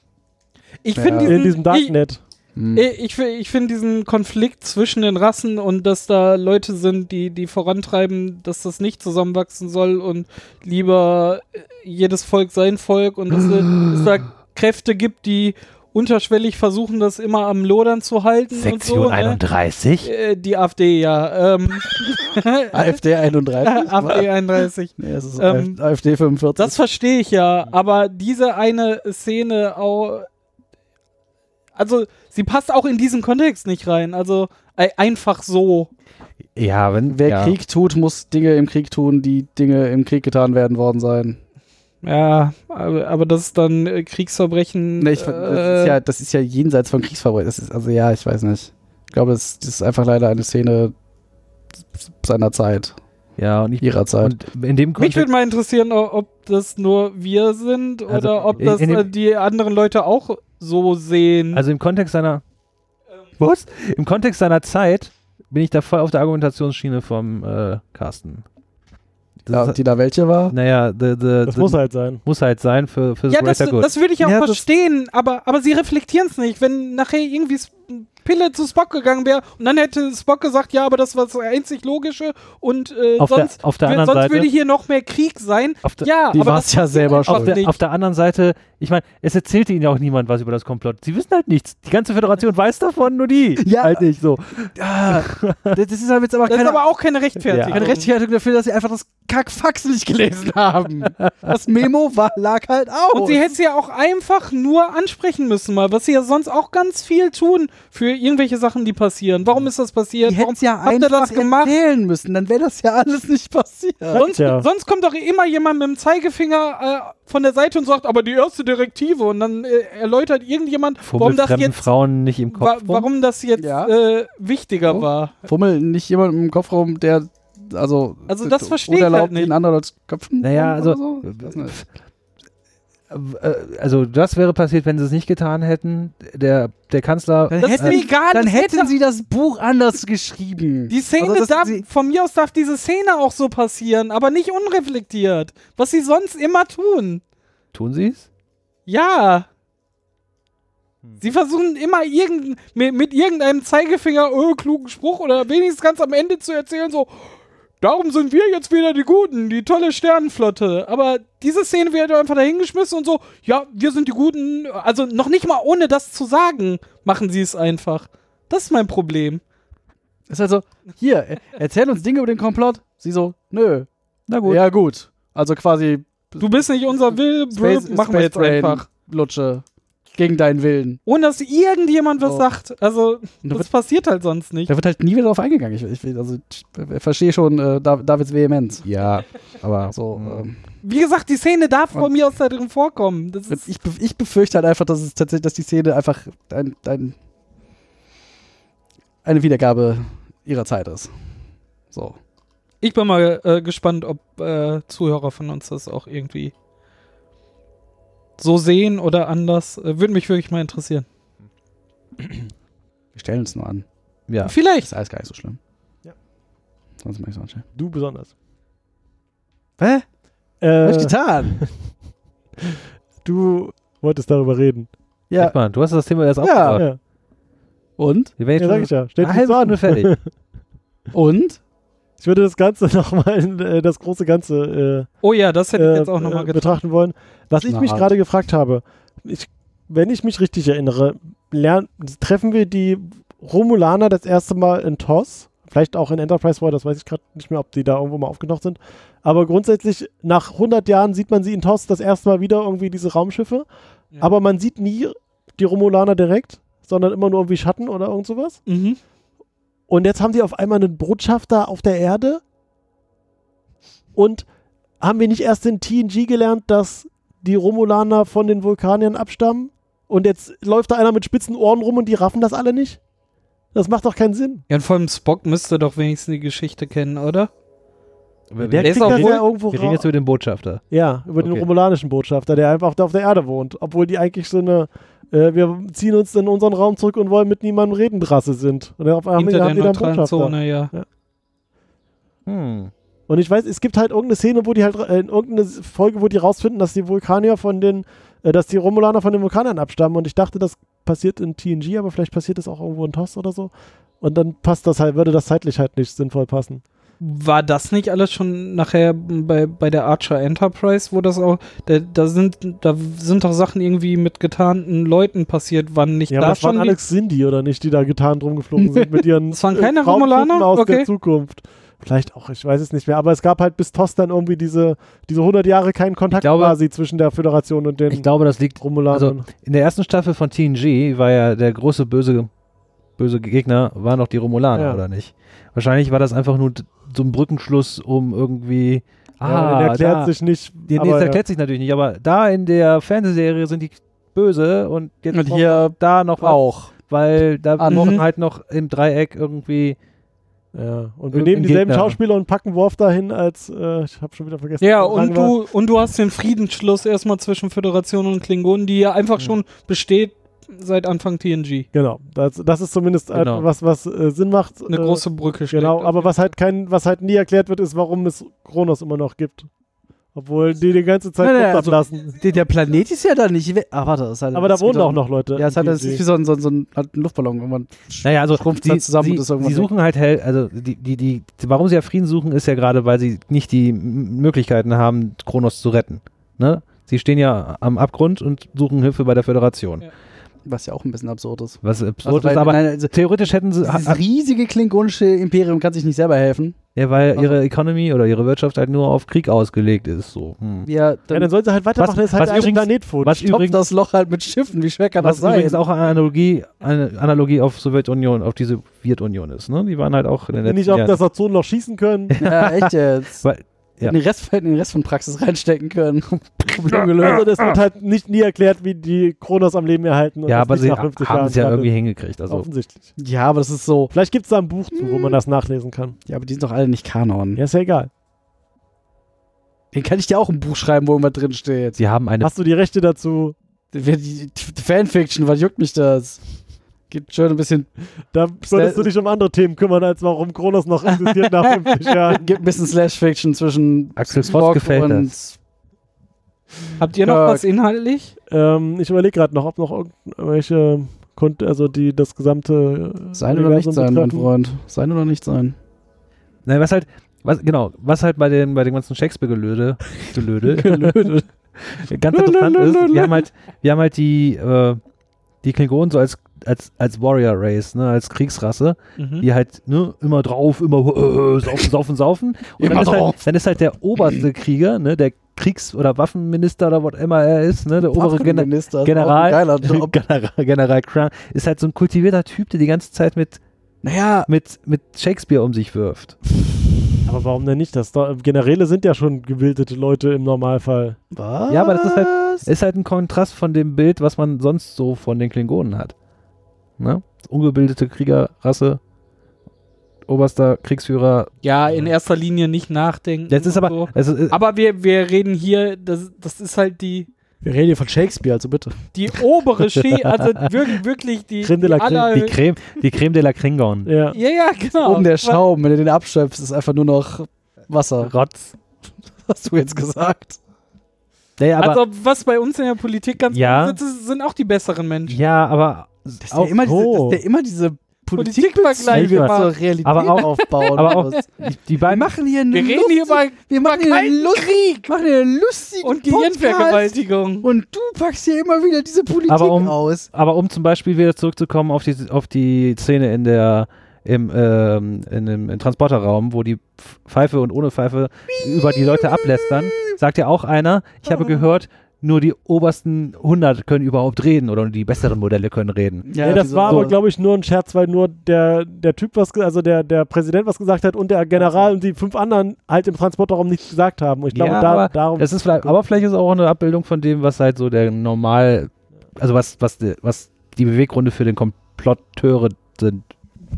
S2: ich
S6: Ja.
S2: finde diesen,
S5: in diesem
S2: ich,
S5: Darknet.
S6: Hm.
S7: Äh,
S2: Ich, ich, fi- ich finde diesen Konflikt zwischen den Rassen und dass da Leute sind, die, die vorantreiben, dass das nicht zusammenwachsen soll und lieber äh, jedes Volk sein Volk und dass äh, es da Kräfte gibt, die unterschwellig versuchen, das immer am Lodern zu halten. und so, ne?
S7: 31?
S2: Äh, die AfD, ja. Ähm,
S7: äh,
S6: AfD 31?
S2: AfD 31.
S6: nee, es ist
S2: Ähm,
S6: AfD 45.
S2: Das verstehe ich ja, aber diese eine Szene auch. Also, sie passt auch in diesen Kontext nicht rein. Also, ei- einfach so.
S7: Ja, wenn,
S6: Wer
S7: ja.
S6: Krieg tut, muss Dinge im Krieg tun, die Dinge im Krieg getan werden worden sein.
S2: Ja, aber, aber das ist dann äh, Kriegsverbrechen.
S6: Nee, Ne, ich, das,
S2: äh,
S6: ist ja, das ist ja jenseits von Kriegsverbrechen. Das ist, also ja, ich weiß nicht. Ich glaube, das, das ist einfach leider eine Szene seiner Zeit.
S7: Ja, und ich,
S6: ihrer Zeit.
S7: und in dem
S2: Mich
S7: Kontext,
S2: würde mal interessieren, o- ob das nur wir sind
S7: Also,
S2: oder ob
S7: in-
S2: das
S7: in dem-
S2: äh, die anderen Leute auch so sehen.
S7: also im Kontext seiner
S2: Ähm.
S7: was? Im Kontext seiner Zeit bin ich da voll auf der Argumentationsschiene vom äh, Carsten. Das
S6: ja,
S7: ist,
S6: die da welche war?
S7: naja, the, the,
S5: Das
S6: Also
S7: the,
S5: muss halt sein.
S7: muss halt sein für, für
S2: ja, das,
S7: das Greater Good.
S2: das würde ich auch
S6: Ja, das-
S2: verstehen, aber, aber sie reflektieren es nicht. Wenn nachher irgendwie Sp- Pille zu Spock gegangen wäre und dann hätte Spock gesagt, ja, aber das war das einzig Logische und äh,
S7: auf,
S2: sonst,
S7: der, auf der
S2: wür-
S7: anderen
S2: sonst
S7: Seite.
S2: würde hier noch mehr Krieg sein.
S7: auf der,
S2: Ja,
S6: Die
S2: aber
S6: war
S2: das
S6: es ja selber
S2: passiert
S7: auf,
S6: schuld.
S2: einfach
S7: der, auf
S2: nicht.
S7: der anderen Seite, ich meine, es erzählte ihnen ja auch niemand was über das Komplott. Sie wissen halt nichts. Die ganze Föderation weiß davon, nur die.
S6: Ja.
S7: Halt nicht so.
S6: Ah, das ist aber jetzt aber
S2: Das ist
S6: keine,
S2: aber auch keine Rechtfertigung.
S6: keine Rechtfertigung dafür, dass sie einfach das Kackfax nicht gelesen haben. Das Memo war, lag halt auch.
S2: Und sie hätte es ja auch einfach nur ansprechen müssen, mal, was sie ja sonst auch ganz viel tun für irgendwelche Sachen, die passieren. Warum ist das passiert?
S6: Die
S2: Warum
S6: hätten ja
S2: habt ihr
S6: einfach
S2: das gemacht?
S6: erzählen müssen, dann wäre das ja alles nicht passiert.
S2: Sonst,
S5: Tja.
S2: sonst kommt doch immer jemand mit dem Zeigefinger äh, von der Seite und sagt, aber die erste Direktive und dann äh, erläutert irgendjemand, warum
S7: Fummel
S2: das
S7: fremden
S2: jetzt,
S7: Frauen nicht im Kopf.
S2: wa
S7: rum.
S2: warum das jetzt
S6: Ja.
S2: äh, wichtiger
S6: Oh.
S2: war.
S6: Fummel nicht jemand im Kopf rum, der also,
S2: Also das verstehe ich
S6: unerlaubt
S2: halt nicht.
S6: in anderen Leuten Köpfen.
S7: Naja,
S6: rum oder
S7: also-
S6: so? Ich weiß nicht.
S7: Äh, Also, das wäre passiert, wenn sie es nicht getan hätten. Der, der Kanzler. äh,
S6: Dann,
S2: Das ist mir
S6: hätten,
S2: egal,
S6: dann
S2: Ah, das
S6: hätten
S2: hätte-
S6: sie das Buch anders geschrieben.
S2: Die Szene
S6: Also, das-
S2: darf,
S6: sie-
S2: von mir aus darf diese Szene auch so passieren, aber nicht unreflektiert. Was sie sonst immer tun.
S7: Tun sie es?
S2: Ja. Sie versuchen immer irgend, mit, mit irgendeinem Zeigefinger öh, klugen Spruch oder wenigstens ganz am Ende zu erzählen, so, darum sind wir jetzt wieder die Guten, die tolle Sternenflotte. Aber diese Szene wird einfach dahingeschmissen und so, ja, wir sind die Guten. Also noch nicht mal ohne das zu sagen, machen sie es einfach. Das ist mein Problem.
S6: Ist halt so, hier, er- erzähl uns Dinge über den Komplott. Sie so, nö.
S7: Na gut.
S6: Ja, gut. Also quasi
S2: Du bist nicht unser Will, blö,
S6: Space,
S2: machen wir
S6: Space
S2: jetzt
S6: Train
S2: einfach.
S6: Lutsche. Gegen deinen Willen.
S2: Ohne dass irgendjemand was
S6: Oh.
S2: sagt. Also,
S6: Und da
S2: das
S6: wird,
S2: passiert halt sonst nicht.
S6: da wird halt nie wieder drauf eingegangen. Ich, ich, also, ich verstehe schon äh, Dav- Davids Vehemenz.
S7: Ja, aber. hm.
S6: So, ähm,
S2: Wie gesagt, die Szene darf von
S6: Und-
S2: mir aus da drin vorkommen. Das ist,
S6: ich, be- ich befürchte halt einfach, dass es tatsächlich, dass die Szene einfach ein, ein, eine Wiedergabe ihrer Zeit ist. So.
S2: ich bin mal äh, gespannt, ob äh, Zuhörer von uns das auch irgendwie so sehen oder anders. Äh, Würde mich wirklich mal interessieren.
S6: Wir stellen uns nur an.
S7: Ja.
S2: Vielleicht.
S6: Ist alles gar nicht so schlimm.
S5: Ja.
S6: Sonst mach ich's auch nicht.
S5: Du besonders.
S6: Hä? Hab ich
S5: Äh,
S6: getan?
S5: du wolltest darüber reden.
S6: ja.
S7: Mal, du hast das Thema erst
S6: Ja.
S7: aufgebracht.
S5: Ja,
S6: Und?
S7: Wir werden jetzt
S5: ja sag ich
S7: schon
S5: ja. Stell
S7: eine
S5: dich
S7: halbe
S5: so
S7: Stunde
S5: an.
S7: fertig.
S6: Und?
S5: Ich würde das Ganze nochmal, äh, das große Ganze
S2: Oh ja, das
S5: äh,
S2: hätte ich jetzt
S5: äh,
S2: auch nochmal
S5: äh,
S2: gedacht.
S5: betrachten wollen. Was ich
S6: Na,
S5: mich
S6: hart.
S5: gerade gefragt habe, ich, wenn ich mich richtig erinnere, lern, treffen wir die Romulaner das erste Mal in TOS, vielleicht auch in Enterprise War, das weiß ich gerade nicht mehr, ob die da irgendwo mal aufgetaucht sind. Aber grundsätzlich, nach 100 Jahren sieht man sie in TOS das erste Mal wieder, irgendwie diese Raumschiffe.
S2: Ja.
S5: Aber man sieht nie die Romulaner direkt, sondern immer nur irgendwie Schatten oder irgend sowas.
S2: Mhm.
S5: Und jetzt haben die auf einmal einen Botschafter auf der Erde. Und haben wir nicht erst in TNG gelernt, dass die Romulaner von den Vulkaniern abstammen? Und jetzt läuft da einer mit spitzen Ohren rum und die raffen das alle nicht? Das macht doch keinen Sinn.
S2: Ja, und vor allem Spock müsste doch wenigstens die Geschichte kennen, oder?
S7: Wir,
S5: Der
S7: wir,
S2: ist
S5: kriegt
S2: auch
S5: das
S2: wohl-
S5: ja irgendwo
S7: wir reden
S5: raus.
S7: jetzt über den Botschafter.
S5: Ja, über den
S7: Okay.
S5: romulanischen Botschafter, der einfach da auf der Erde wohnt. Obwohl die eigentlich so eine, äh, wir ziehen uns in unseren Raum zurück und wollen mit niemandem reden, Rasse sind. Und auf
S2: Hinter
S5: einmal haben die
S2: der
S5: da einen
S2: neutralen
S5: Botschafter.
S2: Zone, ja.
S7: Hm.
S5: Und ich weiß, es gibt halt irgendeine Szene, wo die halt, äh, in irgendeine Folge, wo die rausfinden, dass die Vulkanier von den, äh, dass die Romulaner von den Vulkanern abstammen. Und ich dachte, das passiert in TNG, aber vielleicht passiert das auch irgendwo in TOS oder so. Und dann passt das halt, würde das zeitlich halt nicht sinnvoll passen.
S2: War das nicht alles schon nachher bei, bei der Archer Enterprise, wo das auch, da, da sind, da sind doch Sachen irgendwie mit getarnten Leuten passiert, wann nicht
S5: Ja, aber
S2: da
S5: das waren
S2: schon die,
S5: Alex Cindy oder nicht, die da getarnt rumgeflogen sind mit ihren
S2: Das waren
S5: äh,
S2: keine
S5: Raumschiffen
S2: Romulaner?
S5: aus
S2: Okay.
S5: der Zukunft. Vielleicht auch, ich weiß es nicht mehr. Aber es gab halt bis TOS dann irgendwie diese, diese 100 Jahre keinen Kontakt
S7: glaube-
S5: quasi zwischen der Föderation und den
S7: Ich also, glaube, das liegt
S5: Romulanern.
S7: In der ersten Staffel von TNG war ja der große böse, böse Gegner, waren doch die Romulaner,
S5: Ja.
S7: oder nicht? Wahrscheinlich war das einfach nur d- so ein Brückenschluss, um irgendwie.
S5: ja,
S7: ah,
S5: der erklärt
S7: da,
S5: sich nicht.
S7: Nee, nee,
S5: aber,
S7: das
S5: ja.
S7: erklärt sich natürlich nicht, aber da in der Fernsehserie sind die böse und jetzt
S6: Und
S7: braucht
S6: hier
S7: man da noch was,
S6: Auch.
S7: weil da
S6: Ah,
S7: brauchen
S2: mhm.
S7: halt noch im Dreieck irgendwie
S5: Ja. Und wir
S7: Irgendein
S5: nehmen dieselben
S7: Gegner.
S5: Schauspieler und packen Worf dahin als, äh, ich habe schon wieder vergessen.
S2: Ja,
S5: wie lang
S2: und
S5: war.
S2: du, und du hast den Friedensschluss erstmal zwischen Föderation und Klingonen, die ja einfach schon besteht seit Anfang TNG.
S5: Genau, das, das ist zumindest äh,
S2: Genau.
S5: was, was äh, Sinn macht.
S2: Eine
S5: äh,
S2: große Brücke steckt.
S5: Genau, aber was halt kein, was halt nie erklärt wird, ist, warum es Kronos immer noch gibt. Obwohl die die ganze Zeit
S6: Nein, nein,
S5: runterblassen.
S6: Der, der Planet ist ja da nicht. we- Ah, warte, das ist halt.
S5: Aber da
S6: das ist wie
S5: wohnen
S6: so
S5: auch
S6: ein-
S5: noch Leute.
S6: Ja, es hat,
S5: im
S6: das ist
S5: TNG.
S6: wie so ein, so ein, so ein, halt ein Luftballon irgendwann.
S7: Naja, also
S6: schrumpft
S7: die,
S6: dann zusammen
S7: die,
S6: und ist irgendwann
S7: die suchen halt hell, also die, die, die, warum sie ja Frieden suchen, ist ja gerade, weil sie nicht die M- Möglichkeiten haben, Kronos zu retten. Ne? Sie stehen ja am Abgrund und suchen Hilfe bei der Föderation.
S2: Ja.
S6: Was ja auch ein bisschen absurd ist.
S7: Was
S6: Also,
S7: absurd
S6: weil-
S7: ist, aber
S6: nein, also,
S7: theoretisch hätten sie.
S6: dieses riesige klingonische Imperium kann sich nicht selber helfen.
S7: Ja, weil
S6: Also-
S7: ihre Economy oder ihre Wirtschaft halt nur auf Krieg ausgelegt ist. So. Hm.
S6: Ja,
S5: Ja,
S6: dann
S5: dann sollen sie halt weitermachen, das ist halt
S7: was
S5: ein
S7: übrigens-
S5: Planet vor.
S7: Was
S6: topft
S7: übrigens,
S6: das Loch halt mit Schiffen. Wie schwer kann das
S7: was
S6: sein?
S7: übrigens auch eine Analogie, eine Analogie auf Sowjetunion, auf die Sowjetunion ist. Ne? Die waren halt auch in den letzten
S5: Nicht auf
S7: Jahren.
S5: das Ozonloch schießen können.
S6: ja, echt jetzt.
S7: Weil- ja.
S6: In, den Rest, in den Rest von Praxis reinstecken können.
S5: Problem gelöst. Und es wird halt nicht nie erklärt, wie die Kronos am Leben erhalten. Und
S7: ja,
S5: das
S7: aber
S5: nicht
S7: sie
S5: nach 50
S7: haben
S5: Jahren
S7: es ja
S5: startet.
S7: irgendwie hingekriegt. Also
S5: Offensichtlich.
S6: Ja, aber das ist so.
S5: Vielleicht gibt es da ein Buch zu, wo man das nachlesen kann.
S6: Ja, aber die sind doch alle nicht Kanon.
S5: Ja, ist ja egal.
S6: Den kann ich dir auch ein Buch schreiben, wo irgendwas drin steht.
S7: sie haben eine
S5: Hast du die Rechte dazu?
S6: Wer Die, die, die Fanfiction, was juckt mich das? Gibt schön ein bisschen,
S5: Da solltest du dich um andere Themen kümmern, als warum Kronos noch existiert nach 50 Jahren.
S6: gibt ein bisschen Slash-Fiction zwischen
S7: Axel Voss
S6: Spock
S7: gefällt
S6: und
S7: das.
S2: Habt ihr noch
S6: Kirk.
S2: was inhaltlich?
S5: Ähm, ich überlege gerade noch, ob noch irgendwelche Kunden, also die das gesamte äh,
S6: Sein oder nicht
S5: Universum
S6: sein, mein
S5: betreffen.
S6: Freund. Sein oder nicht sein.
S7: Nein, was halt, was, genau, was halt bei dem, bei dem ganzen Shakespeare-Gelöde, Gelöde, ganz interessant ist, wir haben halt, wir haben halt die, äh, die Klingonen so als, als, als Warrior-Race, ne, als Kriegsrasse,
S2: Mhm.
S7: die halt, ne, immer drauf, immer äh, saufen, saufen, saufen. Und
S6: Immer
S7: dann, ist
S6: drauf.
S7: halt, dann ist halt der oberste Krieger, ne, der Kriegs- oder Waffenminister oder whatever er ist, ne, der obere Gen
S6: Waffenminister,
S7: General,
S6: das ist auch ein geiler Job.
S7: General, General Crown, ist halt so ein kultivierter Typ, der die ganze Zeit mit,
S6: Naja,
S7: mit, mit Shakespeare um sich wirft.
S5: Aber warum denn nicht? Das ist doch- Generäle sind ja schon gebildete Leute im Normalfall.
S6: was?
S7: Ja, aber das ist
S6: Äh,
S7: Ist halt ein Kontrast von dem Bild, was man sonst so von den Klingonen hat. Ne? Ungebildete Kriegerrasse, oberster Kriegsführer.
S2: Ja, in erster Linie nicht nachdenken.
S7: Jetzt ist
S2: und
S7: aber,
S2: So.
S7: es ist, äh,
S2: Aber wir, wir reden hier, das, das ist halt die,
S6: Wir reden hier von Shakespeare, also bitte.
S2: die obere Schicht, also wirklich, wirklich die,
S5: Creme de la
S2: die
S5: Creme,
S2: aller-
S7: die Creme, die Creme de la Klingon.
S5: Ja.
S2: Ja, ja, genau.
S6: Oben der Schaum, wenn du den abschöpfst, ist einfach nur noch Wasser.
S7: Rotz.
S6: Hast du jetzt gesagt?
S7: Naja, aber,
S2: also, was bei uns in der Politik ganz
S7: Ja.
S2: gut sitzt, sind auch die besseren Menschen.
S7: ja, aber,
S6: Dass
S7: auch,
S6: der immer,
S5: so.
S6: diese, dass der immer diese Politik
S2: Politikvergleiche
S7: halt
S6: Bezüge
S2: macht.
S6: zur Realität
S7: Aber auch-
S6: aufbauen.
S7: aber auch-
S6: muss.
S7: die, die
S6: wir
S7: beiden,
S6: machen hier einen
S2: Wir reden hier über
S6: wir machen hier einen Lust, Krieg. machen hier einen lustigen
S2: und
S6: Podcast
S2: Gehirnvergewaltigung.
S6: und du packst hier immer wieder diese Politik
S7: Aber um-
S6: aus.
S7: aber um zum Beispiel wieder zurückzukommen auf die, auf die Szene in der, im, ähm, in dem im Transporterraum, wo die Pfeife und ohne Pfeife über die Leute ablästern, sagt ja auch einer, ich habe gehört, nur die obersten 100 können überhaupt reden oder nur die besseren Modelle können reden.
S5: Nee, das
S6: diese-
S5: war aber,
S6: so.
S5: glaube ich, nur ein Scherz, weil nur der, der Typ was, ge- also der, der Präsident was gesagt hat und der General und die fünf anderen halt im Transporterraum nichts gesagt haben. Und ich glaube,
S7: Ja,
S5: da,
S7: aber
S5: darum.
S7: Das ist vielleicht, aber vielleicht ist es auch eine Abbildung von dem, was halt so der normal, also was, was, de- was die Beweggründe für den Komplotteure sind.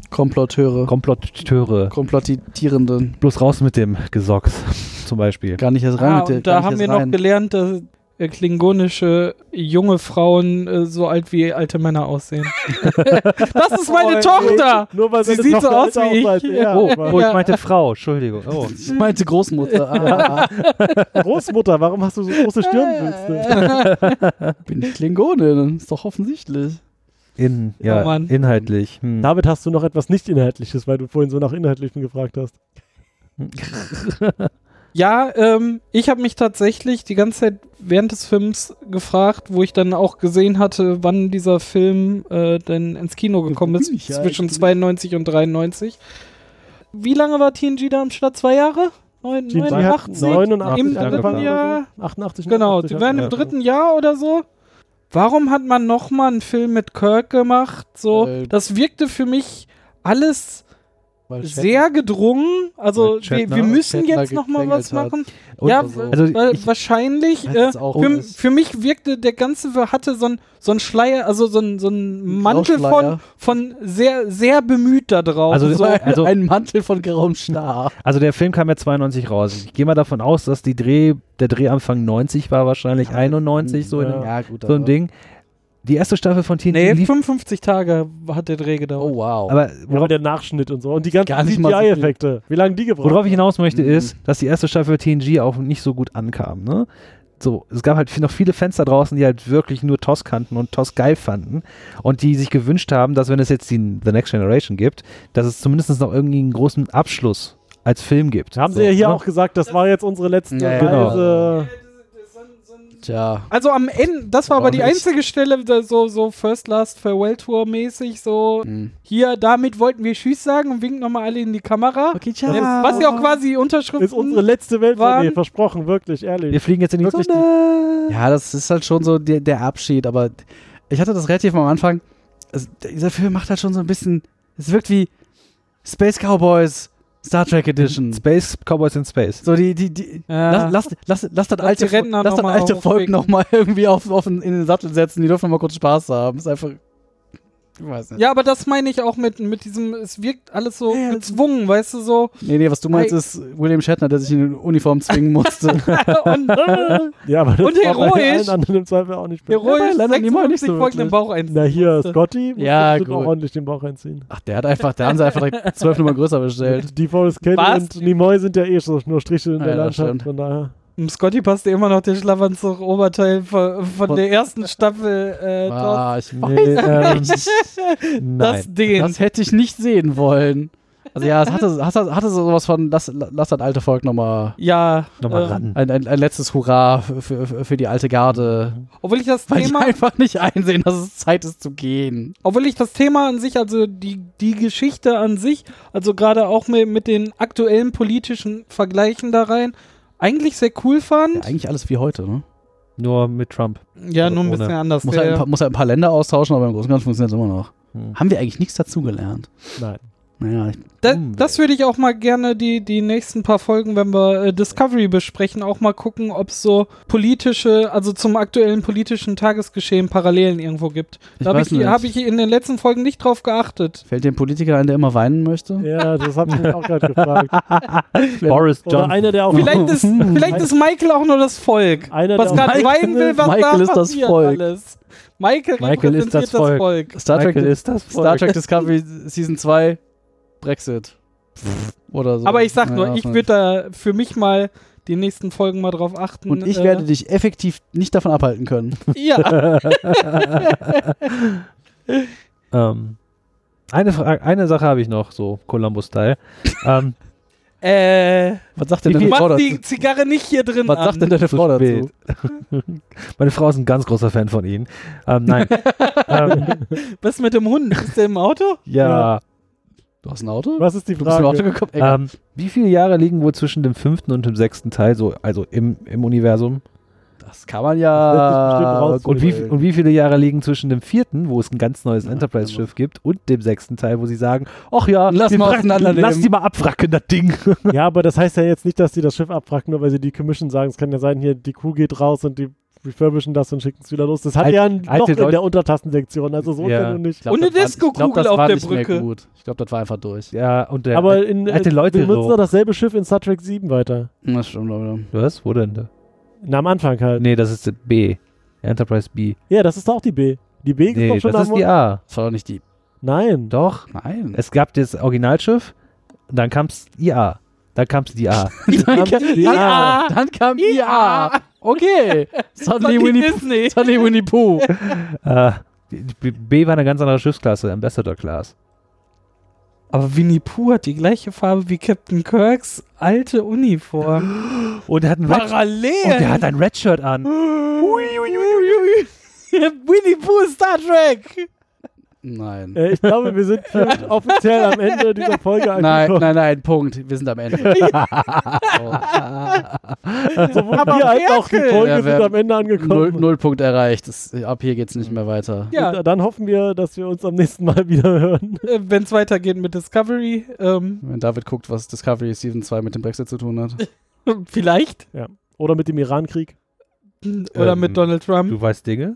S6: Komplotteure,
S7: Komplotteure.
S6: Komplottierenden.
S7: Bloß raus mit dem Gesocks zum Beispiel.
S6: Gar nicht erst rein
S2: Ah,
S6: mit dir.
S2: und da haben wir noch gelernt, dass äh, klingonische junge Frauen äh, so alt wie alte Männer aussehen. das ist meine
S5: Oh,
S2: Tochter!
S5: Nur weil
S2: Sie
S5: seine
S2: sieht so
S5: Tochter
S2: aus
S5: älter
S2: wie ich.
S5: aussah als er.
S7: Oh,
S5: Aber
S7: oh, ich meinte Frau, Entschuldigung. Oh.
S6: Ich meinte Großmutter. Ah,
S5: Großmutter, warum hast du so große Stirnwülste?
S6: bin ich Klingonin. Ist doch offensichtlich.
S7: In,
S2: Ja,
S7: ja,
S2: Mann.
S7: inhaltlich. Hm.
S5: Damit hast du noch etwas nicht Inhaltliches, weil du vorhin so nach Inhaltlichem gefragt hast.
S2: Ja, ähm, ich habe mich tatsächlich die ganze Zeit während des Films gefragt, wo ich dann auch gesehen hatte, wann dieser Film äh, denn ins Kino gekommen ist,
S6: bin ich ja
S2: zwischen
S6: eigentlich?
S2: 92 und 93. Wie lange war TNG da am Start? Zwei Jahre? Neun,
S5: TNG hat
S2: 89?
S5: 89
S2: Im dritten
S5: angefangen
S2: Jahr?
S5: oder so. 88,
S2: Genau,
S5: 89,
S2: die werden
S5: ja.
S2: im dritten Jahr oder so. Warum hat man nochmal einen Film mit Kirk gemacht? So,
S6: Äh,
S2: das wirkte für mich alles
S6: Weil
S2: sehr gedrungen. Also wir,
S7: Weil
S2: wir
S7: Shatner-
S2: müssen
S6: Shatner
S2: jetzt noch mal was
S6: gequengelt hat.
S2: machen.
S7: Und-
S2: ja,
S6: Also-
S2: also
S7: Also ich-
S2: wahrscheinlich.
S6: Weiß
S2: Äh,
S6: es auch
S2: für,
S6: nicht.
S2: für mich wirkte der ganze hatte so ein so ein Schleier, also so ein so ein Mantel
S6: Grauschleier.
S2: von von sehr sehr bemüht da drauf.
S7: Also
S6: so
S7: so-
S6: ein,
S7: also-
S6: ein Mantel von grauem Star.
S7: Also der Film kam ja 92 raus. Ich gehe mal davon aus, dass die Dreh, der Drehanfang 90 war, wahrscheinlich 91, so, in, dem-
S6: ja, gut,
S7: so ein
S6: aber-
S7: Ding. Die erste Staffel von TNT
S2: nee,
S7: lief,
S2: 55 Tage hat der Dreh gedauert.
S6: Oh, wow.
S7: aber
S5: Ja, aber
S7: worauf,
S5: der Nachschnitt und so. Und die ganzen
S6: Gar nicht mal so viel.
S5: CGI-Effekte. Wie lange die gebraucht?
S7: worauf ich hinaus möchte ist, dass die erste Staffel TNG auch nicht so gut ankam, ne? So, es gab halt viel- noch viele Fans da draußen, die halt wirklich nur TOS kannten und TOS geil fanden und die sich gewünscht haben, dass wenn es jetzt die The Next Generation gibt, dass es zumindest noch irgendwie einen großen Abschluss als Film gibt.
S5: Haben
S7: so,
S5: sie ja hier
S7: ne?
S5: auch gesagt, das war jetzt unsere letzte
S6: Ja, ja.
S5: Reise.
S6: Tja.
S2: Also am Ende, das war aber die
S6: Warum nicht?
S2: einzige Stelle, da so, so First Last Farewell Tour mäßig, so hier, damit wollten wir Tschüss sagen und winken nochmal alle in die Kamera.
S6: Okay,
S2: Ähm,
S6: tja.
S2: Was ja auch quasi die Unterschriften.
S5: Ist unsere letzte Welttournee,
S2: Waren-
S5: versprochen, wirklich,
S7: Wir
S5: ehrlich.
S7: fliegen jetzt in die
S5: Wirklich
S7: Sonne.
S6: Ja, das ist halt schon so der, der Abschied, aber ich hatte das relativ am Anfang. Also, dieser Film macht halt schon so ein bisschen. Es wirkt wie Space Cowboys Star Trek Edition.
S7: Space Cowboys in Space.
S6: So, die, die, die.
S2: Ja.
S6: Lass, lass, lass, lass das
S2: Lass
S6: alte,
S2: die Rentner
S6: lass
S2: noch
S6: das
S2: mal
S6: alte Volk
S2: aufregen.
S6: nochmal irgendwie auf, auf in den Sattel setzen. Die dürfen mal kurz Spaß haben. Ist einfach. Ich weiß nicht.
S2: ja, aber das meine ich auch mit, mit diesem, es wirkt alles so
S6: Ja, ja.
S2: gezwungen, weißt du, so.
S6: Nee, nee, was du meinst, ist William Shatner, der sich in eine Uniform zwingen musste.
S2: und
S5: Ja, aber das
S2: Und
S5: war bei
S2: heroisch.
S5: allen anderen im Zweifel auch nicht besser.
S2: heroisch
S6: Leonard Nimoy nicht
S2: 56
S6: so
S2: Folgen
S6: wirklich.
S2: im Bauch ein.
S5: Na hier, Scotty,
S6: Ja,
S5: musst du
S6: gut.
S5: noch ordentlich den Bauch einziehen.
S6: Ach, der hat einfach, da haben sie einfach direkt zwölf Nummern größer bestellt.
S5: Die Forest Kelly
S2: Was?
S5: und Nimoy sind ja eh so nur Striche in
S6: Ah,
S5: der
S6: ja, das
S5: Landschaft,
S6: stimmt.
S5: von daher.
S2: Im Scotty passte immer noch der Schlafanzug-Oberteil von, von der ersten Staffel. Äh, dort.
S6: Ah, ich
S5: Nee,
S7: äh,
S5: ähm,
S2: das den.
S6: Das hätte ich nicht sehen wollen. Also ja, es hatte, hatte, hatte sowas von, lass, lass das alte Volk nochmal
S2: ja.
S7: Nochmal
S2: ähm,
S7: ran.
S6: ein, ein, ein letztes Hurra für, für, für die alte Garde.
S2: Obwohl ich das
S6: Weil die
S2: Thema.
S6: einfach nicht einsehen, dass es Zeit ist zu gehen.
S2: Obwohl ich das Thema an sich, also die, die Geschichte an sich, also gerade auch mit, mit den aktuellen politischen Vergleichen da rein, eigentlich sehr cool
S6: Ja,
S2: fand.
S6: eigentlich alles wie heute, ne?
S7: Nur mit Trump.
S2: Ja, nur ein
S7: ohne.
S2: bisschen anders.
S6: Muss halt, ein
S2: Der,
S6: paar, muss halt ein paar Länder austauschen, aber im Großen und Ganzen funktioniert es immer noch.
S7: Hm.
S6: Haben wir eigentlich nichts dazugelernt?
S5: nein.
S6: Naja, ich,
S2: da,
S7: Umwelt.
S2: das würde ich auch mal gerne die, die nächsten paar Folgen, wenn wir äh, Discovery besprechen, auch mal gucken, ob es so politische, also zum aktuellen politischen Tagesgeschehen Parallelen irgendwo gibt.
S6: Ich
S2: Da habe
S6: weiß
S2: ich,
S6: nicht.
S2: hab ich in den letzten Folgen nicht drauf geachtet.
S6: fällt dem Politiker ein, der immer weinen möchte?
S5: Ja, das hab ich mich auch gerade gefragt.
S7: Boris
S5: Oder einer, der auch
S2: Vielleicht ist,
S6: Hm.
S2: vielleicht ist Michael auch nur das Volk.
S5: einer,
S2: was
S5: der auch,
S2: gerade weinen will, was
S6: Michael
S2: da
S6: ist das
S2: passiert
S6: Volk.
S2: Alles. Michael,
S7: Michael ist
S2: repräsentiert
S7: das Volk.
S6: Star Trek,
S7: Michael ist das
S6: Star Trek Discovery Season 2, Brexit. Oder so.
S2: Aber ich sag
S6: Naja,
S2: nur, ich
S6: weiß
S2: würde da für mich mal die nächsten Folgen mal drauf achten.
S6: Und ich
S2: äh,
S6: werde dich effektiv nicht davon abhalten können.
S2: Ja,
S7: Ähm, eine, Fra eine Sache habe ich noch, so Columbus-Style. ähm,
S2: äh,
S6: Was sagt denn
S7: Wie
S6: deine
S7: viel-
S6: Frau
S2: mach
S6: dazu?
S2: die Zigarre nicht hier drin
S6: Was
S2: an.
S6: sagt denn deine Frau dazu?
S7: spät. meine Frau ist ein ganz großer Fan von Ihnen. Ähm, nein. ähm,
S2: Was mit dem Hund? Ist der im Auto?
S7: ja.
S6: Du hast ein Auto?
S5: was ist die
S6: Du bist im Auto
S5: Frage?
S6: gekommen? Egal.
S7: Ähm, wie viele Jahre liegen wohl zwischen dem fünften und dem sechsten Teil, so, also im, im Universum? Äh,
S6: das kann man
S5: Das lässt sich bestimmt
S6: ja.
S5: rausholen.
S7: Und wie, und wie viele Jahre liegen zwischen dem vierten, wo es ein ganz neues
S6: Ja,
S7: Enterprise-Schiff gibt, und dem sechsten Teil, wo sie sagen, ach ja,
S6: Lass
S7: den
S6: mal
S7: Wrack-
S6: auseinandernehmen.
S7: lass die mal abwracken, das Ding.
S5: Ja, aber das heißt ja jetzt nicht, dass die das Schiff abwracken, nur weil sie die Commission sagen. Es kann ja sein, hier, die Crew geht raus und die refurbischen das und schicken es wieder los. Das hat
S7: Alt-
S5: ja ein Loch
S7: alte
S5: in
S7: Halt- Leute-
S5: der Untertastensektion, also so
S7: Ja.
S5: kann du nicht.
S6: Ich glaub,
S2: Und
S6: das
S2: eine
S6: war- ich glaub,
S2: Disco-Kugel
S6: das
S2: auf
S6: war
S2: der
S6: nicht mehr
S2: Brücke.
S6: Gut. Ich glaube, das war einfach durch.
S7: Ja, und der
S5: Aber in, äh,
S7: alte Leute
S5: wir benutzen
S7: so.
S5: doch dasselbe Schiff in Star Trek 7 weiter.
S6: Das stimmt, aber.
S7: Was? Wo denn? da?
S5: Na, am Anfang halt.
S7: Nee, das ist B. Enterprise B.
S5: Ja, das ist doch die B. Die
S7: Nee,
S5: B ist doch schon
S7: das ist
S5: am
S7: die A.
S6: Das war doch nicht die.
S5: Nein.
S7: Doch.
S6: Nein.
S7: Es gab das Originalschiff, dann kam's die A. Dann kam's die A.
S6: dann, kam,
S5: Ja.
S6: dann, dann kam
S2: Ah,
S6: IA. Okay. Suddenly
S2: Fucking
S6: Winnie,
S2: Disney.
S6: Suddenly Winnie Pooh.
S7: äh, die- die B war eine ganz andere Schiffsklasse, Ambassador Class.
S2: Aber Winnie Pooh hat die gleiche Farbe wie Captain Kirks alte Uniform.
S7: Und er hat ein Red
S2: Parallel. Mhm.
S7: und er hat ein Red Shirt an.
S2: Winnie Pooh Star Trek.
S6: Nein.
S5: Äh, ich glaube, wir sind hiermit offiziell am Ende dieser Folge
S6: Nein,
S5: angekommen.
S6: nein, nein, Punkt. Wir sind am Ende.
S5: Sowohl wir als auch die Folge
S6: Ja,
S5: sind
S6: wir-
S5: am Ende
S6: Null,
S5: angekommen.
S6: null Punkt erreicht. Das, ab hier geht's nicht mehr weiter.
S2: Ja,
S5: Und dann hoffen wir, dass wir uns am nächsten Mal wieder hören.
S2: äh, wenn es weitergeht mit Discovery, ähm,
S6: Wenn David guckt, was Discovery Season 2 mit dem Brexit zu tun hat.
S2: vielleicht.
S5: Oder mit dem Irankrieg.
S2: Oder mit
S4: Ähm,
S2: Donald Trump.
S4: Du weißt Dinge?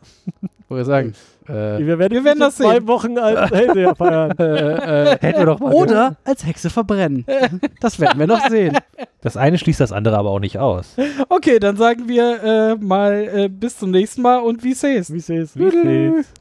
S6: Wollte ich sagen. Äh,
S5: Wir werden,
S2: Wir
S5: jetzt
S2: werden
S5: in
S2: das
S5: zwei
S2: sehen.
S5: Wochen als Hellseher feiern.
S6: äh, äh,
S4: Hätten wir doch mal.
S6: oder als Hexe verbrennen. Das werden wir noch sehen.
S4: Das eine schließt das andere aber auch nicht aus.
S2: Okay, dann sagen wir äh, mal äh, bis zum nächsten Mal und wie es ist.
S5: Wie seht's? Wie seht's?